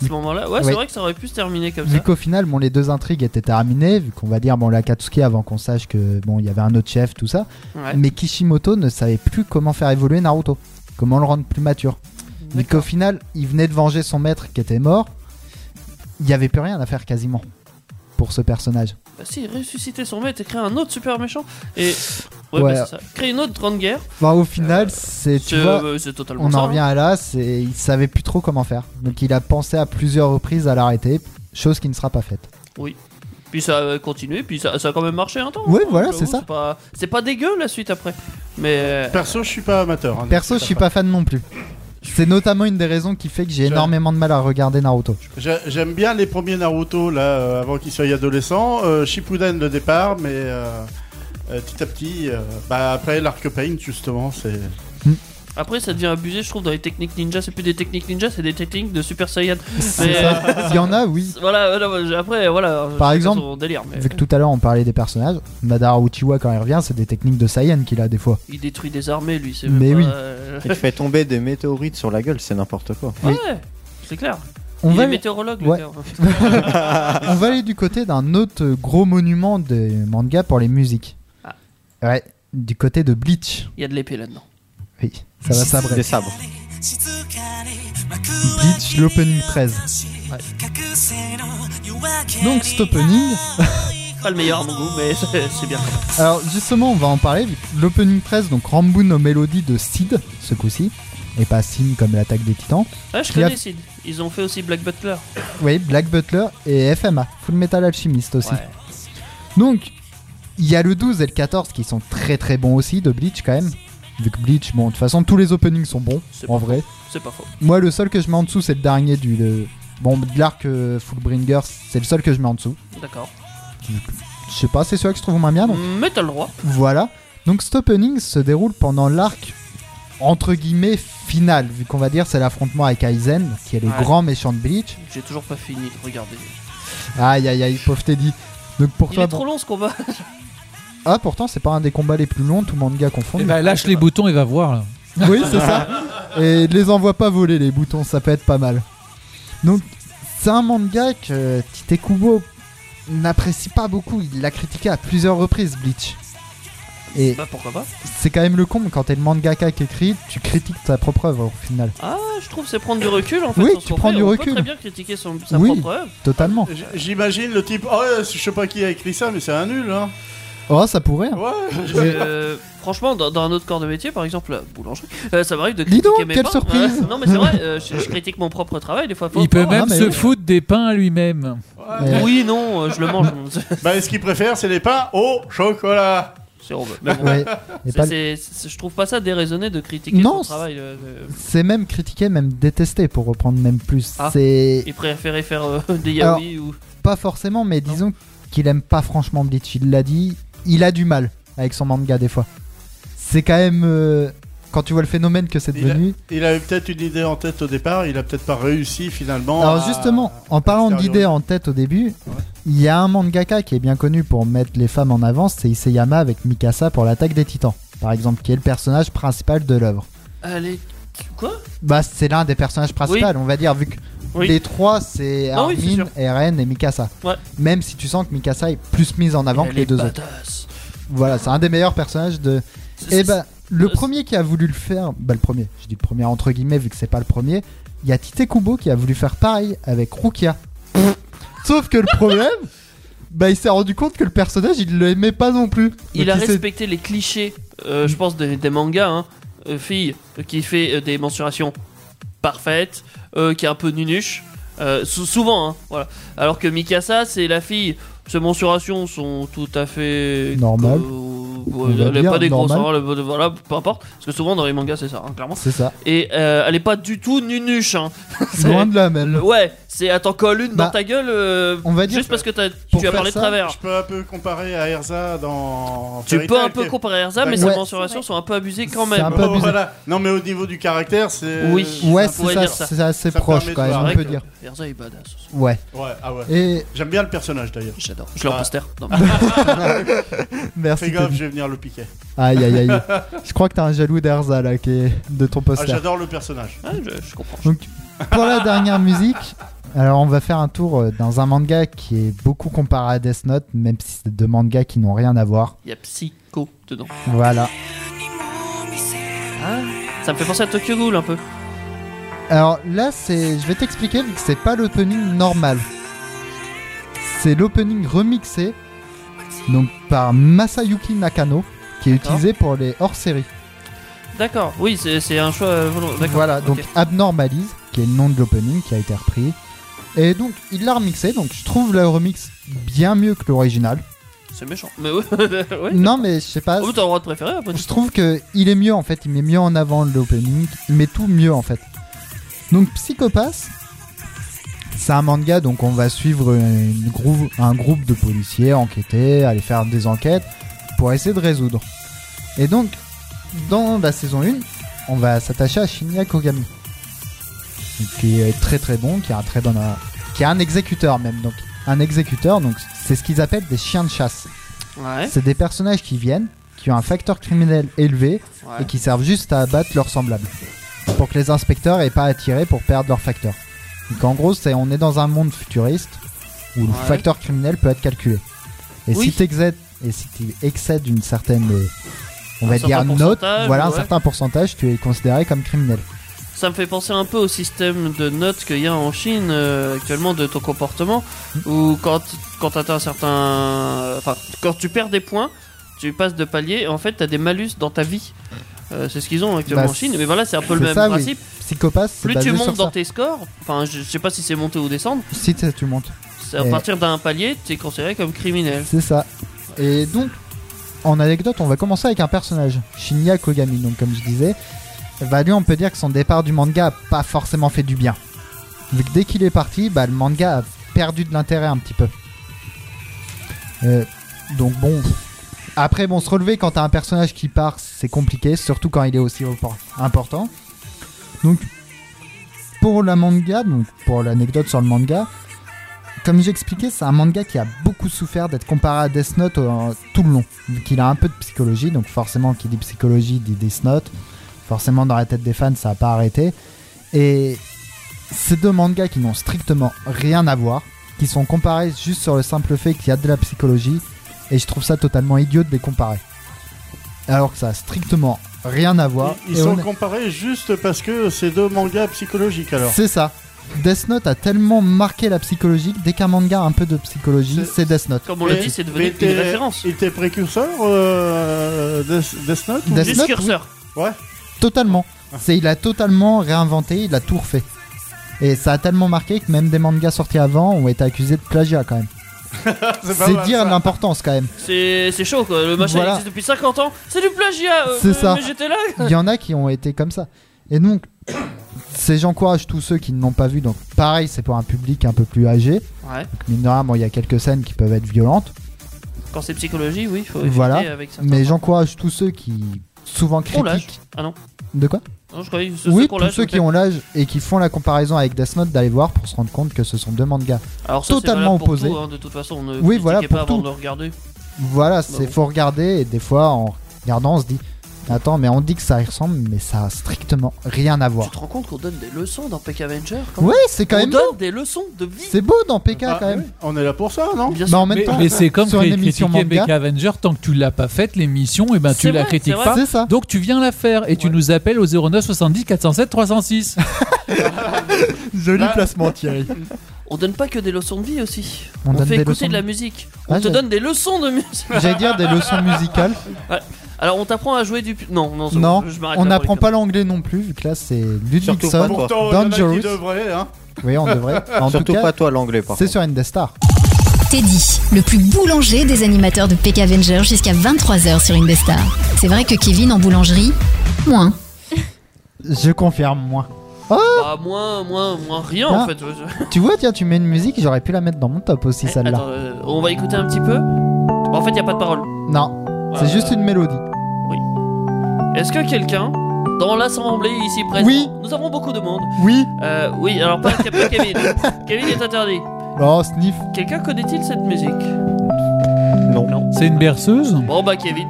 À ce moment-là, ouais, c'est Oui. vrai que ça aurait pu se terminer comme Vu ça. qu'au final, bon, les deux intrigues étaient terminées, vu qu'on va dire, bon, la Katsuki avant qu'on sache que, bon, il y avait un autre chef, tout ça. Ouais. Mais Kishimoto ne savait plus comment faire évoluer Naruto, comment le rendre plus mature. Vu qu'au final, il venait de venger son maître qui était mort. Il n'y avait plus rien à faire quasiment pour ce personnage. Bah si, ressusciter son maître et créer un autre super méchant. Et. Ouais, Ouais. bah, c'est ça. Créer une autre grande guerre. Enfin, au final, c'est tu c'est- vois, euh, c'est totalement on ça, en hein. revient à là, c'est il savait plus trop comment faire. Donc il a pensé à plusieurs reprises à l'arrêter, chose qui ne sera pas faite. Oui. Puis ça a continué, puis ça, ça a quand même marché un temps. Oui, hein, voilà, j'avoue, c'est ça. pas- C'est pas, dégueu la suite après. Mais. Perso, je suis pas amateur. hein. Perso, je suis pas fan non plus. C'est notamment une des raisons qui fait que j'ai énormément de mal à regarder Naruto. J'a- J'aime bien les premiers Naruto là, euh, avant qu'ils soient adolescents. Euh, Shippuden le départ, mais euh, euh, petit à petit, euh, bah, après l'arc Pain justement, c'est. Après, ça devient abusé, je trouve, dans les techniques ninja. C'est plus des techniques ninja, c'est des techniques de Super Saiyan. C'est Mais, ça. euh, Il y en a, oui. Voilà, voilà, après, voilà. Par chacun exemple, son délire, mais- vu que tout à l'heure on parlait des personnages, Madara Uchiwa quand il revient, c'est des techniques de Saiyan qu'il a des fois. Il détruit des armées, lui, c'est Mais même oui. pas, euh, Il te fait tomber des météorites sur la gueule, c'est n'importe quoi. Ouais, c'est clair. On il va est aller- météorologue, Ouais. le on va aller du côté d'un autre gros monument des mangas pour les musiques. Ouais, du côté de Bleach. Ah. Il y a de l'épée là-dedans. Oui, ça va sabrer. Des sabres. Bleach, l'opening 13. Donc cet opening, Pas le meilleur à mon goût, mais c'est c'est bien. alors justement on va en parler, vu que l'opening 13, donc Ramboon aux mélodies de Sid, ce coup-ci, et pas Sin comme l'attaque des titans. Ah, je qui a- connais Sid. Ils ont fait aussi Black Butler. Oui, Black Butler et FMA, Full Metal Alchemist aussi. Ouais. Donc, il y a le 12 et le 14 qui sont très très bons aussi de Bleach quand même. Vu que Bleach, bon, de toute façon, tous les openings sont bons, C'est en pas vrai. faux. C'est pas faux. Moi, le seul que je mets en dessous, c'est le dernier du. le- Bon, de l'arc euh, Fullbringer, c'est le seul que je mets en dessous. D'accord. Je sais pas, c'est celui que je trouve moins bien, donc. Mm, Mais t'as le droit. Voilà. Donc cet opening se déroule pendant l'arc entre guillemets final, vu qu'on va dire c'est l'affrontement avec Aizen, qui est le Ouais. grand méchant de Bleach. J'ai toujours pas fini de regarder. Aïe aïe aïe, pauvre Teddy. Donc pour Il toi, est bon- trop long ce combat. ah pourtant c'est pas un des combats les plus longs, tout manga confondu. Eh ben, lâche les boutons et va voir. Là. Oui, c'est ça. Et les envoie pas voler les boutons, ça peut être pas mal. Donc, c'est un manga que Tite Kubo n'apprécie pas beaucoup. Il l'a critiqué à plusieurs reprises, Bleach. Et Bah pourquoi pas. c'est quand même le con, quand t'es le mangaka qui écrit, tu critiques ta propre œuvre au final. Ah, je trouve que c'est prendre du recul en fait. Oui, sur ce tu qu'on prends fait. du On recul. peut très bien critiquer son, sa oui, propre œuvre. totalement. J- J'imagine le type. Oh, je sais pas qui a écrit ça, mais c'est un nul. Hein. Oh, ça pourrait. hein. Ouais. Euh, franchement, dans, dans un autre corps de métier, par exemple la boulangerie, euh, ça m'arrive de Dis critiquer donc, mes quelle pains. surprise. Ouais, non mais c'est vrai, euh, je, je critique mon propre travail des fois. faut- Il peut oh, même ah, mais se oui. foutre des pains à lui-même. Eh. Ouais. Oui, non, euh, je le mange. bah, ce qu'il préfère, c'est les pains au chocolat. C'est on veut. Mais bon, Ouais. Et c'est- pas le- c'est- c'est- je trouve pas ça déraisonné de critiquer Non, son travail. euh, euh, C'est même critiqué, même détesté, pour reprendre même plus. ah, C'est Il préférait faire euh, des Alors, yaoi ou. Pas forcément, mais disons qu'il aime pas franchement Bleach. Il l'a dit, il a du mal avec son manga des fois. C'est quand même. euh, quand tu vois le phénomène que c'est Il, a- devenu. il avait peut-être une idée en tête au départ, il a peut-être pas réussi finalement. Alors à- justement, Ah, en parlant d'idées en tête au début, il y a un mangaka qui est bien connu pour mettre les femmes en avant, c'est Iseyama avec Mikasa pour l'attaque des titans, par exemple, qui est le personnage principal de l'œuvre. Allez, Euh, quoi Bah, c'est l'un des personnages principaux, Oui. on va dire, vu que Oui. les trois, c'est Ah oui, Armin, c'est sûr. Eren et Mikasa. Ouais. Même si tu sens que Mikasa est plus mise en avant que Elle les est deux autres. badass. Voilà, c'est un des meilleurs personnages de. Et bah, le premier qui a voulu le faire, bah le premier, je dis le premier entre guillemets vu que c'est pas le premier, il y a Tite Kubo qui a voulu faire pareil avec Rukia. Sauf que le problème, bah il s'est rendu compte que le personnage il le aimait pas non plus. Il Donc, a s'est- respecté les clichés, euh, je pense, des, des mangas. Hein. Euh, fille euh, qui fait euh, des mensurations parfaites, euh, qui est un peu nunuche, euh, sou- souvent. Hein, voilà. Alors que Mikasa, c'est la fille. Ses mensurations sont tout à fait. Normal. Euh, On ouais, va elle est dire pas des grosses. normal. hein, elle- voilà, peu importe. Parce que souvent dans les mangas, c'est ça, hein, clairement. C'est ça. Et euh, elle est pas du tout nunuche. Hein. C'est- Loin de là même. Ouais, C'est attends, colle une dans Bah, ta gueule euh, on va dire juste que- parce que t'as- pour tu as faire parlé de ça, travers. Je peux un peu comparer à Erza dans. Tu Fairy peux un Tail, peu qui- comparer à Erza, mais Ouais. ses Ouais. mensurations sont un peu abusées quand même. C'est un peu abusé. Oh, Voilà. Non, mais au niveau du caractère, c'est. Oui. Ouais, on pourrait c'est ça, dire ça. c'est assez Ça proche permet quand de même, voir on avec, peut euh, dire. Erza est badass aussi. Ouais. Ouais, ah ouais. Et- J'aime bien le personnage d'ailleurs. J'adore. Je leur Ah. poster. Non. Merci, Fais gaffe, Teddy. je vais venir le piquer. Aïe aïe aïe. je crois que t'as un jaloux d'Erza là qui est de ton Ah, poster. J'adore le personnage. je, comprends. Donc, pour la dernière musique, alors on va faire un tour euh, dans un manga qui est beaucoup comparé à Death Note, même si c'est deux mangas qui n'ont rien à voir. Il y a Psycho dedans. Voilà. Ah, ça me fait penser à Tokyo Ghoul un peu. Alors là, c'est, je vais t'expliquer, vu que c'est pas l'opening normal. C'est l'opening remixé, donc par Masayuki Nakano, qui est D'accord. utilisé pour les hors-série. D'accord, oui, c'est c'est un choix euh, volontaire. D'accord, Voilà, ok. donc Abnormalize, qui est le nom de l'opening qui a été repris. Et donc, il l'a remixé, donc je trouve le remix bien mieux que l'original. C'est méchant. Mais oui, oui. non, mais je sais pas. Oh, t'as le droit de préférer après tout. Je trouve que il est mieux en fait, il met mieux en avant l'opening, il met tout mieux en fait. Donc Psychopass, c'est un manga donc on va suivre une grou- un groupe de policiers enquêter, aller faire des enquêtes pour essayer de résoudre. Et donc dans la saison 1, on va s'attacher à Shinya Kogami qui est très très bon, qui a un très bon qui a un exécuteur même donc un exécuteur donc c'est ce qu'ils appellent des chiens de chasse. Ouais. C'est des personnages qui viennent, qui ont un facteur criminel élevé Ouais. et qui servent juste à abattre leurs semblables. Pour que les inspecteurs aient pas à tirer pour perdre leur facteur. Donc en gros, c'est, on est dans un monde futuriste où le Ouais. facteur criminel peut être calculé. Et Oui. si t'excèdes, et si tu excèdes une certaine, euh, on Un va dire certain note, pourcentage, voilà un ouais. certain pourcentage, tu es considéré comme criminel. Ça me fait penser un peu au système de notes qu'il y a en Chine euh, actuellement de ton comportement, Hmm. où quand, quand t'atteins un certain. Enfin, quand tu perds des points, tu passes de palier, et en fait, t'as des malus dans ta vie. Euh, c'est ce qu'ils ont actuellement Bah, en Chine, mais voilà, c'est un peu le c'est même ça, oui. principe. Psychopathe, c'est Plus basé tu sur montes dans ça. tes scores, enfin, je, je sais pas si c'est monter ou descendre, Si t'es- tu montes. c'est à Et- partir d'un palier, tu es considéré comme criminel. C'est ça. Et donc, en anecdote, on va commencer avec un personnage, Shinya Kogami. Donc, comme je disais, bah, lui, on peut dire que son départ du manga a pas forcément fait du bien. Vu que dès qu'il est parti, bah, le manga a perdu de l'intérêt un petit peu. Euh, donc, bon. Après, bon, se relever quand t'as un personnage qui part, c'est compliqué, surtout quand il est aussi impor- important. Donc, pour la manga, donc pour l'anecdote sur le manga, comme j'expliquais, c'est un manga qui a beaucoup souffert d'être comparé à Death Note euh, tout le long, vu qu'il a un peu de psychologie, donc forcément, qui dit psychologie dit Death Note. Forcément, dans la tête des fans, ça n'a pas arrêté. Et ces deux mangas qui n'ont strictement rien à voir, qui sont comparés juste sur le simple fait qu'il y a de la psychologie, et je trouve ça totalement idiot de les comparer. Alors que ça a strictement rien à voir. Ils et sont honnêtement- comparés juste parce que c'est deux mangas psychologiques alors. c'est ça. Death Note a tellement marqué la psychologie que dès qu'un manga a un peu de psychologie, c'est Death Note. Comme on l'a dit, c'est devenu une référence. Il était précurseur euh, Death, Death Note ou- Death Note, Ouais. Totalement. C'est il a totalement réinventé, il a tout refait. Et ça a tellement marqué que même des mangas sortis avant ont été accusés de plagiat quand même. pas C'est mal, dire l'importance quand même. C'est c'est chaud quoi, le machin Voilà. existe depuis 50 ans, c'est du plagiat euh, C'est euh, ça. Mais j'étais là Il y en a qui ont été comme ça. Et donc, c'est j'encourage tous ceux qui ne l'ont pas vu. Donc, pareil, c'est pour un public un peu plus âgé. Ouais. Donc, mine de rien, bon, il y a quelques scènes qui peuvent être violentes. Quand c'est psychologie, oui, faut éviter Voilà. avec ça. Mais j'encourage tous ceux qui souvent On lâche. critiquent. Ah non. De quoi Non, je croyais que ceux- Oui, ceux qu'on tous lâche, ceux ok. qui ont l'âge et qui font la comparaison avec Death Note d'aller voir pour se rendre compte que ce sont deux mangas Alors ça, c'est totalement valable pour opposés. tout, hein, de toute façon, ne oui, voilà critiquez pour pas tout. avant de le regarder. Voilà, c'est bon. faut regarder et des fois en regardant on se dit attends mais on dit que ça y ressemble mais ça a strictement rien à voir. Tu te rends compte qu'on donne des leçons dans Peck Avenger quand Ouais, même c'est quand On même donne beau. des leçons de vie. C'est beau dans PK Ah, quand même. On est là pour ça, non Bien Bah, en sûr. même mais, temps, mais c'est comme sur critiquer une émission manga- Beck Avenger tant que tu l'as pas faite l'émission et ben C'est tu la vrai, critiques c'est vrai. pas C'est donc tu viens la faire et tu nous appelles au 09 70 407 306 joli Bah. placement Thierry On donne pas que des leçons de vie aussi. On On, donne fait des écouter leçons de la de- musique. Ah, on te j'ai- donne des leçons de musique. J'allais dire des leçons musicales. Ouais. Alors on t'apprend à jouer du pi- non non, c'est bon, non, je m'arrête on là pour les n'apprend pas l'anglais non plus vu que là c'est Surtout Ludwigson, pas toi. Pourtant, il y en a qui Dangerous. devraient, hein. Oui, on devrait. En Surtout tout cas, pas toi l'anglais par C'est contre. sur Indestar. Teddy, le plus boulanger des animateurs de PK Avenger jusqu'à 23h sur Indestar. C'est vrai que Kevin en boulangerie, moins. Je confirme moi. Bah, moins, moins, moins rien Ah. en fait. Tu vois, tiens, tu mets une musique, j'aurais pu la mettre dans mon top aussi, celle-là. Attends, euh, on va écouter un petit peu. Bon, en fait, il n'y a pas de parole. Non, c'est Euh, juste une mélodie. Est-ce que quelqu'un dans l'assemblée ici présent Oui. Nous avons beaucoup de monde. Oui. Euh, oui, alors pas, pas Kevin. Kevin est interdit. Non, sniff. Quelqu'un connaît-il cette musique Non. C'est une berceuse Bon bah Kevin.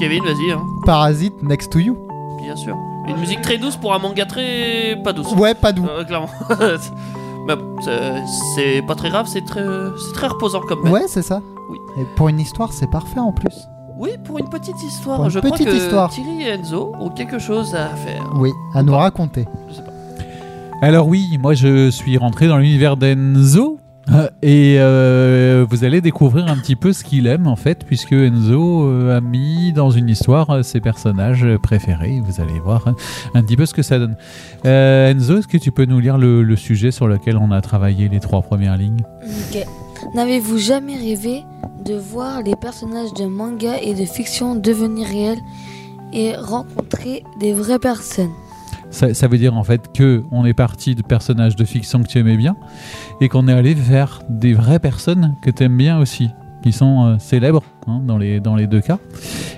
Kevin, vas-y, hein, Parasite Next to You. bien sûr. Une musique très douce pour un manga très pas douce. Ouais, pas doux. Euh, clairement. Mais bon, c'est- c'est pas très grave, c'est très, c'est très reposant comme. même. Ouais, c'est ça. Et pour une histoire, c'est parfait en plus. Oui, pour une petite histoire. Pour une je petite crois que histoire. Thierry et Enzo ont quelque chose à faire. Oui, à nous raconter. Alors oui, moi je suis rentré dans l'univers d'Enzo. Ah. euh, Et euh, vous allez découvrir un petit peu ce qu'il aime en fait, puisque Enzo euh, a mis dans une histoire euh, ses personnages préférés. Vous allez voir hein, un petit peu ce que ça donne. Euh, Enzo, est-ce que tu peux nous lire le, le sujet sur lequel on a travaillé les trois premières lignes Ok. N'avez-vous jamais rêvé de voir les personnages de manga et de fiction devenir réels et rencontrer des vraies personnes ça, ça veut dire en fait que on est parti de personnages de fiction que tu aimais bien et qu'on est allé vers des vraies personnes que tu aimes bien aussi, qui sont euh, célèbres hein, dans, les, dans les deux cas.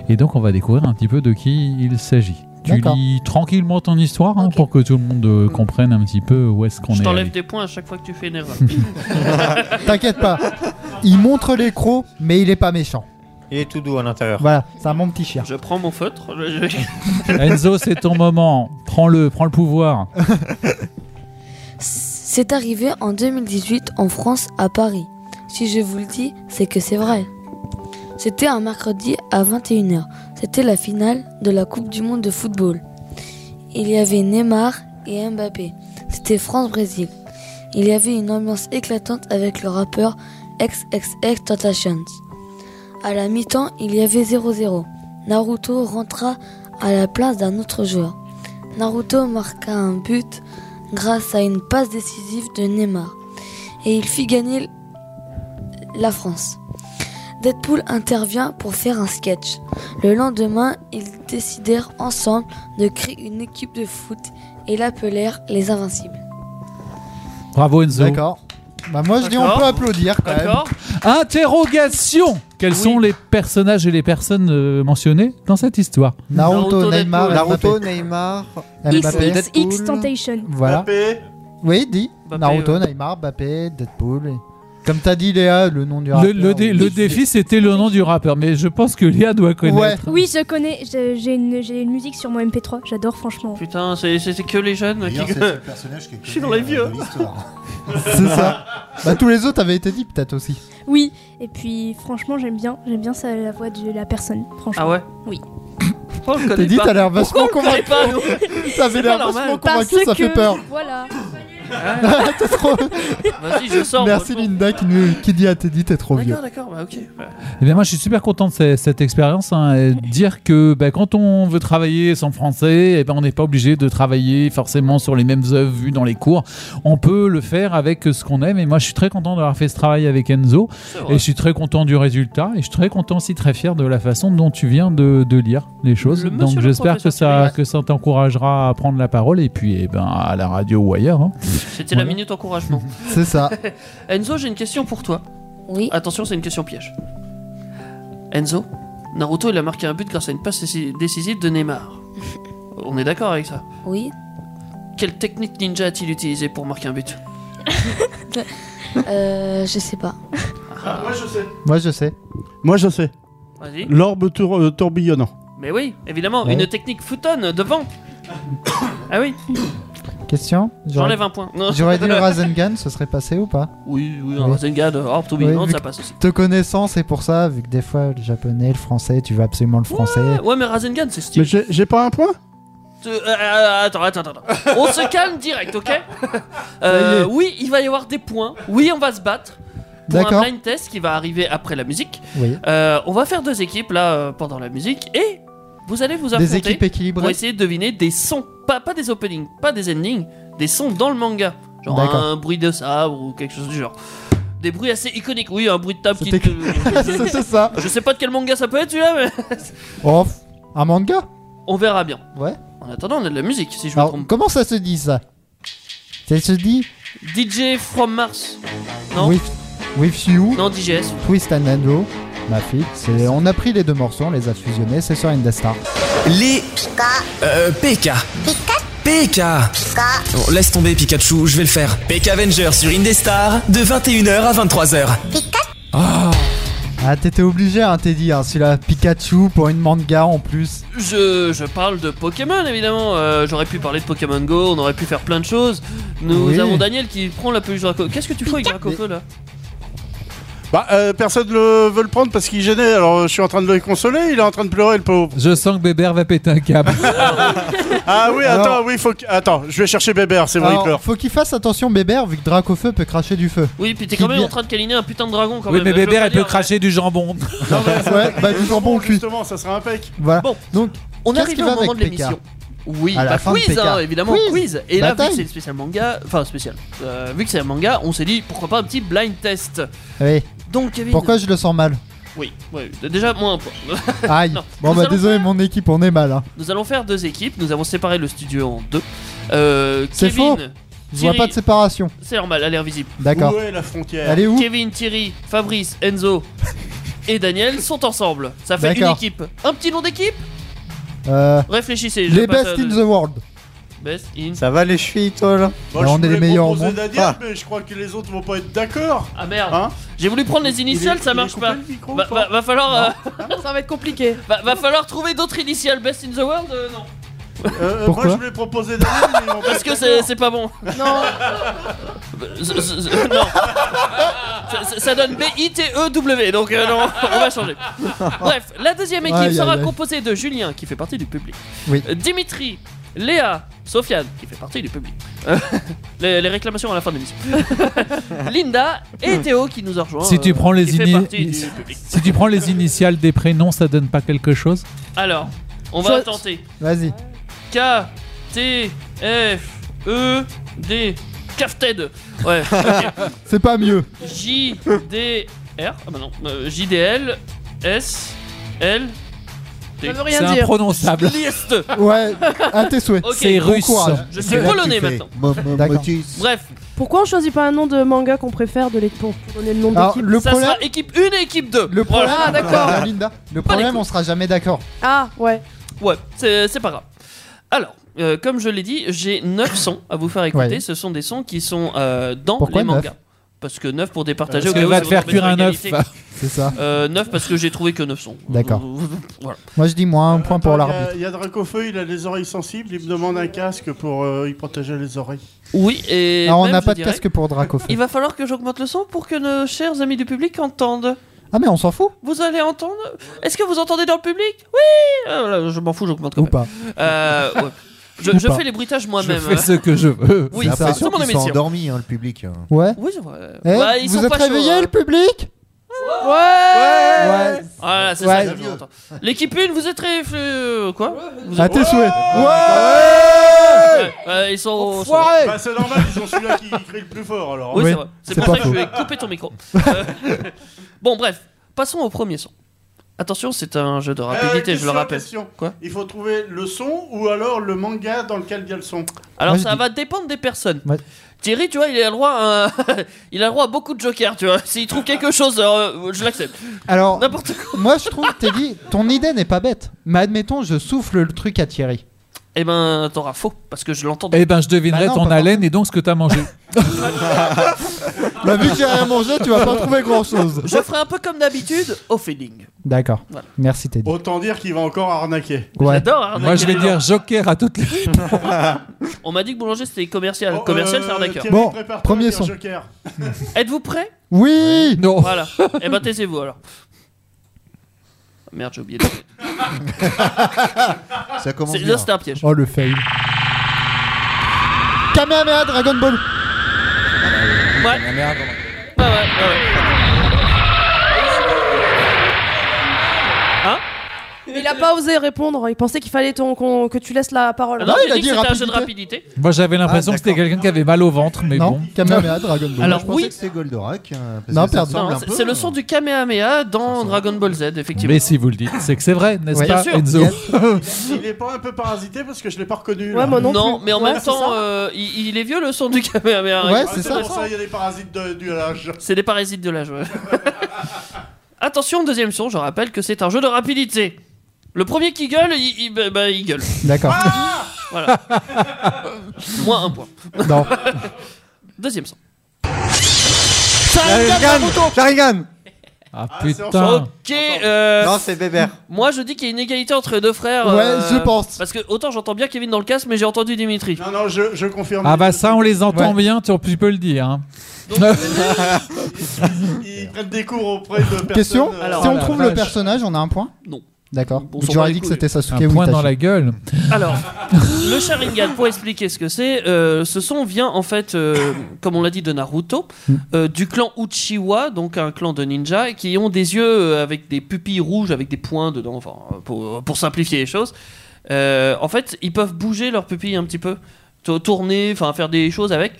Et donc on va découvrir un petit peu de qui il s'agit. Tu D'accord. lis tranquillement ton histoire hein, pour que tout le monde euh, comprenne un petit peu où est-ce qu'on Je est. t'enlève allé. des points à chaque fois que tu fais une erreur. T'inquiète pas. Il montre les crocs, mais il est pas méchant. Il est tout doux à l'intérieur. Voilà, c'est un bon petit chien. Je prends mon feutre. je- je- Enzo, c'est ton moment. Prends-le, prends le pouvoir. C'est arrivé en 2018 en France à Paris. Si je vous le dis, c'est que c'est vrai. C'était un mercredi à 21h. C'était la finale de la Coupe du Monde de football. Il y avait Neymar et Mbappé. C'était France-Brésil. Il y avait une ambiance éclatante avec le rappeur XXX Tentations. À la mi-temps, il y avait 0-0. Naruto rentra à la place d'un autre joueur. Naruto marqua un but grâce à une passe décisive de Neymar et il fit gagner la France. Deadpool intervient pour faire un sketch. Le lendemain, ils décidèrent ensemble de créer une équipe de foot et l'appelèrent les Invincibles. Bravo Enzo. D'accord. Bah moi je dis on D'accord. peut applaudir quand même. D'accord. Interrogation Quels sont les personnages et les personnes euh, mentionnées dans cette histoire Naruto, Neymar, Naruto, Mbappé. Neymar, Mbappé. Deadpool. XXX Tentation. Voilà. Oui, dis. Mbappé, Naruto, ouais. Neymar, Mbappé, Deadpool. et- Comme t'as dit Léa, le nom du Le, rappeur. le dé- le défi, c'était le nom du rappeur, mais je pense que Léa doit connaître. Oui, je connais. je- J'ai une, j'ai une musique sur mon MP3. J'adore, franchement. Putain, c'est c'est- c'est que les jeunes qui. D'ailleurs, c'est le personnage Je suis dans les euh, vieux. C'est ça. Bah tous les autres avaient été dit peut-être aussi. Oui. Et puis, franchement, j'aime bien. J'aime bien ça, la voix de la personne. Franchement. Ah ouais Oui. Pourquoi on le T'as connaît dit pas t'as l'air vachement Pourquoi on le connaît convaincu. pas, nous T'avais C'est l'air pas vachement normal. convaincu, Parce ça fait que- peur. Voilà. T'es trop- Vas-y, je sors, moi, Merci Linda qui, nous- qui dit à Teddy t'es trop vieux. D'accord, d'accord, bah ok. Bah, Eh bien, moi, je suis super content de ces- cette expérience. hein, et de dire que bah, quand on veut travailler sans français, eh ben, on n'est pas obligé de travailler forcément sur les mêmes œuvres vues dans les cours. On peut le faire avec ce qu'on aime. Et moi, je suis très content d'avoir fait ce travail avec Enzo. vrai. Et je suis très content du résultat. Et je suis très content aussi, très fier de la façon dont tu viens de, de lire les choses. Le monsieur Donc, le j'espère que professeur ça, que ça t'encouragera à prendre la parole. Et puis, eh ben, à la radio ou ailleurs. hein. C'était la minute encouragement. C'est ça. Enzo, j'ai une question pour toi. Oui. Attention, c'est une question piège. Enzo, Naruto, il a marqué un but grâce à une passe déci- décisive de Neymar. On est d'accord avec ça Oui. Quelle technique ninja a-t-il utilisée pour marquer un but Euh, je sais pas. Moi je sais. Moi je sais. Moi je sais. Vas-y. L'orbe tour- euh, tourbillonnant. Mais oui, évidemment, Ouais. une technique foutonne devant. ah oui Question J'enlève J'aurais- un point. Non. J'aurais dit le Rasengan, ce serait passé ou pas Oui, oui, un Rasengan, euh, hors tourbillon, ça passe aussi. Te connaissant, c'est pour ça, vu que des fois le japonais, le français, tu veux absolument le français. Ouais, mais Rasengan, c'est stylé. Mais j'ai j'ai pas un point Euh, euh, attends, attends, attends. On se calme direct, ok Euh, Oui, il va y avoir des points. Oui, on va se battre. Pour un D'accord. blind test qui va arriver après la musique. Oui. Euh, on va faire deux équipes là euh, pendant la musique et vous allez vous affronter. équipes équilibrées. Pour essayer de deviner des sons, pas, pas des openings, pas des endings, des sons dans le manga. Genre D'accord. un bruit de sabre ou quelque chose du genre. Des bruits assez iconiques, oui, un bruit de table qui. C'était- C'est ça. Je sais pas de quel manga ça peut être celui-là, mais. Oh, un manga On verra bien. Ouais. En attendant, on a de la musique, si je me Alors, trompe. comment ça se dit ça Ça se dit DJ From Mars. Non with, with You, Non, DJS. Twist and Endo, ma fille. c'est- On a pris les deux morceaux, on les a fusionnés, c'est sur Indestar. Les. Euh, PK. PK. Bon, Oh, laisse tomber Pikachu, je vais le faire. PK Avenger sur Indestar de 21h à 23h. Ah, t'étais obligé, hein, Teddy, hein, celui-là, Pikachu pour une manga en plus. Je, je parle de Pokémon évidemment, Euh, j'aurais pu parler de Pokémon Go, on aurait pu faire plein de choses. Nous Oui. avons Daniel qui prend la peluche Draco. Qu'est-ce que tu fais avec Dracofeu là Bah, euh, personne le veut le prendre parce qu'il gênait. Alors, je suis en train de le consoler. Il est en train de pleurer, le pauvre. Je sens que Bébert va péter un câble. Ah oui, Alors- attends, oui, faut que... Attends, je vais chercher Bébert, c'est bon, il Alors, pleure. faut qu'il fasse attention, Bébert, vu que Dracofeu peut cracher du feu. Oui, puis t'es Qui quand même vient- en train de câliner un putain de dragon quand oui, même. hein, mais Je veux Bébert, pas elle peut dire- cracher du jambon. ouais, bah, du jambon au cul. Justement, ça sera un pec. Voilà. Donc, On qu'est-ce arrive qu'il au va moment avec de l'émission. PK Oui, À la bah, fin de quiz, PK. hein, évidemment, Quiz. quiz. Et là, vu Bataille. que c'est le spécial manga, enfin spécial, euh, vu que c'est un manga, on s'est dit pourquoi pas un petit blind test. Oui. Donc, Kevin. Pourquoi je le sens mal Oui, oui, déjà moins un point. Aïe. Non. bon, Nous bah, allons désolé, mon équipe, on est mal. hein. Nous allons faire deux équipes, nous avons séparé le studio en deux. Euh, C'est Kevin, faux. Je vois Thierry- pas de séparation. C'est normal, elle est invisible. D'accord. Où est la frontière Elle est où Kevin, Thierry, Fabrice, Enzo et Daniel sont ensemble. Ça fait une D'accord. équipe. Un petit nom d'équipe Euh, Réfléchissez. je les passe best à- in the world. Best in. Ça va les chevilles, toi là Bah, on est les meilleurs au monde. Ah, Daniel, mais je crois que les autres vont pas être d'accord. Ah merde. Hein J'ai voulu prendre les initiales, Il est- ça il marche est pas. coupé le micro Va, ou pas Hein va- va falloir. Ça va être compliqué. euh, va, va falloir trouver d'autres initiales. Best in the world euh, Non. Euh, euh, Pourquoi moi, je voulais proposer Daniel, mais ils vont pas Parce être que c'est d'accord. c'est pas bon. Non. Z- z- z- non. ça, ça- ça donne B-I-T-E-W, donc euh, non, on va changer. Bref, la deuxième équipe Aïe, sera aïe, aïe. composée de Julien, qui fait partie du public, Oui. euh, Dimitri, Léa, Sofiane, qui fait partie du public, Euh, les, les réclamations à la fin de l'émission, Linda et Théo, qui nous a rejoint. Hmm. Si tu euh, prends les qui fait ini- partie du public. Si tu prends les initiales des prénoms, ça donne pas quelque chose Alors, on va Je- tenter. Vas-y. K-T-F-E-D. Cafted E, Ouais, ok. C'est pas mieux. JDR Ah bah non. Euh, JDL S L T. Ça veut rien C'est dire. imprononçable. Liste. Ouais, à tes souhaits. Ok. C'est Bon russe. courage. Je suis polonais maintenant. D'accord. Bref. Pourquoi on choisit pas un nom de manga qu'on préfère de l'équipe pour pour donner le nom Alors, d'équipe le Ça problème- sera équipe 1 et équipe 2. Le problème, Ah, Ah, d'accord. Linda, le problème, on sera jamais d'accord. Ah, ouais. Ouais, c'est c'est pas grave. Alors, euh, comme je l'ai dit, j'ai 9 sons à vous faire écouter. Ouais. Ce sont des sons qui sont euh, dans Pourquoi les neuf mangas. Parce que 9 pour départager Parce au qu'elle cas où va ça te vous faire embête cuire sur un égalité. œuf. C'est ça. Euh, 9 parce que j'ai trouvé que 9 sons. D'accord. voilà. Moi, je dis moins un point pour Attends, l'arbitre. Il y a- il y a Dracofeu, il a les oreilles sensibles, il me demande un casque pour euh, y protéger les oreilles. Oui, et. Alors, on même, n'a je pas de dirais- casque pour Dracofeu. Il va falloir que j'augmente le son pour que nos chers amis du public entendent. Ah, mais on s'en fout Vous allez entendre Est-ce que vous entendez dans le public Oui Euh, voilà, Je m'en fous, j'augmente quand ou même. pas Euh, ouais. Je, Ou je pas. fais les bruitages moi-même. hein. Je fais ce que je veux. Oui, J'ai c'est l'impression mon qu'ils émission. sont endormis, hein, le public. Ouais. Oui, c'est vrai. Eh, Bah, ils vous sont êtes pas chauds, réveillés, hein. le public Ouais Ouais. Voilà, c'est Ouais. ça que je veux entendre. L'équipe 1, vous êtes réf... euh, Quoi Vous À êtes- Bah, tes souhaits. Ouais, ouais, Ils sont... sont- Bah, c'est normal, ils ont celui-là qui crie le plus fort alors. hein. Oui, c'est vrai. C'est pour pas ça que je faux. vais couper ton micro. Euh, bon, bref, passons au premier son. Attention, c'est un jeu de Euh, rapidité, je question, le rappelle. question. Quoi Il faut trouver le son ou alors le manga dans lequel il y a le son. Alors, Moi, je ça dis- va dépendre des personnes. Ouais. Thierry, tu vois, il a le droit à, un- il a le droit à beaucoup de jokers, tu vois. S'il trouve quelque chose, euh, je l'accepte. Alors, N'importe quoi. moi, je trouve, Teddy, ton idée n'est pas bête. Mais admettons, je souffle le truc à Thierry. Eh ben, t'auras faux, parce que je l'entends. Eh ben, je devinerai Bah non, ton pas haleine et donc ce que t'as mangé. Bah, vu que j'ai rien mangé, tu vas pas trouver grand chose. Je ferai un peu comme d'habitude au feeling. D'accord. Voilà. Merci, Teddy. Autant dire qu'il va encore arnaquer. Ouais. J'adore hein, arnaquer Moi, je vais les dire joker à toutes les. gens. On m'a dit que boulanger c'était commercial. Oh, commercial, c'est arnaqueur. Bon, premier son. Joker. Êtes-vous prêts Oui Non. Voilà. Eh ben, taisez-vous alors. Merde, j'ai oublié. de- Ah Ça commence C'est- bien. Là, c'était un piège. Oh, le fail. Kamehameha Dragon Ball. Ouais. Ouais, ouais, ouais, ouais. Hein Il a pas osé répondre. Il pensait qu'il fallait ton- qu'on- que tu laisses la parole. Ah non, il a dit que c'était un jeu de rapidité. Moi j'avais l'impression que c'était quelqu'un qui avait mal au ventre, mais Non, bon. Kamehameha, Dragon Ball. Ah, Alors, je pensais oui. que c'était Goldorak. euh, parce hein, Non, que ça pardon. ressemble Non, un c'est- peu. C'est le son du Kamehameha dans Dragon Ball Z, effectivement. Mais si vous le dites, c'est que c'est vrai, n'est-ce Ouais. pas, Bien sûr. Enzo Ah, Il est pas un peu parasité parce que je l'ai pas reconnu. là. mais en Ouais, même c'est temps, ça. euh, il, il est vieux le son du euh, Kamehameha. Ouais, Il- c'est ça. intéressant. Pour ça, il y a des parasites de- du LH. C'est des parasites de l'âge, ouais. Attention, deuxième son, je rappelle que c'est un jeu de rapidité. Le premier qui gueule, il, il- bah, bah, il gueule. Ah D'accord. Voilà. Moins un point. Non. Deuxième son. Sharingan Sharingan Ah putain. Ok, euh, Non, c'est Bébert. Moi je dis qu'il y a une égalité entre deux frères. euh, Ouais, je pense. Parce que autant j'entends bien Kevin dans le casque, mais j'ai entendu Dimitri. Non, non, je, je confirme. Ah bah ça, on les entend bien, tu, tu peux le dire. hein. Ils prennent des cours auprès de personnes. Question euh, Oh Si on trouve le personnage, on a un point Non. D'accord. On s'en bat J'aurais les dit que couilles. c'était Sasuke Un ou point dans Itachi. la gueule. Alors, le Sharingan, pour expliquer ce que c'est, euh, ce son vient en fait, euh, comme on l'a dit, de Naruto, euh, du clan Uchiwa, donc un clan de ninja, qui ont des yeux euh, avec des pupilles rouges, avec des points dedans, enfin, euh, pour, pour simplifier les choses. Euh, en fait, ils peuvent bouger leurs pupilles un petit peu, t- tourner, enfin, faire des choses avec.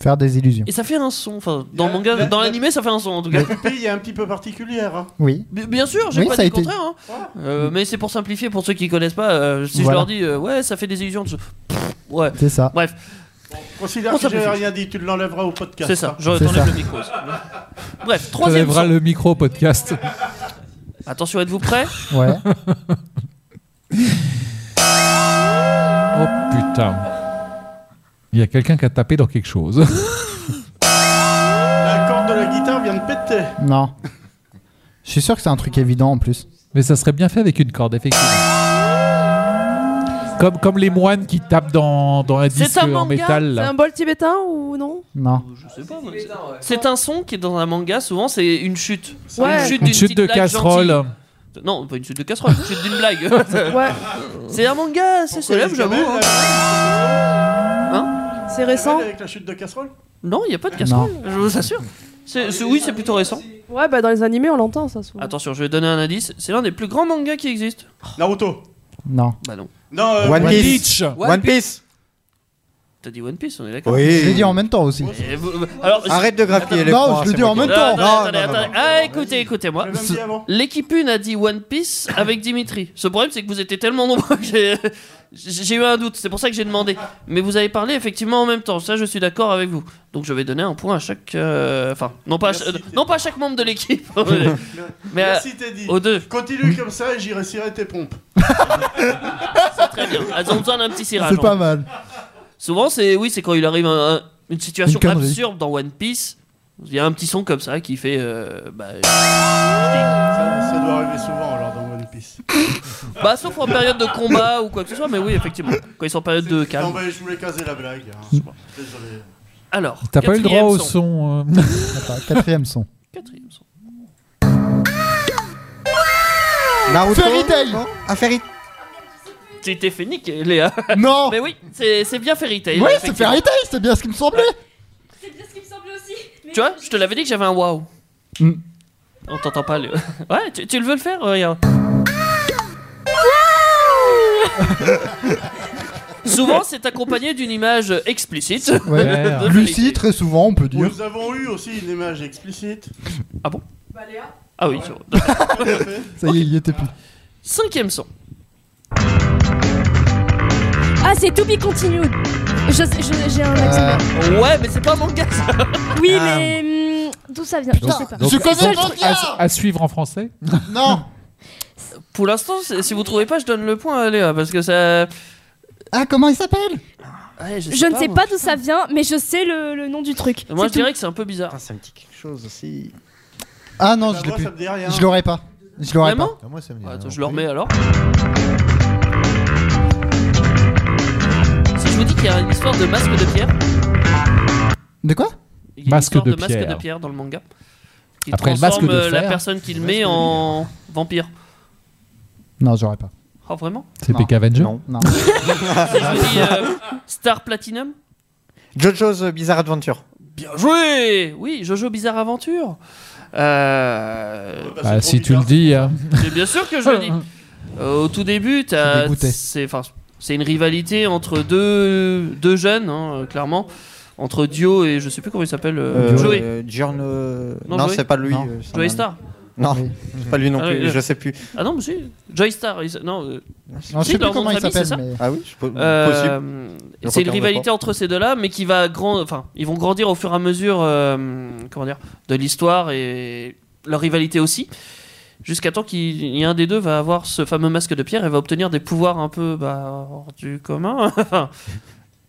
Faire des illusions. Et ça fait un son, enfin, dans le manga, dans l'animé, ça fait un son en tout cas. La pupille est un petit peu particulière. hein. Oui. B- Bien sûr, j'ai Oui, pas ça dit a le été- contraire. hein. Euh, mais c'est pour simplifier pour ceux qui connaissent pas. euh, si Voilà. je leur dis euh, ouais, ça fait des illusions. De... Pff, ouais. C'est ça. Bref, Considère On que j'ai simplifie. rien dit, tu l'enlèveras au podcast. Oh, c'est ça. Je C'est t'enlève ça. le micro. Bref, Tu troisième. lèveras son. le micro au podcast. Attention, êtes-vous prêts Ouais. Oh putain. Il y a quelqu'un qui a tapé dans quelque chose. La corde de la guitare vient de péter. Non. Je suis sûr que c'est un truc évident en plus. Mais ça serait bien fait avec une corde, effectivement. Comme, comme les moines qui tapent dans, dans un disque C'est un manga en C'est métal. là. un bol tibétain ou non Non. C'est un son qui est dans un manga. Souvent, c'est une chute. C'est Ouais. Une d'une chute petite de blague casserole. gentille. Non, pas une chute de casserole, une chute d'une blague. Ouais. C'est un manga assez célèbre, j'avoue. hein. Hein C'est récent Avec la chute de casserole Non, il n'y a pas de casserole, je vous assure. C'est- c'est- oui, c'est plutôt récent. Ouais, bah dans les animés, on l'entend ça souvent. Attention, je vais donner un indice. C'est l'un des plus grands mangas qui existent. Naruto. Non. Bah non. Non, euh, One Piece. One One Piece. T'as dit One Piece, on est d'accord Je l'ai dit en même temps aussi. Et vous- alors, Arrête de grappiller les Non, points, je le c'est dis moi en qui- même Non, temps. non, Attendez, non, non, attendez. non. Ah, écoutez, écoutez-moi. même dit avant. L'équipe une a dit One Piece avec Dimitri. Ce problème, c'est que vous étiez tellement nombreux que j'ai- j'ai eu un doute. C'est pour ça que j'ai demandé. Mais vous avez parlé effectivement en même temps. Ça, je suis d'accord avec vous. Donc, je vais donner un point à chaque. euh, Enfin, non pas, à cha- non pas à chaque membre de l'équipe. Mais à- Merci Teddy. aux deux. Continue comme ça et j'y réussirai tes pompes. C'est très bien. Elles ont besoin d'un petit cirage. C'est en pas fait. mal. Souvent, c'est oui, c'est quand il arrive un- un- une situation Une connerie. absurde dans One Piece. Il y a un petit son comme ça qui fait. euh, bah, Ça, ça doit arriver souvent alors dans One Piece. bah, sauf en période de combat ou quoi que ce soit, mais oui, effectivement. Quand ils sont en période de Non, calme. mais je voulais caser la blague. Mm. hein. Désolé. Alors. T'as pas eu le droit quatrième au son. son. euh. Attends, quatrième son. Quatrième son. Naruto. Fairy Tail. Non Ah, Fairy Tu t'es fait niquer, Léa. Non Mais oui, c'est c'est bien Fairy Tail. Oui, c'est effectivement. Fairy Tail, c'est bien ce qui me semblait. Tu vois, je te l'avais dit que j'avais un waouh. On t'entend pas, Léa. Ouais, tu, tu le veux le faire euh, Regarde. Souvent, c'est accompagné d'une image explicite. De Fairy Lucie, très souvent, on peut dire. Nous avons eu aussi une image explicite. Ah bon Ah oui, Ça y est, il y était plus. Cinquième son. Ah, c'est To Be Continued. Je sais- je- J'ai un accent. Euh, Ouais, mais c'est pas mon gars. ça. Oui, Ah. mais hum, d'où ça vient Je sais pas. à, à suivre en français Non. Pour l'instant, c'est- si vous trouvez pas, je donne le point à Léa parce que ça. Ah, comment il s'appelle Ouais, Je ne sais moi. pas d'où ça vient, mais je sais le, le nom du truc. Moi, C'est je tout. dirais que c'est un peu bizarre. Ah, ça me dit quelque chose aussi. Ah non, je l'ai Bah, moi, plus. ça me dit rien. Je l'aurais pas. Je l'aurais pas. Vraiment Moi, ça me dit Ouais, rien. Attends, je le remets alors. Si je vous dis qu'il y a une histoire de masque de pierre, De quoi il y a une Masque histoire de de masque pierre. de pierre dans le manga. Qui Après, le masque transforme de euh, la fer. personne qui le met en vampire. Non, j'aurais pas. Oh, vraiment C'est Non. PK Avenger Non. Si je vous dis euh, Star Platinum Jojo's Bizarre Adventure. Bien joué Oui, Jojo Bizarre Aventure. Euh... Bah, si tu le dis. hein. Mais bien sûr que je le dis. Euh, au tout début, t'as- dégoûté. c'est enfin, c'est une rivalité entre deux, deux jeunes, hein, euh, clairement. Entre Dio et je sais plus comment il s'appelle, euh, Euh, Joey. euh, Dion, euh, Non, non, Joey. c'est pas lui, Non. euh, ça Joey m'a- Star. Non, Oui. c'est pas lui non Ah, plus, oui, je sais plus. Ah non, mais si, Joey Star. il s- Non, euh, Non, je si, sais plus leur nom de comment il famille, c'est s'appelle, ça mais- Ah oui, je peux- Euh, possible. Je C'est une regarde rivalité pas. entre ces deux-là, mais qui va grand. Enfin, ils vont grandir au fur et à mesure, euh, comment dire, de l'histoire et leur rivalité aussi, jusqu'à temps qu'il y a un des deux va avoir ce fameux masque de pierre et va obtenir des pouvoirs un peu bah, hors du commun. Enfin,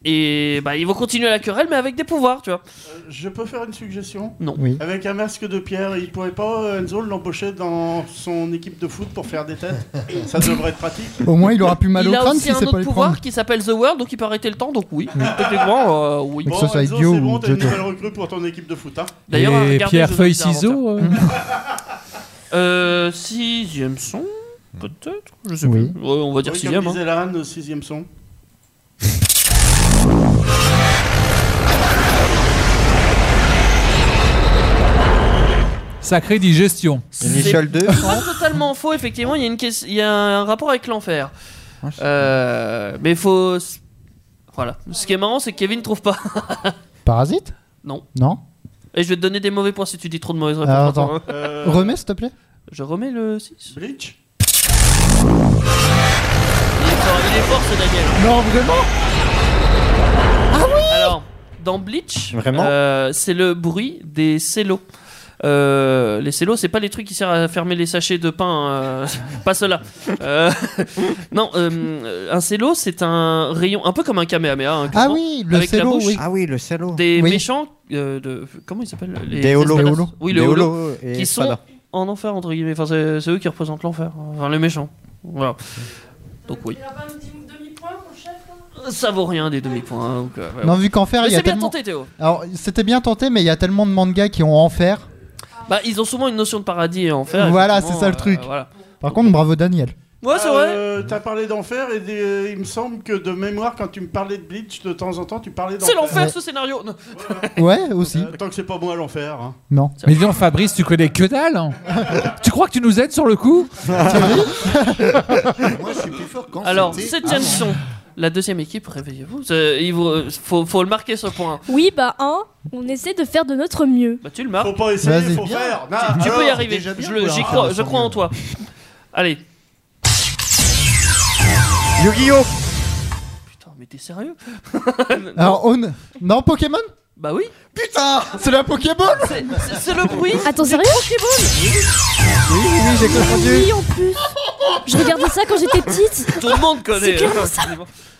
et bah, ils vont continuer la querelle, mais avec des pouvoirs, tu vois. Je peux faire une suggestion Non. Oui. Avec un masque de pierre, il pourrait pas euh, Enzo l'embaucher dans son équipe de foot pour faire des têtes Ça devrait être pratique. Au moins, il aura plus mal il au a crâne aussi s'il un sait autre pas les pouvoir prendre. qui s'appelle The World, donc il peut arrêter le temps, donc oui. Techniquement, euh, oui. Mais que ce Bon, soit Enzo, idiot c'est bon, ou T'as une Jojo. nouvelle recrue pour ton équipe de foot. Hein D'ailleurs, Et regardez, Pierre je Feuille vous ai Ciseaux euh, Euh, sixième son, peut-être Je sais Oui. plus. Ouais, on va dire Oui, sixième. Comme hein. disait Lahan, euh, sixième son. Sacrée digestion. Initial C'est Pas totalement faux, effectivement. Il y a, une ques- il y a un rapport avec l'enfer. Euh, mais faut. Voilà. Ce qui est marrant, c'est que Kevin trouve pas. Parasite Non. Non Et je vais te donner des mauvais points si tu dis trop de mauvaises réponses. Alors, Ah, attends. maintenant, hein. Remets, s'il te plaît. Je remets le 6. Bleach Il est fort, il est fort ce Daniel. Non, vraiment Ah oui Alors, dans Bleach, Vraiment euh, c'est le bruit des cellos. Euh, les cellos, c'est pas les trucs qui servent à fermer les sachets de pain, euh, pas cela. non, euh, un cello, c'est un rayon, un peu comme un kamehameha. hein, clairement, Ah oui, le avec la cello, bouche. oui. Ah oui, le salaud. Des Oui. méchants, euh, de, comment ils s'appellent les, Des holos. espadas. Des holos. Oui, les Des holos, holos et qui sont espadas. en enfer entre guillemets. Enfin, c'est c'est eux qui représentent l'enfer. Enfin, les méchants. Voilà. Donc oui. Ça vaut rien des demi-points. hein, donc, euh, ouais, Non, ouais. vu qu'enfer, Mais il y a c'est bien tellement- tenté, Théo. Alors, c'était bien tenté, mais il y a tellement de mangas qui ont enfer. Bah, ils ont souvent une notion de paradis et enfer. voilà, c'est effectivement, ça le euh, truc. voilà. Par contre, bravo Daniel. Ouais, c'est vrai. Euh, T'as parlé d'enfer et des- euh, il me semble que de mémoire, quand tu me parlais de Bleach, de temps en temps, tu parlais d'enfer. C'est l'enfer ce scénario. Non. Ouais, aussi. Euh, Tant que c'est pas moi l'enfer. hein. Non. Mais dis donc, Fabrice, tu connais que dalle hein Tu crois que tu nous aides sur le coup Moi, je suis plus fort quand Alors, c'était septième avant. son. La deuxième équipe, réveillez-vous. C'est- Il vous- euh, faut, faut le marquer ce point. Oui, bah, hein, on essaie de faire de notre mieux. Bah, tu le marques. Faut pas essayer, Vas-y. faut faire. Non, alors, Ah, tu bah, peux y c'est arriver. déjà bien Je, le- pour j'y un crois, enfant, je crois en toi. Allez. Yu-Gi-Oh Putain, mais t'es sérieux Alors, on... Non, Pokémon Bah oui. Putain C'est la Pokéball C'est- c'est- C'est le bruit. Attends, du sérieux Oui, oui, oui, j'ai confondu. Oui, en plus. Je regardais ça quand j'étais petite. Tout le monde connaît. C'est clairement ça.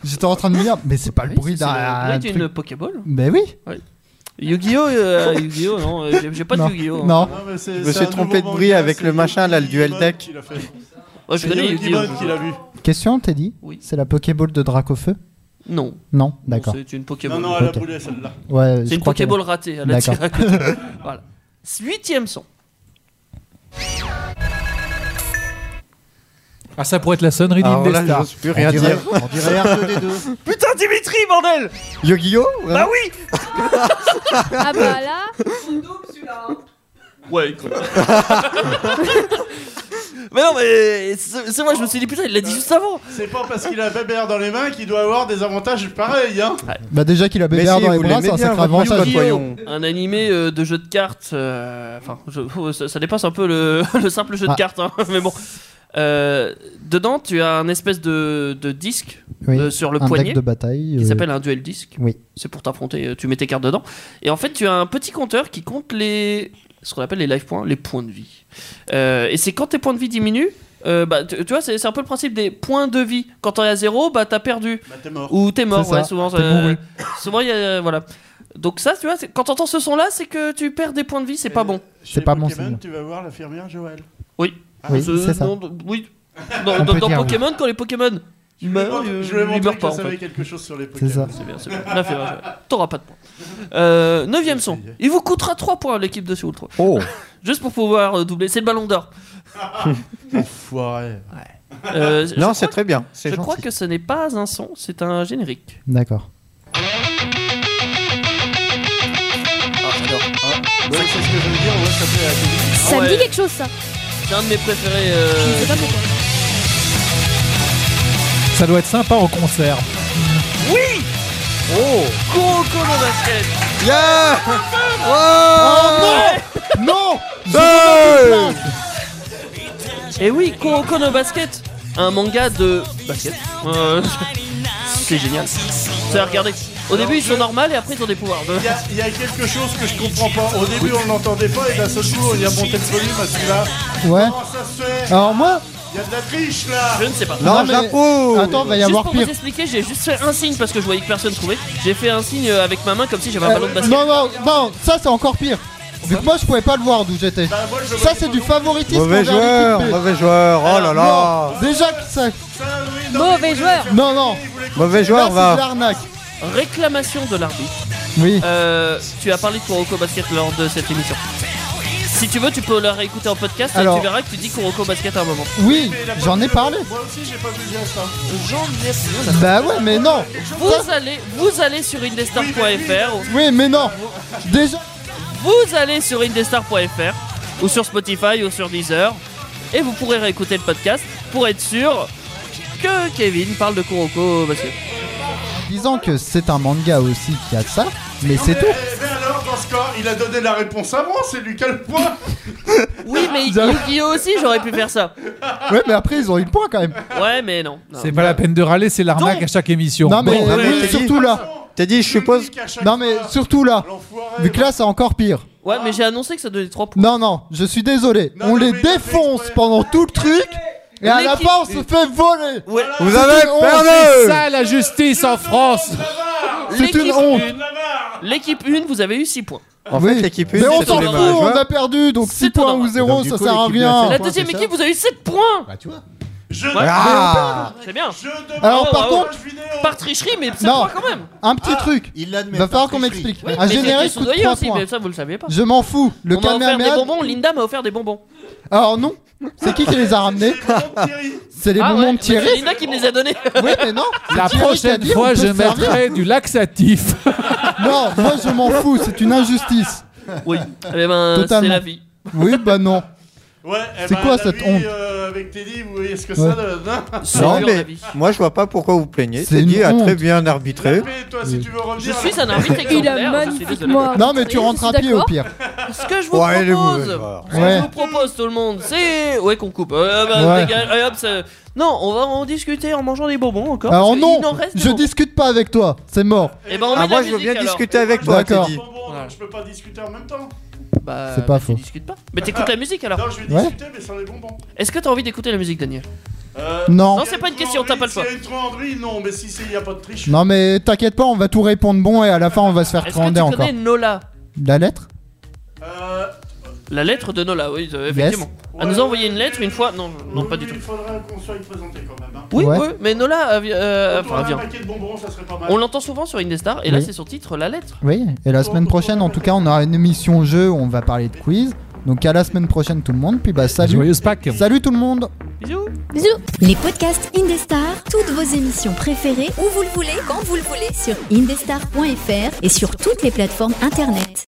J'étais en train de me dire, mais c'est pas le bruit le bruit d'un. d'une truc. Pokéball Mais oui Euh, Yu-Gi-Oh euh, Yu-Gi-Oh non, euh, j'ai- j'ai pas de Non. Yu-Gi-Oh. Non. hein. Non, mais c'est- Je me suis trompé de bruit avec le machin, là, le duel deck. Ouais, je C'est connais Yogi Yu-Gi-Oh. Ball qui l'a vu. Question, t'es dit Oui. C'est la Pokéball de Dracofeu Non. Non, d'accord. C'est une Pokéball. Non, non, elle a brûlé celle-là. Ouais, je C'est une crois qu'elle Pokéball a- ratée. Elle a D'accord. tiré à côté. voilà. Huitième son. Ah, ça pourrait être la sonnerie Alors là, d'Indestar. j'ose plus rien dire. On dirait R2D2. Putain, Dimitri, bordel Yu-Gi-Oh Bah oui Ah bah là. Ouais, quoi. mais non, mais c'est c'est moi, je me suis dit, putain, il l'a dit juste avant. C'est pas parce qu'il a Bébert dans les mains qu'il doit avoir des avantages pareils. Hein. Bah, déjà qu'il a Bébert si, dans les vous bras, l'aimez c'est un bien, sacré votre voyou, avantage. votre voyou. Un animé euh, de jeu de cartes. euh, Enfin, je- ça, ça dépasse un peu le, le simple jeu Ah. de cartes, hein, mais bon. Euh, dedans, tu as un espèce de, de disque Oui, euh, sur le un poignet deck de bataille, qui euh, s'appelle un duel disque. Oui. C'est pour t'affronter, euh, tu mets tes cartes dedans. Et en fait, tu as un petit compteur qui compte les. ce qu'on appelle les life points, les points de vie. Euh, et c'est quand tes points de vie diminuent. euh, bah, tu, tu vois, c'est c'est un peu le principe des points de vie. Quand t'en es à zéro, bah t'as perdu. t'es mort. Ou t'es mort, C'est ça, ouais, souvent. t'es euh, mouru. souvent, il y a. euh, voilà. Donc, ça, tu vois, c'est- quand t'entends ce son-là, c'est que tu perds des points de vie, c'est pas bon. C'est pas bon signe. Pokémon, tu vas voir l'infirmière Joël. Oui. Oui, Ah, Ce- c'est ça. non, oui. Dans, On dans- peut dans dire oui. Pokémon, quand les Pokémon meurent, Je lui euh, ai ils montré meurent que pas. je en savais fait. quelque chose sur les Pokémon. C'est ça. C'est bien, c'est bien. On a fait, ouais, ouais. T'auras pas de points. Euh, neuvième son. Il vous coûtera 3 points l'équipe de Soul 3. Oh Juste pour pouvoir euh, doubler. C'est le ballon d'or. Enfoiré. Euh, je- Non, je c'est crois très bien. C'est Je gentil. crois que ce n'est pas un son, c'est un générique. D'accord. Ah, Ah, Ah, Ouais, c'est ce que je veux dire. Ouais, ça fait euh, la télé. Ça me dit quelque chose, ça. C'est un de mes préférés. euh, Je sais pas pourquoi. Ça doit être sympa en concert. Oui Oh Coco le basket Yeah Oh Non Non Et oui, Kuroko no Basket Un manga de basket. Euh, C'est génial. C'est à regarder. Au début, ils sont normales et après, ils ont des pouvoirs. De... Il y a quelque chose que je comprends pas. Au début, on n'entendait pas et d'un seul coup, on y a monté le volume parce que là. Ouais. Comment ça se fait Alors moi, Il y a de la triche là Je ne sais pas. Non, mais- J'approuve. Attends, va y Juste avoir pour pire. vous expliquer, j'ai juste fait un signe parce que je voyais que personne trouvait. J'ai fait un signe avec ma main comme si j'avais un Euh, ballon de basket. non, non, non, ça c'est encore pire. Vu que moi je pouvais pas le voir d'où j'étais. Ça c'est du favoritisme. Mauvais envers joueur, l'équipe B. mauvais joueur, oh là là. Non, déjà que ça. Mauvais joueur. Non, non. Mauvais Là, joueur, c'est de va. l'arnaque. Réclamation de l'arbitre. Euh, Oui. tu as parlé de Kuroko Basket lors de cette émission. Si tu veux, tu peux la réécouter en podcast Alors- et tu verras que tu dis Kuroko Basket à un moment. Oui, j'en ai parlé. Moi aussi, j'ai pas vu le geste. J'en ai Bah ouais, mais non. Vous allez, vous allez sur indestar.fr. Oui, mais non. Déjà. Vous allez sur indestar.fr ou sur Spotify ou sur Deezer et vous pourrez réécouter le podcast pour être sûr que Kevin parle de Kuroko Basket. Disant que c'est un manga aussi qui a ça, mais c'est tout. Mais eh ben alors, dans ce cas, il a donné la réponse avant, c'est Lucas le point Oui, mais Yu-Gi-Oh aussi, j'aurais pu faire ça. Ouais, mais après ils ont eu le point quand même. Ouais, mais non. non. C'est pas la peine de râler, c'est l'arnaque à chaque émission. Non, mais, Bon. oui, surtout là. T'as dit, je suppose. Non, mais surtout là. Vu que là c'est encore pire. Ouais, mais j'ai annoncé que ça donnait 3 points. Non, non, je suis désolé. on les défonce pendant tout le truc. Et à la L'équipe- fin, on se fait voler. Vous C'est avez une honte. perdu. C'est ça, la justice en France. C'est L'équipe une honte. une- L'équipe 1, vous avez eu 6 points. En Oui. fait, l'équipe Mais on c'est s'en tous fout, les mauvais hein. on a joueurs. perdu. Donc 6 points ou 0, Oh, ça sert à rien. La deuxième équipe, vous avez eu 7 points. Bah, tu vois. Je... Ah. C'est bien. Alors, par Bravo. contre- Par tricherie, mais 7 Non. points quand même. Un Ah. petit truc. Il l'admet. Va falloir par qu'on tricherie. m'explique. Oui, Un mais c'était générique sous coûte doyer 3 aussi, points. mais ça, vous le saviez pas. Je m'en fous. Le On m'a offert des Kamehameha. bonbons, Linda m'a offert des bonbons. Alors non, c'est qui qui les a ramenés C'est les Ah bonbons ouais, de mais C'est Thierry. Linda qui me les a donnés. Oui, mais non. La Thierry qui a prochaine dit, on fois, peut je se servir. mettrai du laxatif. Non, moi je m'en fous, c'est une injustice. Oui, eh ben, c'est Totalement. la vie. Oui, bah non. Ouais, eh C'est ben, quoi la cette nuit, honte euh, Avec Teddy, vous voyez ce que Ouais. ça donne hein Non, mais moi je vois pas pourquoi vous plaignez. C'est C'est dit une a honte. très bien arbitré. Toi, si tu veux revenir. Je suis un arbitre Il a exemplaire, je suis désolé. magnifiquement Non, mais tu rentres à pied au pire. Ce que je vous Ouais, il est propose, mauvais, voilà. ce que Ouais. je vous propose tout le monde, c'est ouais qu'on coupe. Euh, bah, Ouais. dégage, allez, hop, ça- Non, on va en discuter en mangeant des bonbons encore. Alors parce Euh, non, qu'il Ah, en reste des je bonbons. discute pas avec toi, c'est mort. Eh ben, on met de la musique, alors. D'accord. Je peux pas discuter en même temps. Bah, C'est pas mais faux. Tu discutes pas. Mais t'écoutes la musique alors. Non, je vais Ouais. discuter, mais sans les bonbons. Est-ce que t'as envie d'écouter la musique, Daniel Euh, Non. Non, c'est pas une question, t'as pas le choix. S'il y a une truanderie, non, mais si c'est, il y a pas de triche. Non mais t'inquiète pas, on va tout répondre bon et à la fin on va se faire Est-ce que tu trander encore. connais Nola La lettre La lettre de Nola, oui, euh, effectivement. Elle nous a envoyé une lettre une fois. Non, non, pas du tout. Il faudrait qu'on soit présenté quand même. Hein. Oui, Ouais. oui, mais Nola. a vi- euh, Retourner enfin, un vient. paquet de bonbons, ça serait pas mal. On l'entend souvent sur Indestar, et là, Oui. c'est son titre, La lettre. Oui, et la semaine prochaine en tout cas on aura une émission jeu où on va parler de quiz. Donc à la semaine prochaine tout le monde, puis bah salut. Joyeuse Pâques. Salut tout le monde. Bisous. Les podcasts Indestar, toutes vos émissions préférées, où vous le voulez, quand vous le voulez, sur indestar.fr et sur toutes les plateformes internet.